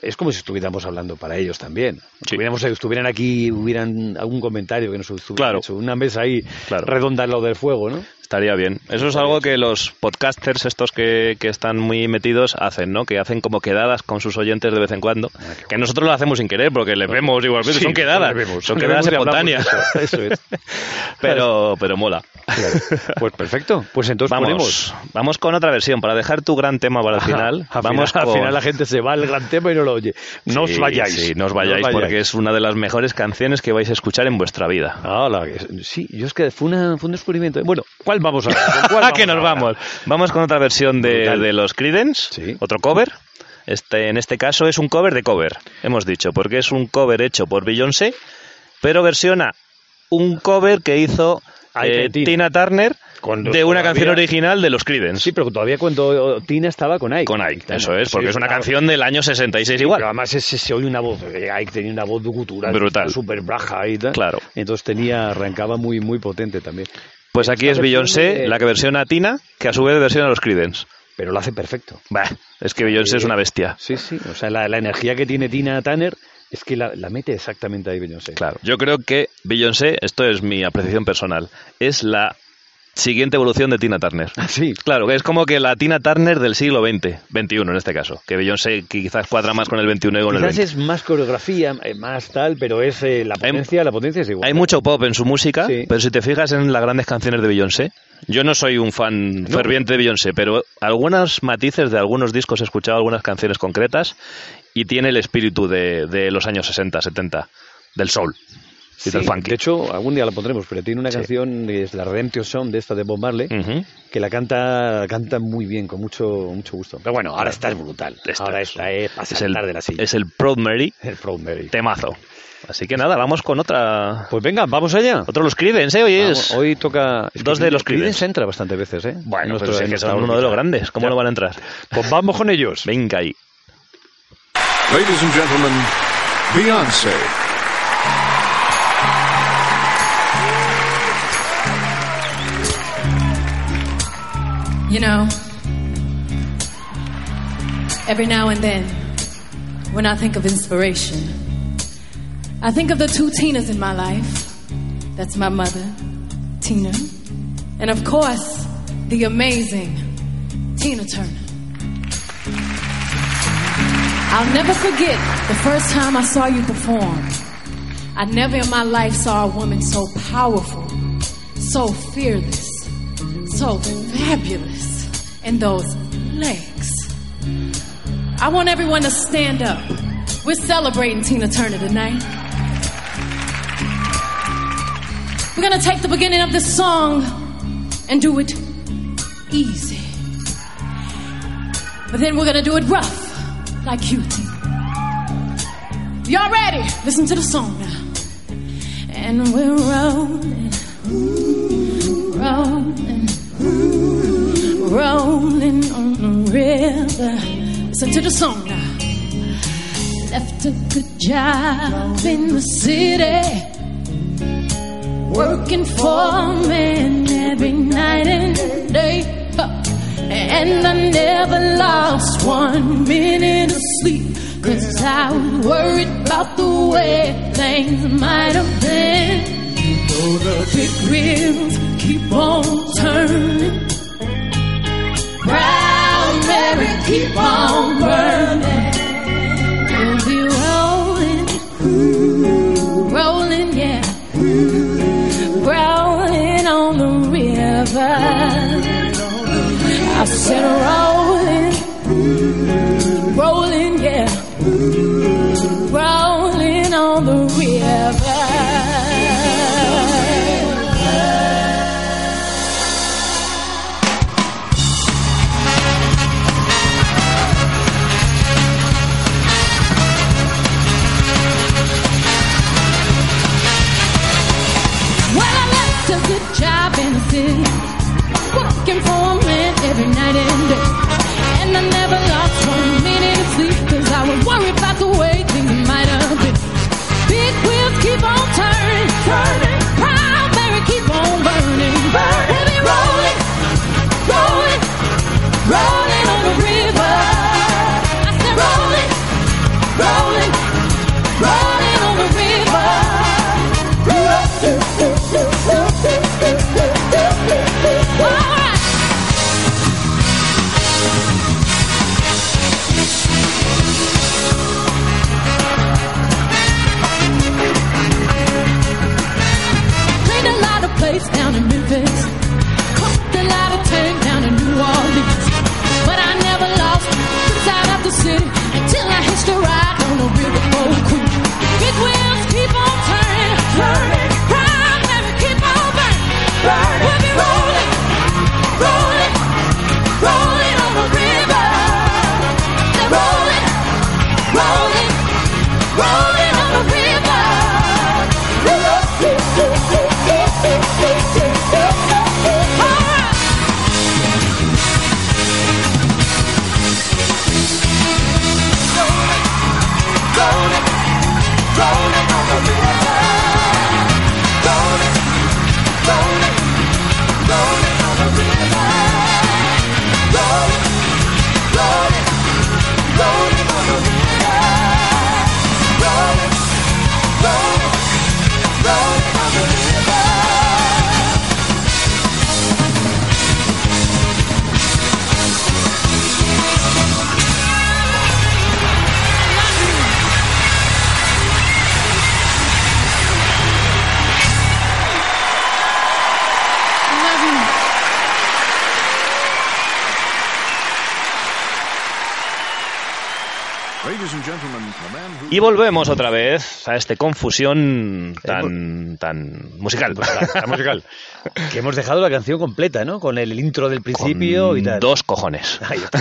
Speaker 2: es como si estuviéramos hablando para ellos también.
Speaker 3: Sí.
Speaker 2: Estuviéramos- estuvieran aquí, hubieran algún comentario que nos hubieran
Speaker 3: Claro.
Speaker 2: hecho. Una mesa ahí
Speaker 3: Claro.
Speaker 2: redonda al lado del fuego, ¿no?
Speaker 3: Estaría bien. Eso es algo que los podcasters, estos que, que están muy metidos, hacen, ¿no? Que hacen como quedadas con sus oyentes de vez en cuando.
Speaker 2: Ah,
Speaker 3: Que nosotros lo hacemos sin querer, porque les vemos igualmente.
Speaker 2: Sí,
Speaker 3: son quedadas.
Speaker 2: les vemos.
Speaker 3: Son
Speaker 2: Les
Speaker 3: quedadas
Speaker 2: vemos y hablamos
Speaker 3: espontáneas.
Speaker 2: de eso, eso es.
Speaker 3: pero, pero mola.
Speaker 2: Pues perfecto. Pues entonces ponemos.
Speaker 3: Vamos, vamos con otra versión. Para dejar tu gran tema para el final,
Speaker 2: Ajá, al
Speaker 3: vamos
Speaker 2: final,
Speaker 3: con...
Speaker 2: al final la gente se va al gran tema y no lo oye. No os
Speaker 3: Sí,
Speaker 2: vayáis.
Speaker 3: sí, no os vayáis, porque es una de las mejores canciones que vais a escuchar en vuestra vida.
Speaker 2: Hala, que- sí, yo es que fue, una- fue un descubrimiento. ¿eh? Bueno, ¿cuál vamos a ¿Con cuál
Speaker 3: Ah, que nos
Speaker 2: ahora?
Speaker 3: vamos. Vamos con otra versión de,
Speaker 2: Brutal.
Speaker 3: de los Creedence,
Speaker 2: Sí.
Speaker 3: otro cover. Este, en este caso es un cover de cover, hemos dicho, porque es un cover hecho por Beyoncé, pero versiona un cover que hizo
Speaker 2: Ay,
Speaker 3: eh,
Speaker 2: que Tina.
Speaker 3: Tina Turner
Speaker 2: Con los-
Speaker 3: de una
Speaker 2: todavía.
Speaker 3: canción original de los Creedence,
Speaker 2: Sí, pero todavía cuando Tina estaba con Ike.
Speaker 3: con Ike. Eso es,
Speaker 2: Sí,
Speaker 3: porque es una
Speaker 2: claro.
Speaker 3: canción del año 66 igual.
Speaker 2: Pero además ese, se oye una voz, eh, Ike tenía una voz gutural,
Speaker 3: Brutal.
Speaker 2: súper baja y tal.
Speaker 3: Claro.
Speaker 2: Entonces tenía, arrancaba muy, muy potente también.
Speaker 3: Pues aquí es
Speaker 2: esta versión
Speaker 3: Beyoncé
Speaker 2: de-
Speaker 3: la que versiona a Tina, que a su vez versiona a los Creedence.
Speaker 2: Pero lo hace perfecto.
Speaker 3: Bah, es que Beyoncé es una bestia.
Speaker 2: Sí, sí. O sea, la, la energía que tiene Tina Tanner es que la, la mete exactamente ahí, Beyoncé.
Speaker 3: Claro. Yo creo que Beyoncé, esto es mi apreciación personal, es la siguiente evolución de Tina Turner.
Speaker 2: Sí.
Speaker 3: Claro, que es como que la Tina Turner del siglo XX, XXI en este caso, que Beyoncé quizás cuadra más con el XXI y con el
Speaker 2: Quizás
Speaker 3: XX.
Speaker 2: es más coreografía, eh, más tal, pero es eh, la potencia, la potencia es igual.
Speaker 3: Hay mucho pop en su música,
Speaker 2: Sí.
Speaker 3: pero si te fijas en las grandes canciones de Beyoncé, yo no soy un fan ferviente de Beyoncé, pero algunos matices de algunos discos he escuchado, algunas canciones concretas, y tiene el espíritu de, de los años 60, 70, del soul y
Speaker 2: Sí,
Speaker 3: del funky.
Speaker 2: De hecho, algún día la pondremos, pero tiene una
Speaker 3: Sí. Mm.
Speaker 2: canción, es la Redemption Song de esta de Bob Marley,
Speaker 3: Ujú.
Speaker 2: que la canta, canta muy bien, con mucho, mucho gusto. Pero bueno, ahora esta es brutal.
Speaker 3: Esta
Speaker 2: ahora
Speaker 3: es-
Speaker 2: esta es para
Speaker 3: es el,
Speaker 2: saltar de la silla.
Speaker 3: es el Proud Mary
Speaker 2: El Proud Mary.
Speaker 3: temazo. Así que nada, vamos con otra.
Speaker 2: Pues venga, vamos allá.
Speaker 3: Otro los Creedence, ¿eh? Hoy
Speaker 2: Vamos,
Speaker 3: es.
Speaker 2: hoy toca... es que
Speaker 3: Dos de los Creedence.
Speaker 2: entra bastantes veces, ¿eh?
Speaker 3: Bueno,
Speaker 2: Nuestro-
Speaker 3: pero si es que
Speaker 2: nuestra
Speaker 3: son uno de
Speaker 2: órbita.
Speaker 3: los grandes. ¿Cómo
Speaker 2: Ya.
Speaker 3: no van a entrar?
Speaker 2: Pues vamos con ellos.
Speaker 3: Venga ahí.
Speaker 9: Ladies and gentlemen, Beyonce.
Speaker 7: You know, every now and then, when I think of inspiration, I think of the two Tinas in my life. That's my mother, Tina, and of course, the amazing Tina Turner. I'll never forget the first time I saw you perform. I never in my life saw a woman so powerful, so fearless, so fabulous in those legs. I want everyone to stand up. We're celebrating Tina Turner tonight. We're gonna take the beginning of this song and do it easy. But then we're gonna do it rough, like you, Tina. Y'all ready? Listen to the song now. And we're rolling, rolling, rolling on the river. Listen to the song now. Left a good job in the city working for men every night and day. huh. And I never lost one minute of sleep Cause I was worried about the way things might have been. Though the big wheels keep on turning. Proud Mary, keep on burning. We'll be rolling, rolling, yeah. Rolling on the river. I said rolling rolling, yeah, rolling on the river. Well, I left just a job in the city, working for a man every night and day. And I never lost one minute of sleep, cause I was worried about the way things might have been. Big wheels keep on turning, turning. Proud Mary keep on burning, burning. We'll be rolling, rolling, rolling on the river. I said rolling, rolling, rolling on the river. Alright. Played a lot of plays down in Memphis. Crossed a lot of tank down in New Orleans. But I never lost the out of the city until I hitched a ride on a riverboat cruise. Big wheels keep on turning, turning. Proud Mary keep on burning, burning. We'll be rolling, rolling, rolling on the river. They're rolling, rolling, rolling on the river. Alright.
Speaker 9: Ladies and gentlemen, the man who.
Speaker 3: Y volvemos otra vez a este
Speaker 2: Eh,
Speaker 3: confusión
Speaker 2: pues-
Speaker 3: tan, tan musical.
Speaker 2: La Pues musical. Que hemos dejado la canción completa, ¿no? Con el intro del principio
Speaker 3: Con
Speaker 2: y tal.
Speaker 3: Dos cojones.
Speaker 2: Ahí está.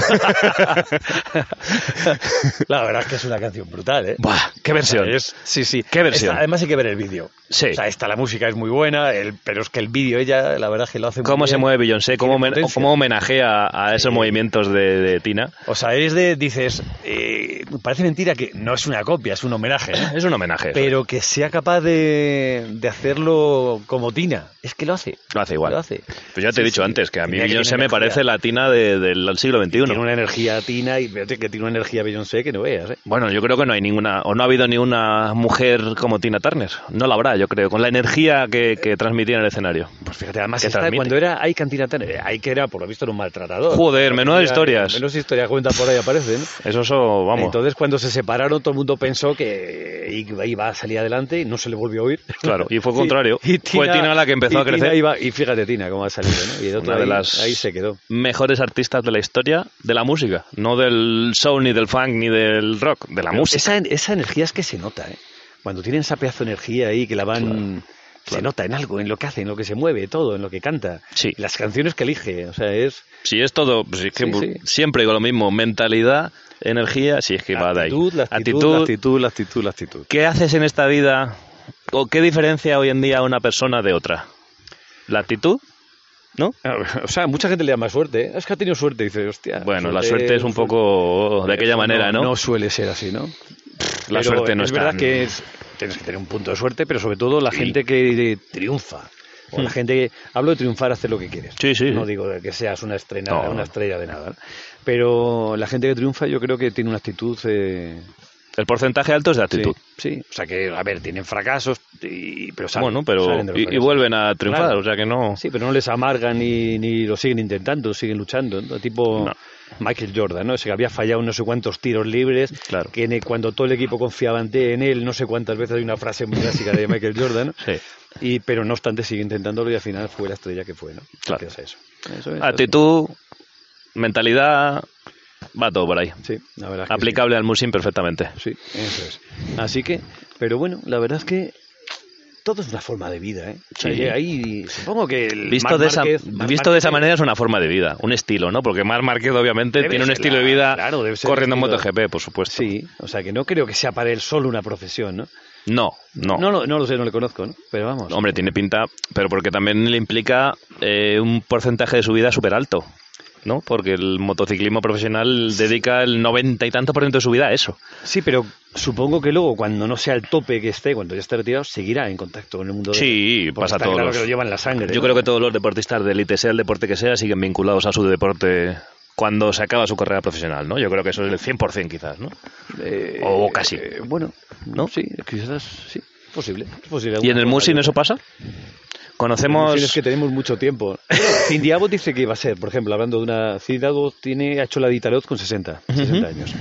Speaker 2: la verdad es que es una canción brutal, ¿eh?
Speaker 3: Buah, qué versión.
Speaker 2: Es- sí, sí.
Speaker 3: Qué versión.
Speaker 2: Esta- además hay que ver el vídeo.
Speaker 3: Sí.
Speaker 2: O sea, esta la música es muy buena, el- pero es que el vídeo ella, la verdad es que lo hace muy
Speaker 3: ¿Cómo se
Speaker 2: bien.
Speaker 3: mueve Beyoncé? ¿Cómo,
Speaker 2: Tiene
Speaker 3: homen-
Speaker 2: potencia.
Speaker 3: cómo homenajea a esos movimientos de, de Tina?
Speaker 2: O sea, es de, dices, eh, parece mentira que no es una copia, es un homenaje, ¿no?
Speaker 3: Es un homenaje.
Speaker 2: pero que sea capaz de, de hacerlo como Tina. Es que lo hace.
Speaker 3: Lo hace igual.
Speaker 2: Lo hace.
Speaker 3: Pues ya te he dicho antes que a mí
Speaker 2: Mira que
Speaker 3: Beyoncé
Speaker 2: tiene
Speaker 3: me
Speaker 2: energía.
Speaker 3: parece la Tina de- del siglo XXI.
Speaker 2: Tiene una energía Tina y fíjate que tiene una energía Beyoncé que no veas, ¿eh?
Speaker 3: Bueno, yo creo que no hay ninguna, o no ha habido ni una mujer como Tina Turner. No la habrá, yo creo, con la energía que, que transmitía en el escenario.
Speaker 2: Pues fíjate, además
Speaker 3: Que
Speaker 2: esta,
Speaker 3: transmite.
Speaker 2: cuando era hay cantina Turner, hay que era por lo visto era un maltratador.
Speaker 3: Joder, menudas
Speaker 2: Era-
Speaker 3: historias.
Speaker 2: Menos historias cuenta por ahí aparecen.
Speaker 3: Eso, eso vamos.
Speaker 2: Entonces cuando se separaron todo el mundo pensó que iba- iba a salir adelante y no se le volvió a oír.
Speaker 3: Claro, y fue contrario. Fue Tina la que empezó
Speaker 2: y
Speaker 3: a crecer.
Speaker 2: Tina iba- y fíjate Tina cómo ha salido, ¿no? Y el otro
Speaker 3: Una de
Speaker 2: ahí-
Speaker 3: las-
Speaker 2: ahí se quedó.
Speaker 3: mejores artistas de la historia de la música, no del soul, ni del funk, ni del rock, de la música.
Speaker 2: Esa, esa energía es que se nota, ¿eh? Cuando tienen esa pedazo de energía ahí que la van... Se nota en algo, en lo que hace, en lo que se mueve, todo, en lo que canta.
Speaker 3: Sí.
Speaker 2: Las canciones que elige, o sea, es...
Speaker 3: Si es todo, pues es que
Speaker 2: Sí, sí.
Speaker 3: siempre digo lo mismo, mentalidad, energía, si es que va de ahí.
Speaker 2: actitud, la actitud, la actitud, la actitud, la actitud.
Speaker 3: ¿Qué haces en esta vida o qué diferencia hoy en día una persona de otra? ¿La actitud? ¿No?
Speaker 2: Ah, O sea, mucha gente le da más suerte. ¿eh? Es que ha tenido suerte, dice, hostia.
Speaker 3: Bueno, la suerte es un poco oh, de aquella manera, ¿no?
Speaker 2: No suele ser así, ¿no?
Speaker 3: la
Speaker 2: Pero
Speaker 3: suerte no
Speaker 2: es
Speaker 3: está.
Speaker 2: verdad que es- tienes que tener un punto de suerte, pero sobre todo la gente que triunfa. O la gente que, hablo de triunfar, hacer lo que quieres.
Speaker 3: Hmm. Sí, sí,
Speaker 2: No
Speaker 3: sí.
Speaker 2: digo de que seas una estrella,
Speaker 3: No, no.
Speaker 2: una estrella de nada. ¿no? Pero la gente que triunfa yo creo que tiene una actitud... eh,
Speaker 3: El porcentaje alto es de
Speaker 2: sí,
Speaker 3: actitud.
Speaker 2: sí. o sea que, a ver, tienen fracasos, y, pero salen.
Speaker 3: bueno, pero
Speaker 2: salen de los
Speaker 3: y, y
Speaker 2: fracasos.
Speaker 3: vuelven a triunfar,
Speaker 2: Claro.
Speaker 3: o sea que no.
Speaker 2: Sí, pero no les amargan ni, ni lo siguen intentando, siguen luchando. ¿no? Tipo
Speaker 3: No.
Speaker 2: Michael Jordan, ¿no? Ese que había fallado no sé cuántos tiros libres,
Speaker 3: Claro.
Speaker 2: que en el- cuando todo el equipo confiaba en ti- en él, no sé cuántas veces hay una frase muy clásica de Michael Jordan, ¿no?
Speaker 3: Sí.
Speaker 2: y, pero no obstante sigue intentándolo y al final fue la estrella que fue, ¿no?
Speaker 3: Claro.
Speaker 2: Gracias a eso. Eso es,
Speaker 3: Actitud, mentalidad, va todo por ahí.
Speaker 2: Sí, la verdad. es que sí.
Speaker 3: Aplicable al musing perfectamente.
Speaker 2: Sí, eso es. Así que, pero bueno, la verdad es que todo es una forma de vida, ¿eh? O sea,
Speaker 3: Sí.
Speaker 2: ahí supongo que el
Speaker 3: Visto,
Speaker 2: Marc
Speaker 3: de, esa,
Speaker 2: Márquez- Marc
Speaker 3: visto de esa
Speaker 2: Márquez-
Speaker 3: manera es una forma de vida, un estilo, ¿no? Porque Mar Márquez obviamente
Speaker 2: Debe
Speaker 3: tiene un
Speaker 2: ser
Speaker 3: estilo
Speaker 2: la-
Speaker 3: de vida
Speaker 2: claro, debe ser el
Speaker 3: corriendo en
Speaker 2: estilo.
Speaker 3: MotoGP, por supuesto.
Speaker 2: Sí, o sea que no creo que sea para él solo una profesión, ¿no?
Speaker 3: No, no.
Speaker 2: No, no, no lo sé, no le conozco, ¿no? Pero vamos.
Speaker 3: Hombre, tiene pinta, pero porque también le implica eh, un porcentaje de subida súper alto, ¿no? Porque el motociclismo profesional dedica el noventa y tanto por ciento de su vida a eso.
Speaker 2: Sí, pero supongo que luego, cuando no sea el tope que esté, cuando ya esté retirado, seguirá en contacto con el mundo. de-
Speaker 3: Sí,
Speaker 2: Porque
Speaker 3: pasa a
Speaker 2: está
Speaker 3: todos.
Speaker 2: Claro que lo llevan ¿eh? en la sangre.
Speaker 3: Yo
Speaker 2: ¿no?
Speaker 3: creo que todos los deportistas de élite, sea el deporte que sea, siguen vinculados a su deporte cuando se acaba su carrera profesional, ¿no? Yo creo que eso es el 100% quizás, ¿no?
Speaker 2: Eh,
Speaker 3: o casi.
Speaker 2: eh, bueno, ¿no? Sí, quizás sí. es Posible, es posible.
Speaker 3: ¿Y en el Musin eso pasa?
Speaker 2: Tenemos...
Speaker 3: Conocemos...
Speaker 2: Es que tenemos mucho tiempo. Cindy Abbott dice que iba a ser, por ejemplo, hablando de una... Cindy Abbott tiene, ha hecho la Ditarot con 60, 60 años.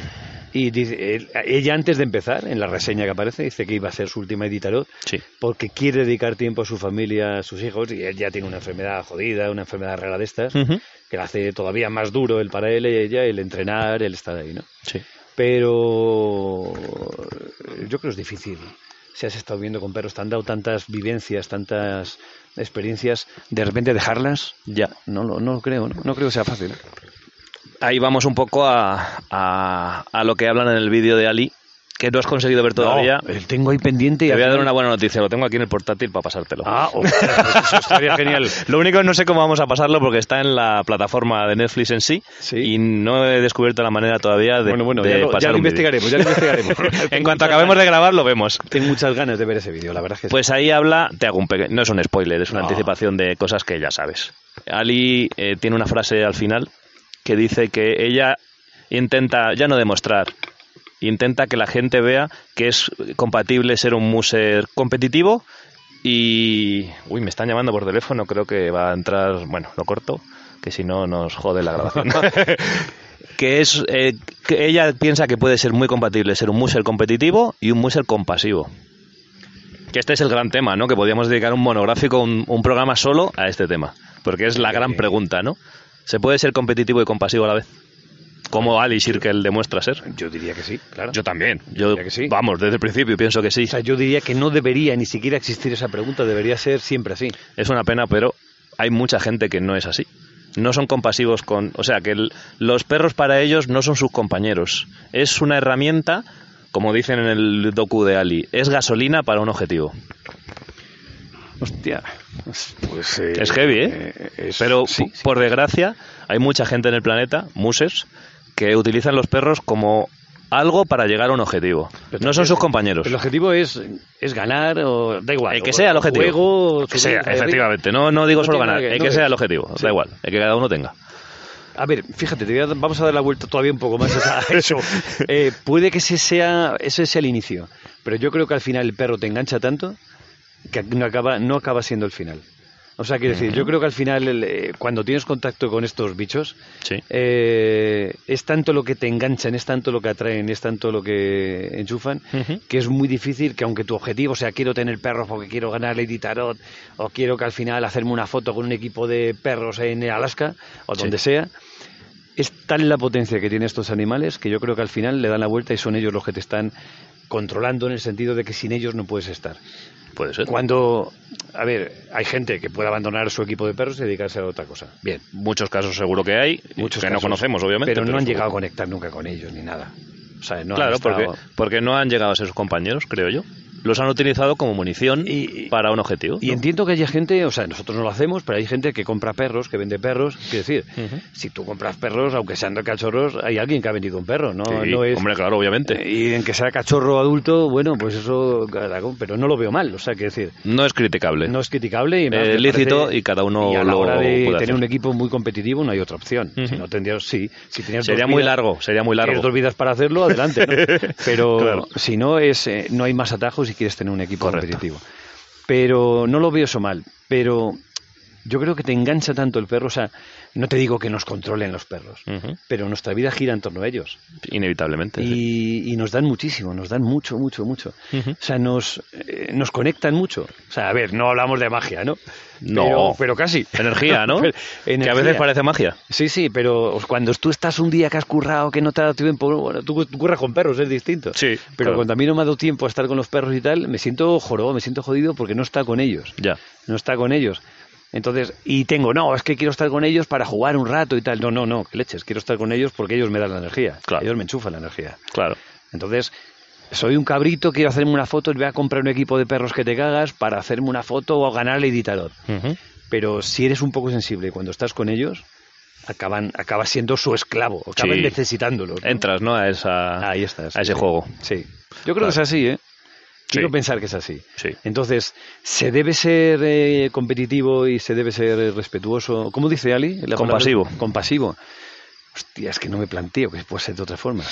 Speaker 2: Y dice- él- ella antes de empezar, en la reseña que aparece, dice que iba a ser su última Ditarot
Speaker 3: Sí.
Speaker 2: porque quiere dedicar tiempo a su familia, a sus hijos, y él ya tiene una enfermedad jodida, una enfermedad rara de estas,
Speaker 3: Ujú.
Speaker 2: que la hace todavía más duro el para él y ella, el entrenar, el estar ahí, ¿no?
Speaker 3: Sí.
Speaker 2: Pero eh, yo creo que es difícil. Si has estado viendo con perros, te han dado tantas vivencias, tantas experiencias, de repente dejarlas,
Speaker 3: Ya.
Speaker 2: no lo no lo creo, ¿no? No creo que sea fácil.
Speaker 3: Ahí vamos un poco a, a, a lo que hablan en el vídeo de Ali, que no has conseguido ver todavía.
Speaker 2: No, el tengo ahí pendiente y
Speaker 3: Te voy a
Speaker 2: al
Speaker 3: dar una
Speaker 2: final-
Speaker 3: buena noticia, lo tengo aquí en el portátil para pasártelo.
Speaker 2: Ah, ostras, pues eso estaría genial.
Speaker 3: Lo único no sé cómo vamos a pasarlo porque está en la plataforma de Netflix en sí,
Speaker 2: Sí.
Speaker 3: y no he descubierto la manera todavía de,
Speaker 2: Bueno, bueno,
Speaker 3: de
Speaker 2: ya lo- ya
Speaker 3: pasar
Speaker 2: lo
Speaker 3: un vídeo.
Speaker 2: investigaremos, ya lo investigaremos.
Speaker 3: en cuanto acabemos de grabar lo vemos.
Speaker 2: Tengo muchas ganas de ver ese vídeo, la verdad es que sí.
Speaker 3: Pues ahí habla, te hago un pequeño, no es un spoiler, es una
Speaker 2: No.
Speaker 3: anticipación de cosas que ya sabes. Ali eh, tiene una frase al final que dice que ella intenta ya no demostrar, intenta que la gente vea que es compatible ser un muser competitivo y... Uy, me están llamando por teléfono, creo que va a entrar, bueno, lo corto, que si no nos jode la grabación. que es eh, que ella piensa que puede ser muy compatible ser un muser competitivo y un muser compasivo. Que este es el gran tema, ¿no? Que podríamos dedicar un monográfico, un, un programa solo a este tema. Porque es la gran pregunta, ¿no? ¿Se puede ser competitivo y compasivo a la vez? Como Ali Shirkel demuestra ser.
Speaker 2: yo diría que sí, claro.
Speaker 3: Yo también. Yo,
Speaker 2: Diría que sí.
Speaker 3: vamos, desde el principio pienso que sí.
Speaker 2: O sea, yo diría que no debería ni siquiera existir esa pregunta, debería ser siempre así.
Speaker 3: Es una pena, pero hay mucha gente que no es así. No son compasivos con... O sea, que el- los perros para ellos no son sus compañeros. Es una herramienta, como dicen en el docu de Ali, es gasolina para un objetivo.
Speaker 2: Hostia. Pues,
Speaker 3: Es heavy, ¿eh? Pero, po- por desgracia, hay mucha gente en el planeta, muses, que utilizan los perros como algo para llegar a un objetivo. no son sus compañeros.
Speaker 2: el objetivo es, es ganar o da igual.
Speaker 3: El que sea el objetivo.
Speaker 2: Juego,
Speaker 3: El que sea,
Speaker 2: subir,
Speaker 3: efectivamente. No, no digo
Speaker 2: No
Speaker 3: solo
Speaker 2: tiene
Speaker 3: ganar.
Speaker 2: nada que-
Speaker 3: El
Speaker 2: no
Speaker 3: que
Speaker 2: que-
Speaker 3: sea el objetivo.
Speaker 2: sí.
Speaker 3: Da igual. El que cada uno tenga.
Speaker 2: A ver, fíjate, te voy a dar- vamos a dar la vuelta todavía un poco más a eso. Eh, puede que ese sea, ese sea el inicio, pero yo creo que al final el perro te engancha tanto que no acaba, no acaba siendo el final. O sea, quiero decir, yo creo que al final, el, eh, cuando tienes contacto con estos bichos,
Speaker 3: Sí.
Speaker 2: eh, es tanto lo que te enganchan, es tanto lo que atraen, es tanto lo que enchufan,
Speaker 3: Ujú.
Speaker 2: que es muy difícil que aunque tu objetivo sea quiero tener perros porque quiero ganar Lady Tarot, o quiero que al final hacerme una foto con un equipo de perros en Alaska, o
Speaker 3: Sí.
Speaker 2: donde sea, es tal la potencia que tienen estos animales que yo creo que al final le dan la vuelta y son ellos los que te están controlando en el sentido de que sin ellos no puedes estar.
Speaker 3: Puede ser.
Speaker 2: Cuando, a ver, hay gente que puede abandonar su equipo de perros y dedicarse a otra cosa. Bien,
Speaker 3: Muchos casos seguro que hay.
Speaker 2: muchos
Speaker 3: que no
Speaker 2: casos,
Speaker 3: conocemos, obviamente.
Speaker 2: pero no han
Speaker 3: seguro.
Speaker 2: llegado a conectar nunca con ellos ni nada. O sea, no han
Speaker 3: claro,
Speaker 2: estado-
Speaker 3: porque, porque no han llegado a ser sus compañeros, creo yo. los han utilizado como munición
Speaker 2: Y- y-
Speaker 3: para un objetivo.
Speaker 2: Y
Speaker 3: ¿no?
Speaker 2: entiendo que haya gente, o sea, nosotros no lo hacemos, pero hay gente que compra perros, que vende perros. Quiero decir, si tú compras perros, aunque sean de cachorros, hay alguien que ha vendido un perro, ¿no?
Speaker 3: Sí,
Speaker 2: no es,
Speaker 3: Hombre, claro, obviamente.
Speaker 2: y en que sea cachorro adulto, bueno, pues eso, cada- pero no lo veo mal, o sea, quiero decir,
Speaker 3: No es criticable.
Speaker 2: no es criticable y me
Speaker 3: Eh,
Speaker 2: parece-
Speaker 3: lícito y cada uno
Speaker 2: y a la
Speaker 3: lo
Speaker 2: hora de
Speaker 3: puede
Speaker 2: tener
Speaker 3: hacer.
Speaker 2: un equipo muy competitivo no hay otra opción. Si
Speaker 3: Ujú.
Speaker 2: no tendrías, sí, si tenías
Speaker 3: sería
Speaker 2: dos
Speaker 3: muy
Speaker 2: vidas-
Speaker 3: largo, sería muy
Speaker 2: tienes dos
Speaker 3: largo.
Speaker 2: vidas para hacerlo, adelante. ¿no? Pero
Speaker 3: Claro.
Speaker 2: si no, es, eh, no hay más atajos si quieres tener un equipo
Speaker 3: Correcto.
Speaker 2: competitivo. Pero no lo veo eso mal. Pero yo creo que te engancha tanto el perro. O sea, no te digo que nos controlen los perros,
Speaker 3: Ujú.
Speaker 2: pero nuestra vida gira en torno a ellos.
Speaker 3: Inevitablemente. sí.
Speaker 2: Y, y nos dan muchísimo, nos dan mucho, mucho, mucho.
Speaker 3: Ujú.
Speaker 2: O sea, nos, eh, nos conectan mucho. O sea, a ver, no hablamos de magia, ¿no?
Speaker 3: No.
Speaker 2: Pero, pero casi.
Speaker 3: Energía, ¿no?
Speaker 2: Pero-
Speaker 3: Que a
Speaker 2: energía.
Speaker 3: veces parece magia.
Speaker 2: Sí, sí, pero cuando tú estás un día que has currado, que no te ha dado tiempo, bueno, tú, tú curras con perros, es distinto.
Speaker 3: Sí,
Speaker 2: Pero
Speaker 3: claro.
Speaker 2: cuando a mí no me ha dado tiempo a estar con los perros y tal, me siento jorobado, me siento jodido porque no está con ellos.
Speaker 3: Ya.
Speaker 2: No está con ellos. Entonces, y tengo, no, es que quiero estar con ellos para jugar un rato y tal. No, no, no, qué leches, quiero estar con ellos porque ellos me dan la energía.
Speaker 3: Claro.
Speaker 2: Ellos me enchufan la energía.
Speaker 3: Claro.
Speaker 2: Entonces, soy un cabrito, quiero hacerme una foto, voy a comprar un equipo de perros que te cagas para hacerme una foto o ganar Lady Tarot
Speaker 3: Ujú.
Speaker 2: pero si eres un poco sensible cuando estás con ellos, acaban, acabas siendo su esclavo, acaban
Speaker 3: Sí.
Speaker 2: necesitándolos. ¿no?
Speaker 3: Entras, ¿no? A, esa,
Speaker 2: Ahí estás.
Speaker 3: a ese juego.
Speaker 2: Sí. Yo creo que es así, ¿eh? Quiero pensar que es así.
Speaker 3: Sí.
Speaker 2: Entonces, se debe ser eh, competitivo y se debe ser eh, respetuoso. ¿Cómo dice Ali? La palabra-
Speaker 3: Compasivo.
Speaker 2: Compasivo. Hostia, es que no me planteo que puede ser de otra forma.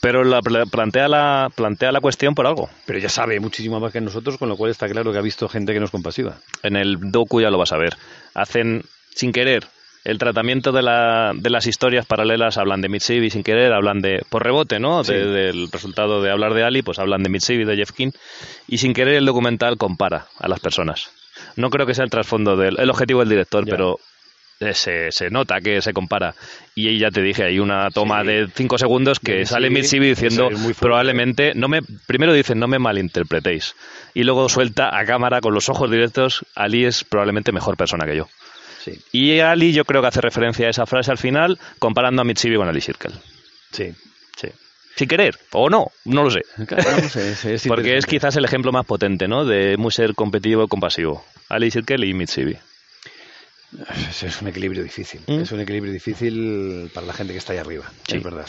Speaker 3: Pero la, pla- plantea, la, plantea la cuestión por algo.
Speaker 2: Pero ya sabe muchísimo más que nosotros, con lo cual está claro que ha visto gente que no es compasiva.
Speaker 3: En el docu ya lo vas a ver. Hacen, sin querer, el tratamiento de, la- de las historias paralelas. Hablan de Mitsubishi sin querer, hablan de. Por rebote, ¿no? De-
Speaker 2: Sí.
Speaker 3: Del resultado de hablar de Ali, pues hablan de Mitsubishi, de Jeff King. Y sin querer, el documental compara a las personas. No creo que sea el trasfondo del. El objetivo del director,
Speaker 2: Ya.
Speaker 3: pero. eh, Se, se nota que se compara. Y ahí ya te dije, hay una toma de 5 segundos que
Speaker 2: Sí,
Speaker 3: sale
Speaker 2: sí.
Speaker 3: Mitsubishi diciendo
Speaker 2: Eso es muy fuerte.
Speaker 3: probablemente no me primero dicen no me malinterpretéis y luego suelta a cámara con los ojos directos Ali es probablemente mejor persona que yo
Speaker 2: Sí.
Speaker 3: y Ali yo creo que hace referencia a esa frase al final comparando a Mitsubishi con Ali Circle
Speaker 2: Sí.
Speaker 3: sí sin querer o no no lo sé
Speaker 2: Claro, sí, sí, es
Speaker 3: porque es
Speaker 2: interesante.
Speaker 3: quizás el ejemplo más potente no de muy ser competitivo y compasivo Ali Circle y Mitsubishi
Speaker 2: Pues es un equilibrio difícil.
Speaker 3: ¿Mm?
Speaker 2: Es un equilibrio difícil para la gente que está ahí arriba.
Speaker 3: Sí.
Speaker 2: Es verdad.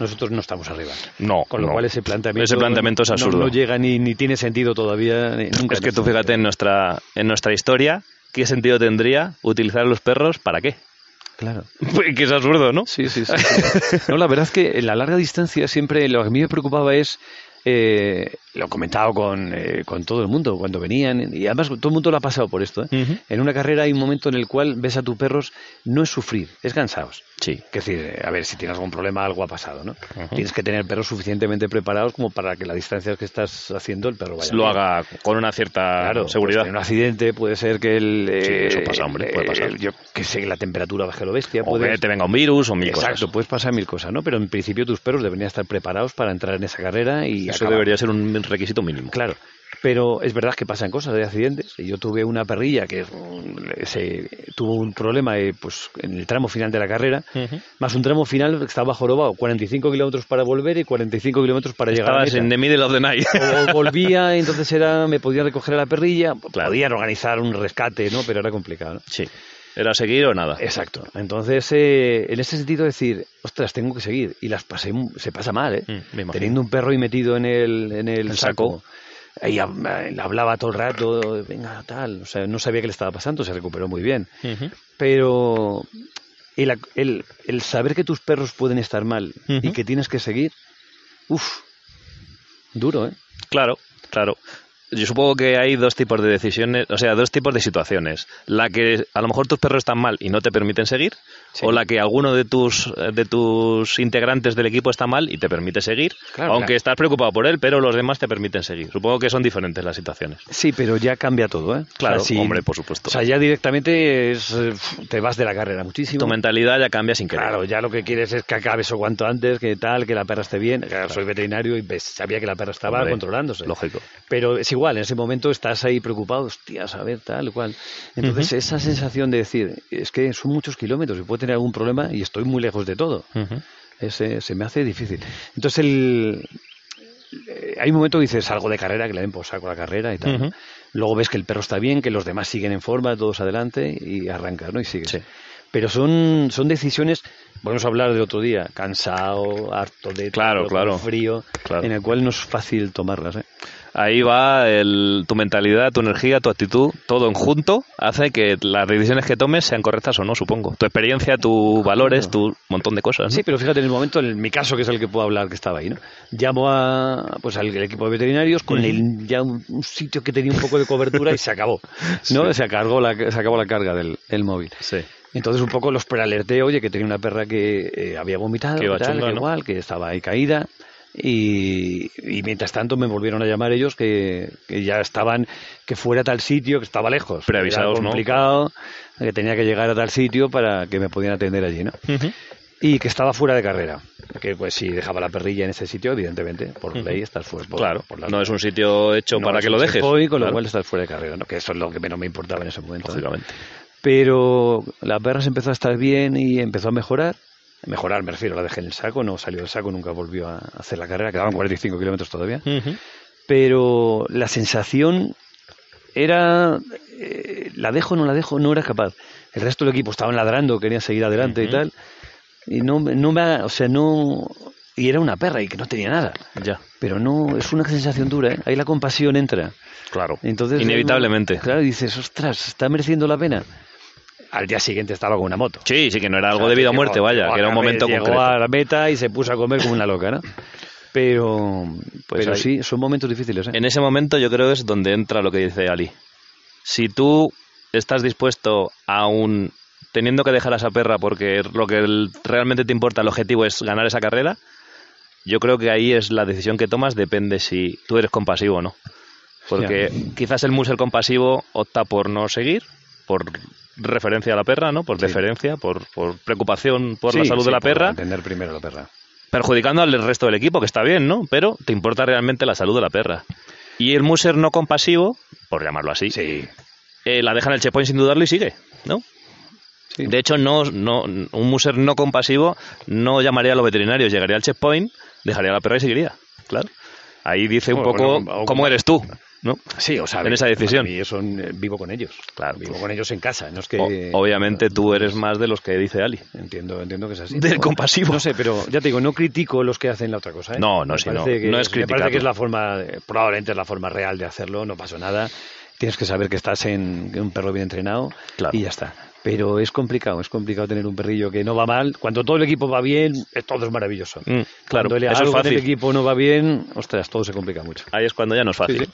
Speaker 2: Nosotros no estamos arriba.
Speaker 3: No,
Speaker 2: Con lo
Speaker 3: no.
Speaker 2: cual ese planteamiento,
Speaker 3: Ese planteamiento es
Speaker 2: no-
Speaker 3: absurdo.
Speaker 2: No, llega ni, ni tiene sentido todavía. ni- nunca
Speaker 3: es que
Speaker 2: nos
Speaker 3: tú
Speaker 2: ha
Speaker 3: fíjate en nuestra en nuestra historia qué sentido tendría utilizar a los perros para qué Pues
Speaker 2: llegado. Claro.
Speaker 3: que es absurdo no
Speaker 2: Sí, sí, sí. sí. no, la verdad es que en la larga distancia siempre lo que a mí me preocupaba es. eh, lo he comentado con, eh, con todo el mundo cuando venían, y además todo el mundo lo ha pasado por esto. ¿eh?
Speaker 3: Ujú.
Speaker 2: En una carrera hay un momento en el cual ves a tus perros, no es sufrir, es cansados.
Speaker 3: sí
Speaker 2: Que decir, eh, a ver, si tienes algún problema, algo ha pasado, ¿no? Tienes que tener perros suficientemente preparados como para que la distancia que estás haciendo el perro vaya.
Speaker 3: lo
Speaker 2: bien.
Speaker 3: haga con una cierta
Speaker 2: Claro,
Speaker 3: seguridad.
Speaker 2: pues, en un accidente puede ser que el.
Speaker 3: Sí,
Speaker 2: eh,
Speaker 3: eso pasa, hombre, puede pasar.
Speaker 2: el- yo que sé, que la temperatura baje lo bestia.
Speaker 3: o
Speaker 2: puede-
Speaker 3: que te venga un virus o mil
Speaker 2: Exacto,
Speaker 3: cosas.
Speaker 2: puedes pasar mil cosas, ¿no? Pero en principio tus perros deberían estar preparados para entrar en esa carrera y.
Speaker 3: Eso
Speaker 2: acabar.
Speaker 3: debería ser un requisito mínimo.
Speaker 2: Claro. Pero es verdad que pasan cosas de accidentes. Y Yo tuve una perrilla que mm, se tuvo un problema eh, pues, en el tramo final de la carrera,
Speaker 3: Ujú.
Speaker 2: más un tramo final que estaba jorobado, 45 kilómetros para volver y 45 kilómetros para llegar
Speaker 3: Estabas
Speaker 2: a
Speaker 3: en
Speaker 2: meta.
Speaker 3: The Middle of the Night.
Speaker 2: O volvía, entonces era me podía recoger a la perrilla,
Speaker 3: Claro.
Speaker 2: podían organizar un rescate, ¿no? Pero era complicado. ¿no?
Speaker 3: sí. Era seguir o nada.
Speaker 2: Exacto. Entonces, eh, en ese sentido, decir, ostras, tengo que seguir. Y las pasé, mu- se pasa mal, ¿eh?
Speaker 3: Mm, me imagino.
Speaker 2: Teniendo un perro ahí metido en el, en el,
Speaker 3: El saco.
Speaker 2: saco. Ahí hab- eh, hablaba todo el rato, venga, tal. O sea, no sabía qué le estaba pasando, se recuperó muy bien.
Speaker 3: Ujú.
Speaker 2: Pero el, ac- el- el saber que tus perros pueden estar mal y
Speaker 3: Ujú.
Speaker 2: que tienes que seguir, uff, duro, ¿eh?
Speaker 3: Claro, claro. Yo supongo que hay dos tipos de decisiones, o sea, dos tipos de situaciones. La que a lo mejor tus perros están mal y no te permiten seguir,
Speaker 2: Sí.
Speaker 3: o la que alguno de tus, eh, de tus integrantes del equipo está mal y te permite seguir,
Speaker 2: Claro,
Speaker 3: aunque
Speaker 2: claro.
Speaker 3: estás preocupado por él, pero los demás te permiten seguir. Supongo que son diferentes las situaciones.
Speaker 2: Sí, pero ya cambia todo, ¿eh?
Speaker 3: Claro,
Speaker 2: si-
Speaker 3: hombre, por supuesto.
Speaker 2: O sea, ya directamente es, eh, pf, te vas de la carrera muchísimo.
Speaker 3: Tu mentalidad ya cambia sin querer.
Speaker 2: Claro, ya lo que quieres es que acabe eso cuanto antes, que tal, que la perra esté bien. Claro, soy veterinario y ves, sabía que la perra estaba
Speaker 3: Hombre,
Speaker 2: controlándose.
Speaker 3: lógico.
Speaker 2: Pero es igual, en ese momento estás ahí preocupado, hostias, a ver, tal, cual. Entonces, esa sensación de decir, es que son muchos kilómetros y puedo tener algún problema y estoy muy lejos de todo.
Speaker 3: Ujú.
Speaker 2: Ese, se me hace difícil. Entonces, el, eh, hay un momento que dices algo de carrera, que le den por saco la carrera y tal.
Speaker 3: Ujú.
Speaker 2: Luego ves que el perro está bien, que los demás siguen en forma, todos adelante y arrancas, ¿no? Y sigues.
Speaker 3: Sí.
Speaker 2: Pero son, son decisiones, volvemos a hablar del otro día, cansado, harto de
Speaker 3: Claro,
Speaker 2: con
Speaker 3: claro.
Speaker 2: frío,
Speaker 3: Claro.
Speaker 2: en el cual no es fácil tomarlas. ¿eh?
Speaker 3: Ahí va el- tu mentalidad, tu energía, tu actitud, todo en junto hace que las decisiones que tomes sean correctas o no, supongo. Tu experiencia, tus valores, tu montón de cosas. ¿no?
Speaker 2: Sí, pero fíjate en el momento, en mi caso, que es el que puedo hablar, que estaba ahí, ¿no? Llamo a, pues, al equipo de veterinarios con el, ya un, un sitio que tenía un poco de cobertura y se acabó, ¿no? Se, cargó la, se acabó la carga del el móvil.
Speaker 3: Sí.
Speaker 2: Entonces un poco los prealerté, oye, que tenía una perra que eh, había vomitado,
Speaker 3: Que
Speaker 2: que,
Speaker 3: iba
Speaker 2: tal,
Speaker 3: chunga,
Speaker 2: que
Speaker 3: ¿no?
Speaker 2: igual, que estaba ahí caída. Y, y mientras tanto me volvieron a llamar ellos que, que ya estaban, que fuera a tal sitio, que estaba lejos. que era
Speaker 3: Preavisados, ¿no?
Speaker 2: complicado, que tenía que llegar a tal sitio para que me pudieran atender allí, ¿no? Y que estaba fuera de carrera. Que pues si dejaba la perrilla en ese sitio, evidentemente, por ley estás fuera. por-
Speaker 3: Claro,
Speaker 2: por la-
Speaker 3: no es un sitio hecho
Speaker 2: no
Speaker 3: para
Speaker 2: es
Speaker 3: que
Speaker 2: un
Speaker 3: lo dejes.
Speaker 2: checkpoint, con lo
Speaker 3: Claro,
Speaker 2: cual estás fuera de carrera, ¿no? Que eso es lo que menos me importaba en ese momento. ¿eh? ¿no?
Speaker 3: lógicamente.
Speaker 2: Pero la perra se empezó a estar bien y empezó a mejorar. Mejorar, me refiero, la dejé en el saco, no salió del saco, nunca volvió a hacer la carrera, quedaban 45 kilómetros todavía.
Speaker 3: Mm.
Speaker 2: Pero la sensación era, eh, la dejo o no la dejo, no era capaz. El resto del equipo estaban ladrando, querían seguir adelante y tal. Y no, me- no me, ha- o sea, no, y era una perra y que no tenía nada.
Speaker 3: Ya,
Speaker 2: Pero no, es una sensación dura, ¿eh? ahí la compasión entra.
Speaker 3: claro.
Speaker 2: Entonces,
Speaker 3: Inevitablemente.
Speaker 2: Claro, dices, ostras, está mereciendo la pena. Al día siguiente estaba con una moto.
Speaker 3: Sí, sí, que no era algo
Speaker 2: O sea,
Speaker 3: de vida o
Speaker 2: llegó-
Speaker 3: muerte, vaya,
Speaker 2: llegó
Speaker 3: que
Speaker 2: a
Speaker 3: era un
Speaker 2: la
Speaker 3: momento
Speaker 2: meta,
Speaker 3: concreto.
Speaker 2: Llegó a la meta y se puso a comer como una loca, ¿no? Pero,
Speaker 3: Pues
Speaker 2: pero
Speaker 3: ahí-
Speaker 2: sí, son momentos difíciles, ¿eh?
Speaker 3: En ese momento yo creo que es donde entra lo que dice Ali. Si tú estás dispuesto aún teniendo que dejar a esa perra porque lo que el- realmente te importa, el objetivo es ganar esa carrera, yo creo que ahí es la decisión que tomas, depende si tú eres compasivo o no. Porque quizás el muser compasivo opta por no seguir, por referencia a la perra, ¿no? Por deferencia, por, por preocupación por la
Speaker 2: Sí,
Speaker 3: salud
Speaker 2: sí,
Speaker 3: de la
Speaker 2: por
Speaker 3: perra
Speaker 2: Entender primero la perra.
Speaker 3: perjudicando al resto del equipo, que está bien, ¿no? Pero te importa realmente la salud de la perra. Y el muser no compasivo, por llamarlo así,
Speaker 2: Sí.
Speaker 3: eh, la deja en el checkpoint sin dudarlo y sigue, ¿no?
Speaker 2: Sí.
Speaker 3: De hecho, no, no, un muser no compasivo no llamaría a los veterinarios, llegaría al checkpoint, dejaría a la perra y seguiría, claro. Ahí dice un
Speaker 2: Bueno,
Speaker 3: poco
Speaker 2: bueno, o-
Speaker 3: cómo eres tú, ¿no?
Speaker 2: Sí, o sea,
Speaker 3: En esa decisión.
Speaker 2: Y eso eh, vivo con ellos.
Speaker 3: Claro.
Speaker 2: Vivo con ellos en casa, no es que...
Speaker 3: O- obviamente tú eres más de los que dice Ali.
Speaker 2: Entiendo, entiendo que es así.
Speaker 3: Del
Speaker 2: Pero-
Speaker 3: compasivo.
Speaker 2: No sé, pero ya te digo, no critico los que hacen la otra cosa. ¿eh?
Speaker 3: No, no,
Speaker 2: Me
Speaker 3: sí, no.
Speaker 2: parece que-
Speaker 3: No es
Speaker 2: Me parece que
Speaker 3: criticarlo.
Speaker 2: es la forma, probablemente es la forma real de hacerlo, no pasó nada. Tienes que saber que estás en, en un perro bien entrenado
Speaker 3: Claro.
Speaker 2: y ya está. Pero es complicado, es complicado tener un perrillo que no va mal. Cuando todo el equipo va bien, eh, todo es maravilloso.
Speaker 3: Mm, claro,
Speaker 2: Cuando el-
Speaker 3: eso es
Speaker 2: algo del
Speaker 3: fácil.
Speaker 2: equipo no va bien, ostras, todo se complica mucho.
Speaker 3: Ahí es cuando ya no es fácil.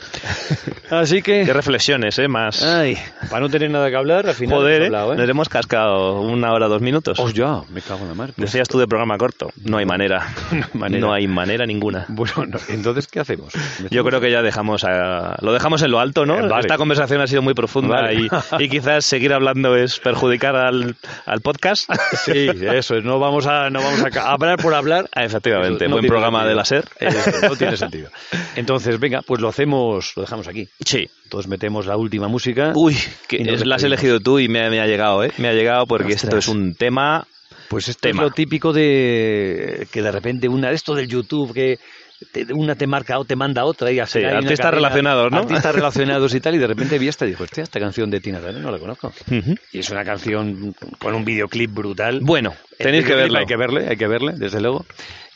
Speaker 2: Así
Speaker 3: Qué
Speaker 2: que,
Speaker 3: reflexiones, ¿eh? Más...
Speaker 2: ay, para no tener nada que hablar, al final
Speaker 3: Joder,
Speaker 2: hemos
Speaker 3: ¿eh?
Speaker 2: hablado, ¿eh?
Speaker 3: nos hemos cascado una hora, dos minutos.
Speaker 2: Oh, ya, me cago en la mar.
Speaker 3: Decías tú de programa corto. No hay manera.
Speaker 2: No hay manera.
Speaker 3: No hay manera ninguna.
Speaker 2: Bueno, no, entonces, ¿qué hacemos? ¿Me
Speaker 3: Yo creo que ya dejamos a- lo dejamos en lo alto, ¿no?
Speaker 2: Eh, vale.
Speaker 3: Esta conversación ha sido muy profunda
Speaker 2: Vale.
Speaker 3: y, y quizás seguir hablando es perjudicar al, al podcast.
Speaker 2: Sí, eso es. No vamos a, no vamos a ca- hablar por hablar.
Speaker 3: Ah, Efectivamente,
Speaker 2: Eso no
Speaker 3: buen
Speaker 2: tiene
Speaker 3: programa de la SER.
Speaker 2: sentido. Eso, no tiene sentido. Entonces, venga, pues lo hacemos, lo dejamos aquí.
Speaker 3: Sí.
Speaker 2: Entonces metemos la última música.
Speaker 3: Uy, que
Speaker 2: Y nos
Speaker 3: es- la has
Speaker 2: despedimos.
Speaker 3: elegido tú y me, ha- me ha llegado, ¿eh? Me ha llegado porque esto
Speaker 2: Ostras.
Speaker 3: es un tema...
Speaker 2: Pues esto
Speaker 3: Tema.
Speaker 2: es lo típico de que de repente una esto del YouTube que te- una te marca o te manda otra y al
Speaker 3: Sí,
Speaker 2: final hay una
Speaker 3: artistas
Speaker 2: cadena-
Speaker 3: relacionados, ¿no?
Speaker 2: Artistas relacionados y tal y de repente vi esta y dijo, "Hostia, esta canción de Tina Turner no la conozco."
Speaker 3: Ujú.
Speaker 2: Y es una canción con un videoclip brutal.
Speaker 3: Bueno,
Speaker 2: El
Speaker 3: tenéis que
Speaker 2: videoclip
Speaker 3: verlo.
Speaker 2: Este Hay que verle, hay que verle, desde luego.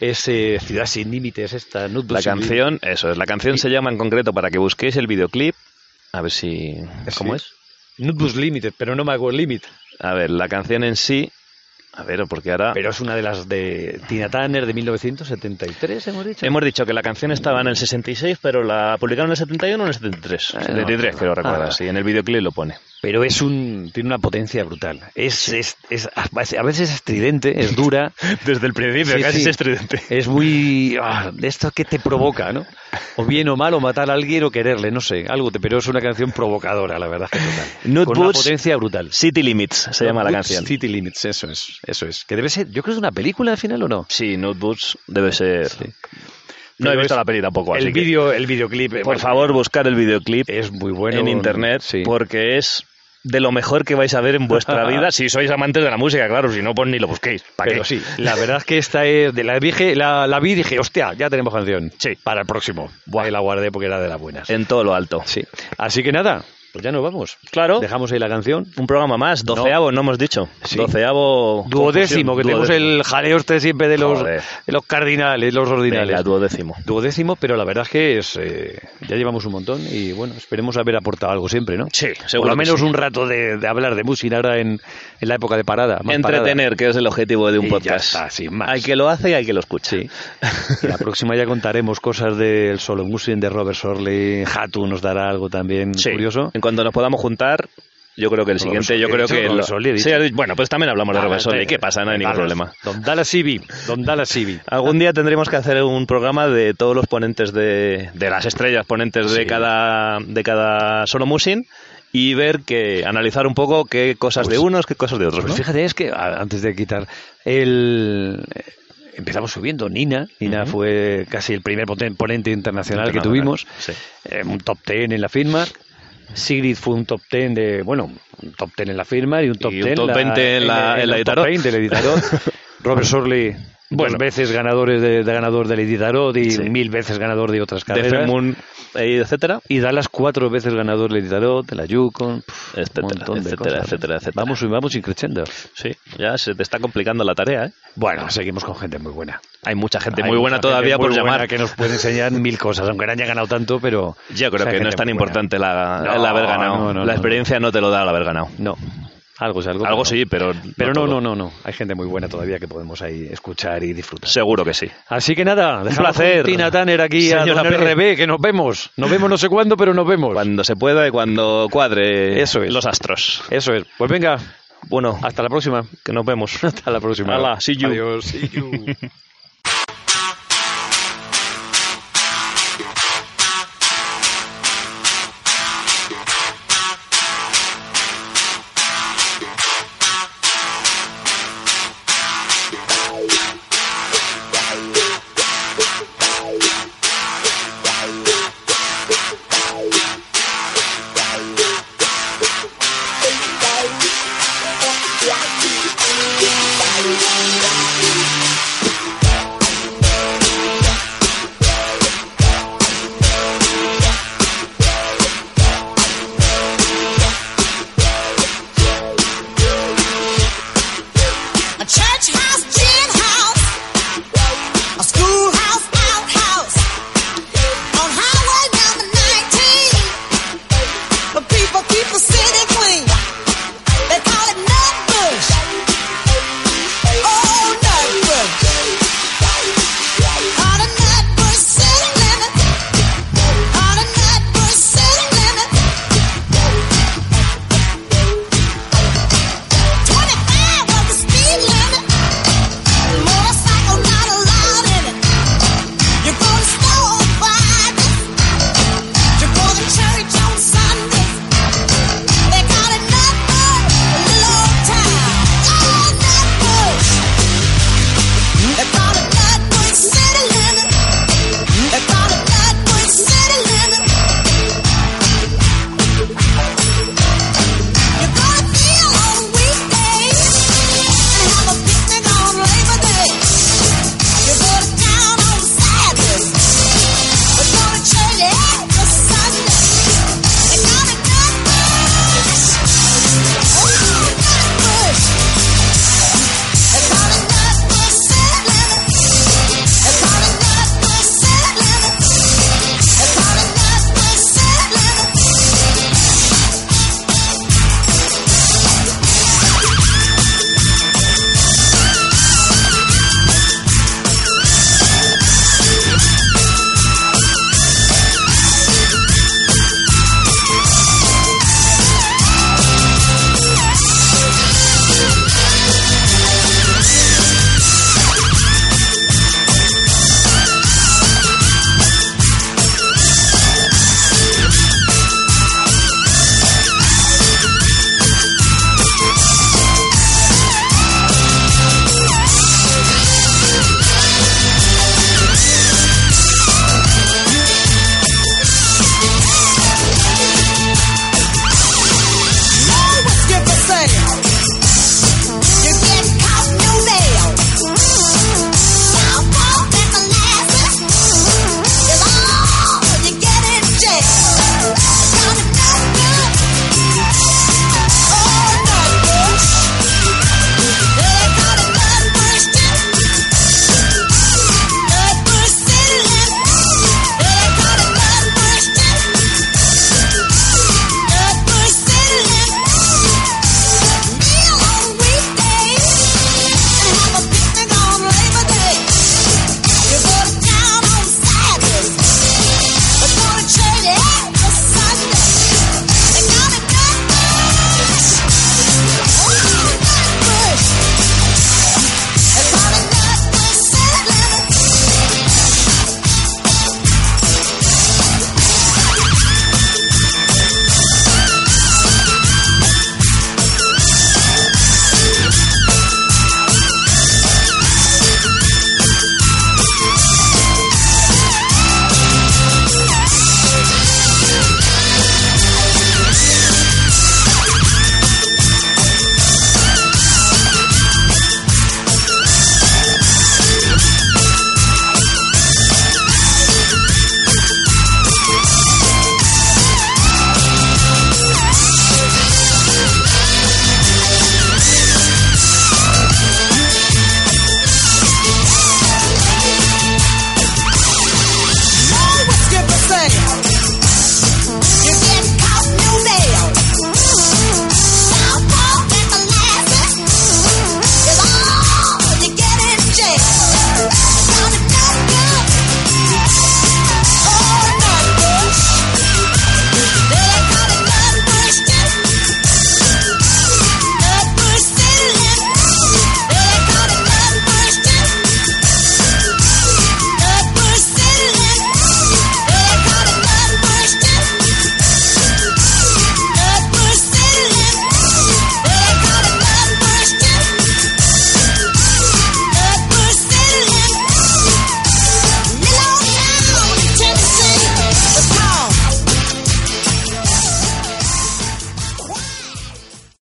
Speaker 2: Es eh, Ciudad sin límites esta. Nude
Speaker 3: La
Speaker 2: Sin Límites.
Speaker 3: canción, eso es, la canción se llama en concreto para que busquéis el videoclip. A ver si... ¿Cómo es?
Speaker 2: Nutbus Limited, pero no me hago Limit.
Speaker 3: A ver, la canción en sí. A ver, porque ahora.
Speaker 2: Pero es una de las de Tina Turner de 1973, hemos dicho.
Speaker 3: Hemos dicho que la canción estaba en el 66, pero la publicaron en el 71 o en el 73.
Speaker 2: Ah, no,
Speaker 3: 73,
Speaker 2: no,
Speaker 3: creo
Speaker 2: no.
Speaker 3: recordar,
Speaker 2: Ah.
Speaker 3: sí. En el videoclip lo pone.
Speaker 2: Pero es un, tiene una potencia brutal. Es, es, es- a veces es estridente, es dura.
Speaker 3: Desde el principio,
Speaker 2: Sí,
Speaker 3: casi
Speaker 2: sí.
Speaker 3: es estridente.
Speaker 2: Es muy... ah, de esto que te provoca, ¿no? O bien o mal, o matar a alguien o quererle, no sé, algo. te- Pero es una canción provocadora, la verdad. Que total.
Speaker 3: Nude
Speaker 2: Con una
Speaker 3: Boots.
Speaker 2: potencia brutal.
Speaker 3: City Limits se llama la
Speaker 2: Boots,
Speaker 3: canción.
Speaker 2: City Limits, eso es, eso es. Que debe ser, yo creo que es una película al final o no.
Speaker 3: Sí, Notebooks debe ser. No
Speaker 2: Pero
Speaker 3: he visto
Speaker 2: es-
Speaker 3: la peli tampoco, así
Speaker 2: el
Speaker 3: que-
Speaker 2: vídeo, el videoclip, eh,
Speaker 3: Por
Speaker 2: bueno,
Speaker 3: favor, buscar el videoclip
Speaker 2: es muy bueno
Speaker 3: en internet
Speaker 2: sí.
Speaker 3: porque es de lo mejor que vais a ver en vuestra vida si sois amantes de la música, claro, si no, pues ni lo busquéis. ¿Para
Speaker 2: Pero
Speaker 3: qué?
Speaker 2: sí, la verdad es que esta es de la virgen, la, la vi y dije, hostia, ya tenemos canción.
Speaker 3: Sí.
Speaker 2: Para el próximo. Ahí la guardé porque era de las buenas.
Speaker 3: En todo lo alto.
Speaker 2: Sí. Así que nada, pues ya nos vamos.
Speaker 3: Claro.
Speaker 2: Dejamos ahí la canción.
Speaker 3: Un programa más, doceavo, no, hemos dicho.
Speaker 2: Sí.
Speaker 3: Doceavo.
Speaker 2: Duodécimo, que tenemos
Speaker 3: duodécimo.
Speaker 2: el jaleo este siempre de los,
Speaker 3: Joder.
Speaker 2: de los cardinales, los ordinales.
Speaker 3: Venga, duodécimo.
Speaker 2: Duodécimo, pero la verdad es que es, eh, ya llevamos un montón y bueno, esperemos haber aportado algo siempre, ¿no?
Speaker 3: Sí,
Speaker 2: Por
Speaker 3: seguro
Speaker 2: lo
Speaker 3: que
Speaker 2: menos
Speaker 3: sí.
Speaker 2: un rato de, de hablar de música ahora en, en la época de parada. más parada.
Speaker 3: Entretener, que es el objetivo de un
Speaker 2: Y ya
Speaker 3: podcast.
Speaker 2: está, sin más.
Speaker 3: Al que lo hace y al que lo escucha.
Speaker 2: Sí. Y La próxima ya contaremos cosas del solo music de Robert Sorley. Hatu nos dará algo también
Speaker 3: Sí.
Speaker 2: curioso.
Speaker 3: En cuanto nos podamos juntar, yo creo que el
Speaker 2: Robert
Speaker 3: siguiente, yo creo
Speaker 2: Solé, he dicho
Speaker 3: que...
Speaker 2: Robert
Speaker 3: lo-
Speaker 2: Solé, he dicho.
Speaker 3: Sí, he dicho- bueno, pues también hablamos de
Speaker 2: Ah,
Speaker 3: Robert Solé.
Speaker 2: entonces,
Speaker 3: ¿Qué pasa? No hay ningún
Speaker 2: Dallas.
Speaker 3: problema.
Speaker 2: Don Dallas Ibi. Don Dallas Ibi.
Speaker 3: Algún día tendremos que hacer un programa de todos los ponentes de, de las estrellas, ponentes de
Speaker 2: Sí.
Speaker 3: cada de cada solo musin y ver que analizar un poco qué cosas de unos, qué cosas de otros.
Speaker 2: Pues
Speaker 3: ¿no?
Speaker 2: fíjate, es que a- antes de quitar el... eh, Empezamos subiendo Nina. Nina fue casi el primer poten- ponente internacional que tuvimos.
Speaker 3: Sí.
Speaker 2: Eh, un top ten en la firma. Sigrid fue un top ten de... Bueno, un top ten en la firma y un top
Speaker 3: Y
Speaker 2: ten
Speaker 3: un top 20 en la- en la
Speaker 2: un
Speaker 3: de
Speaker 2: top
Speaker 3: Tarot.
Speaker 2: 20 en la de Tarot. Robert Sorley,
Speaker 3: Bueno.
Speaker 2: dos veces ganadores de, de ganador de Lady Tarot y
Speaker 3: Sí.
Speaker 2: mil veces ganador de otras
Speaker 3: De
Speaker 2: carreras.
Speaker 3: Moon, eh, etcétera.
Speaker 2: Y Dallas cuatro veces ganador de Lady Tarot, de la Yukon, pf, un
Speaker 3: Etcétera,
Speaker 2: montón de
Speaker 3: etcétera,
Speaker 2: cosas.
Speaker 3: etcétera, etcétera.
Speaker 2: Vamos, vamos increciendo.
Speaker 3: Sí, ya se te está complicando la tarea. ¿eh?
Speaker 2: Bueno, seguimos con gente muy buena.
Speaker 3: Hay mucha gente
Speaker 2: Hay
Speaker 3: muy buena
Speaker 2: mucha gente
Speaker 3: todavía
Speaker 2: muy
Speaker 3: por
Speaker 2: buena
Speaker 3: llamar.
Speaker 2: que nos puede enseñar mil cosas, aunque no haya ganado tanto, pero...
Speaker 3: Yo creo
Speaker 2: o sea,
Speaker 3: que no
Speaker 2: gente
Speaker 3: es tan
Speaker 2: muy
Speaker 3: importante la,
Speaker 2: No,
Speaker 3: el haber ganado.
Speaker 2: no, no, no.
Speaker 3: la experiencia no te lo da el haber ganado.
Speaker 2: buena. No, algo es algo.
Speaker 3: Algo
Speaker 2: pero-
Speaker 3: sí, pero.
Speaker 2: Pero no,
Speaker 3: todo.
Speaker 2: no, no, no. Hay gente muy buena todavía que podemos ahí escuchar y disfrutar.
Speaker 3: Seguro que sí.
Speaker 2: Así que nada, un
Speaker 3: placer.
Speaker 2: Tina Tanner aquí a
Speaker 3: Señora
Speaker 2: Don
Speaker 3: Pérez.
Speaker 2: RB, que nos vemos. Nos vemos no sé cuándo, pero nos vemos.
Speaker 3: Cuando se pueda y cuando cuadre
Speaker 2: Eso es.
Speaker 3: los astros.
Speaker 2: Eso es. Pues venga,
Speaker 3: Bueno,
Speaker 2: hasta la próxima.
Speaker 3: que nos vemos.
Speaker 2: Hasta la próxima.
Speaker 3: Hala, see you.
Speaker 2: Adiós. See you.
Speaker 4: Oh, Oh,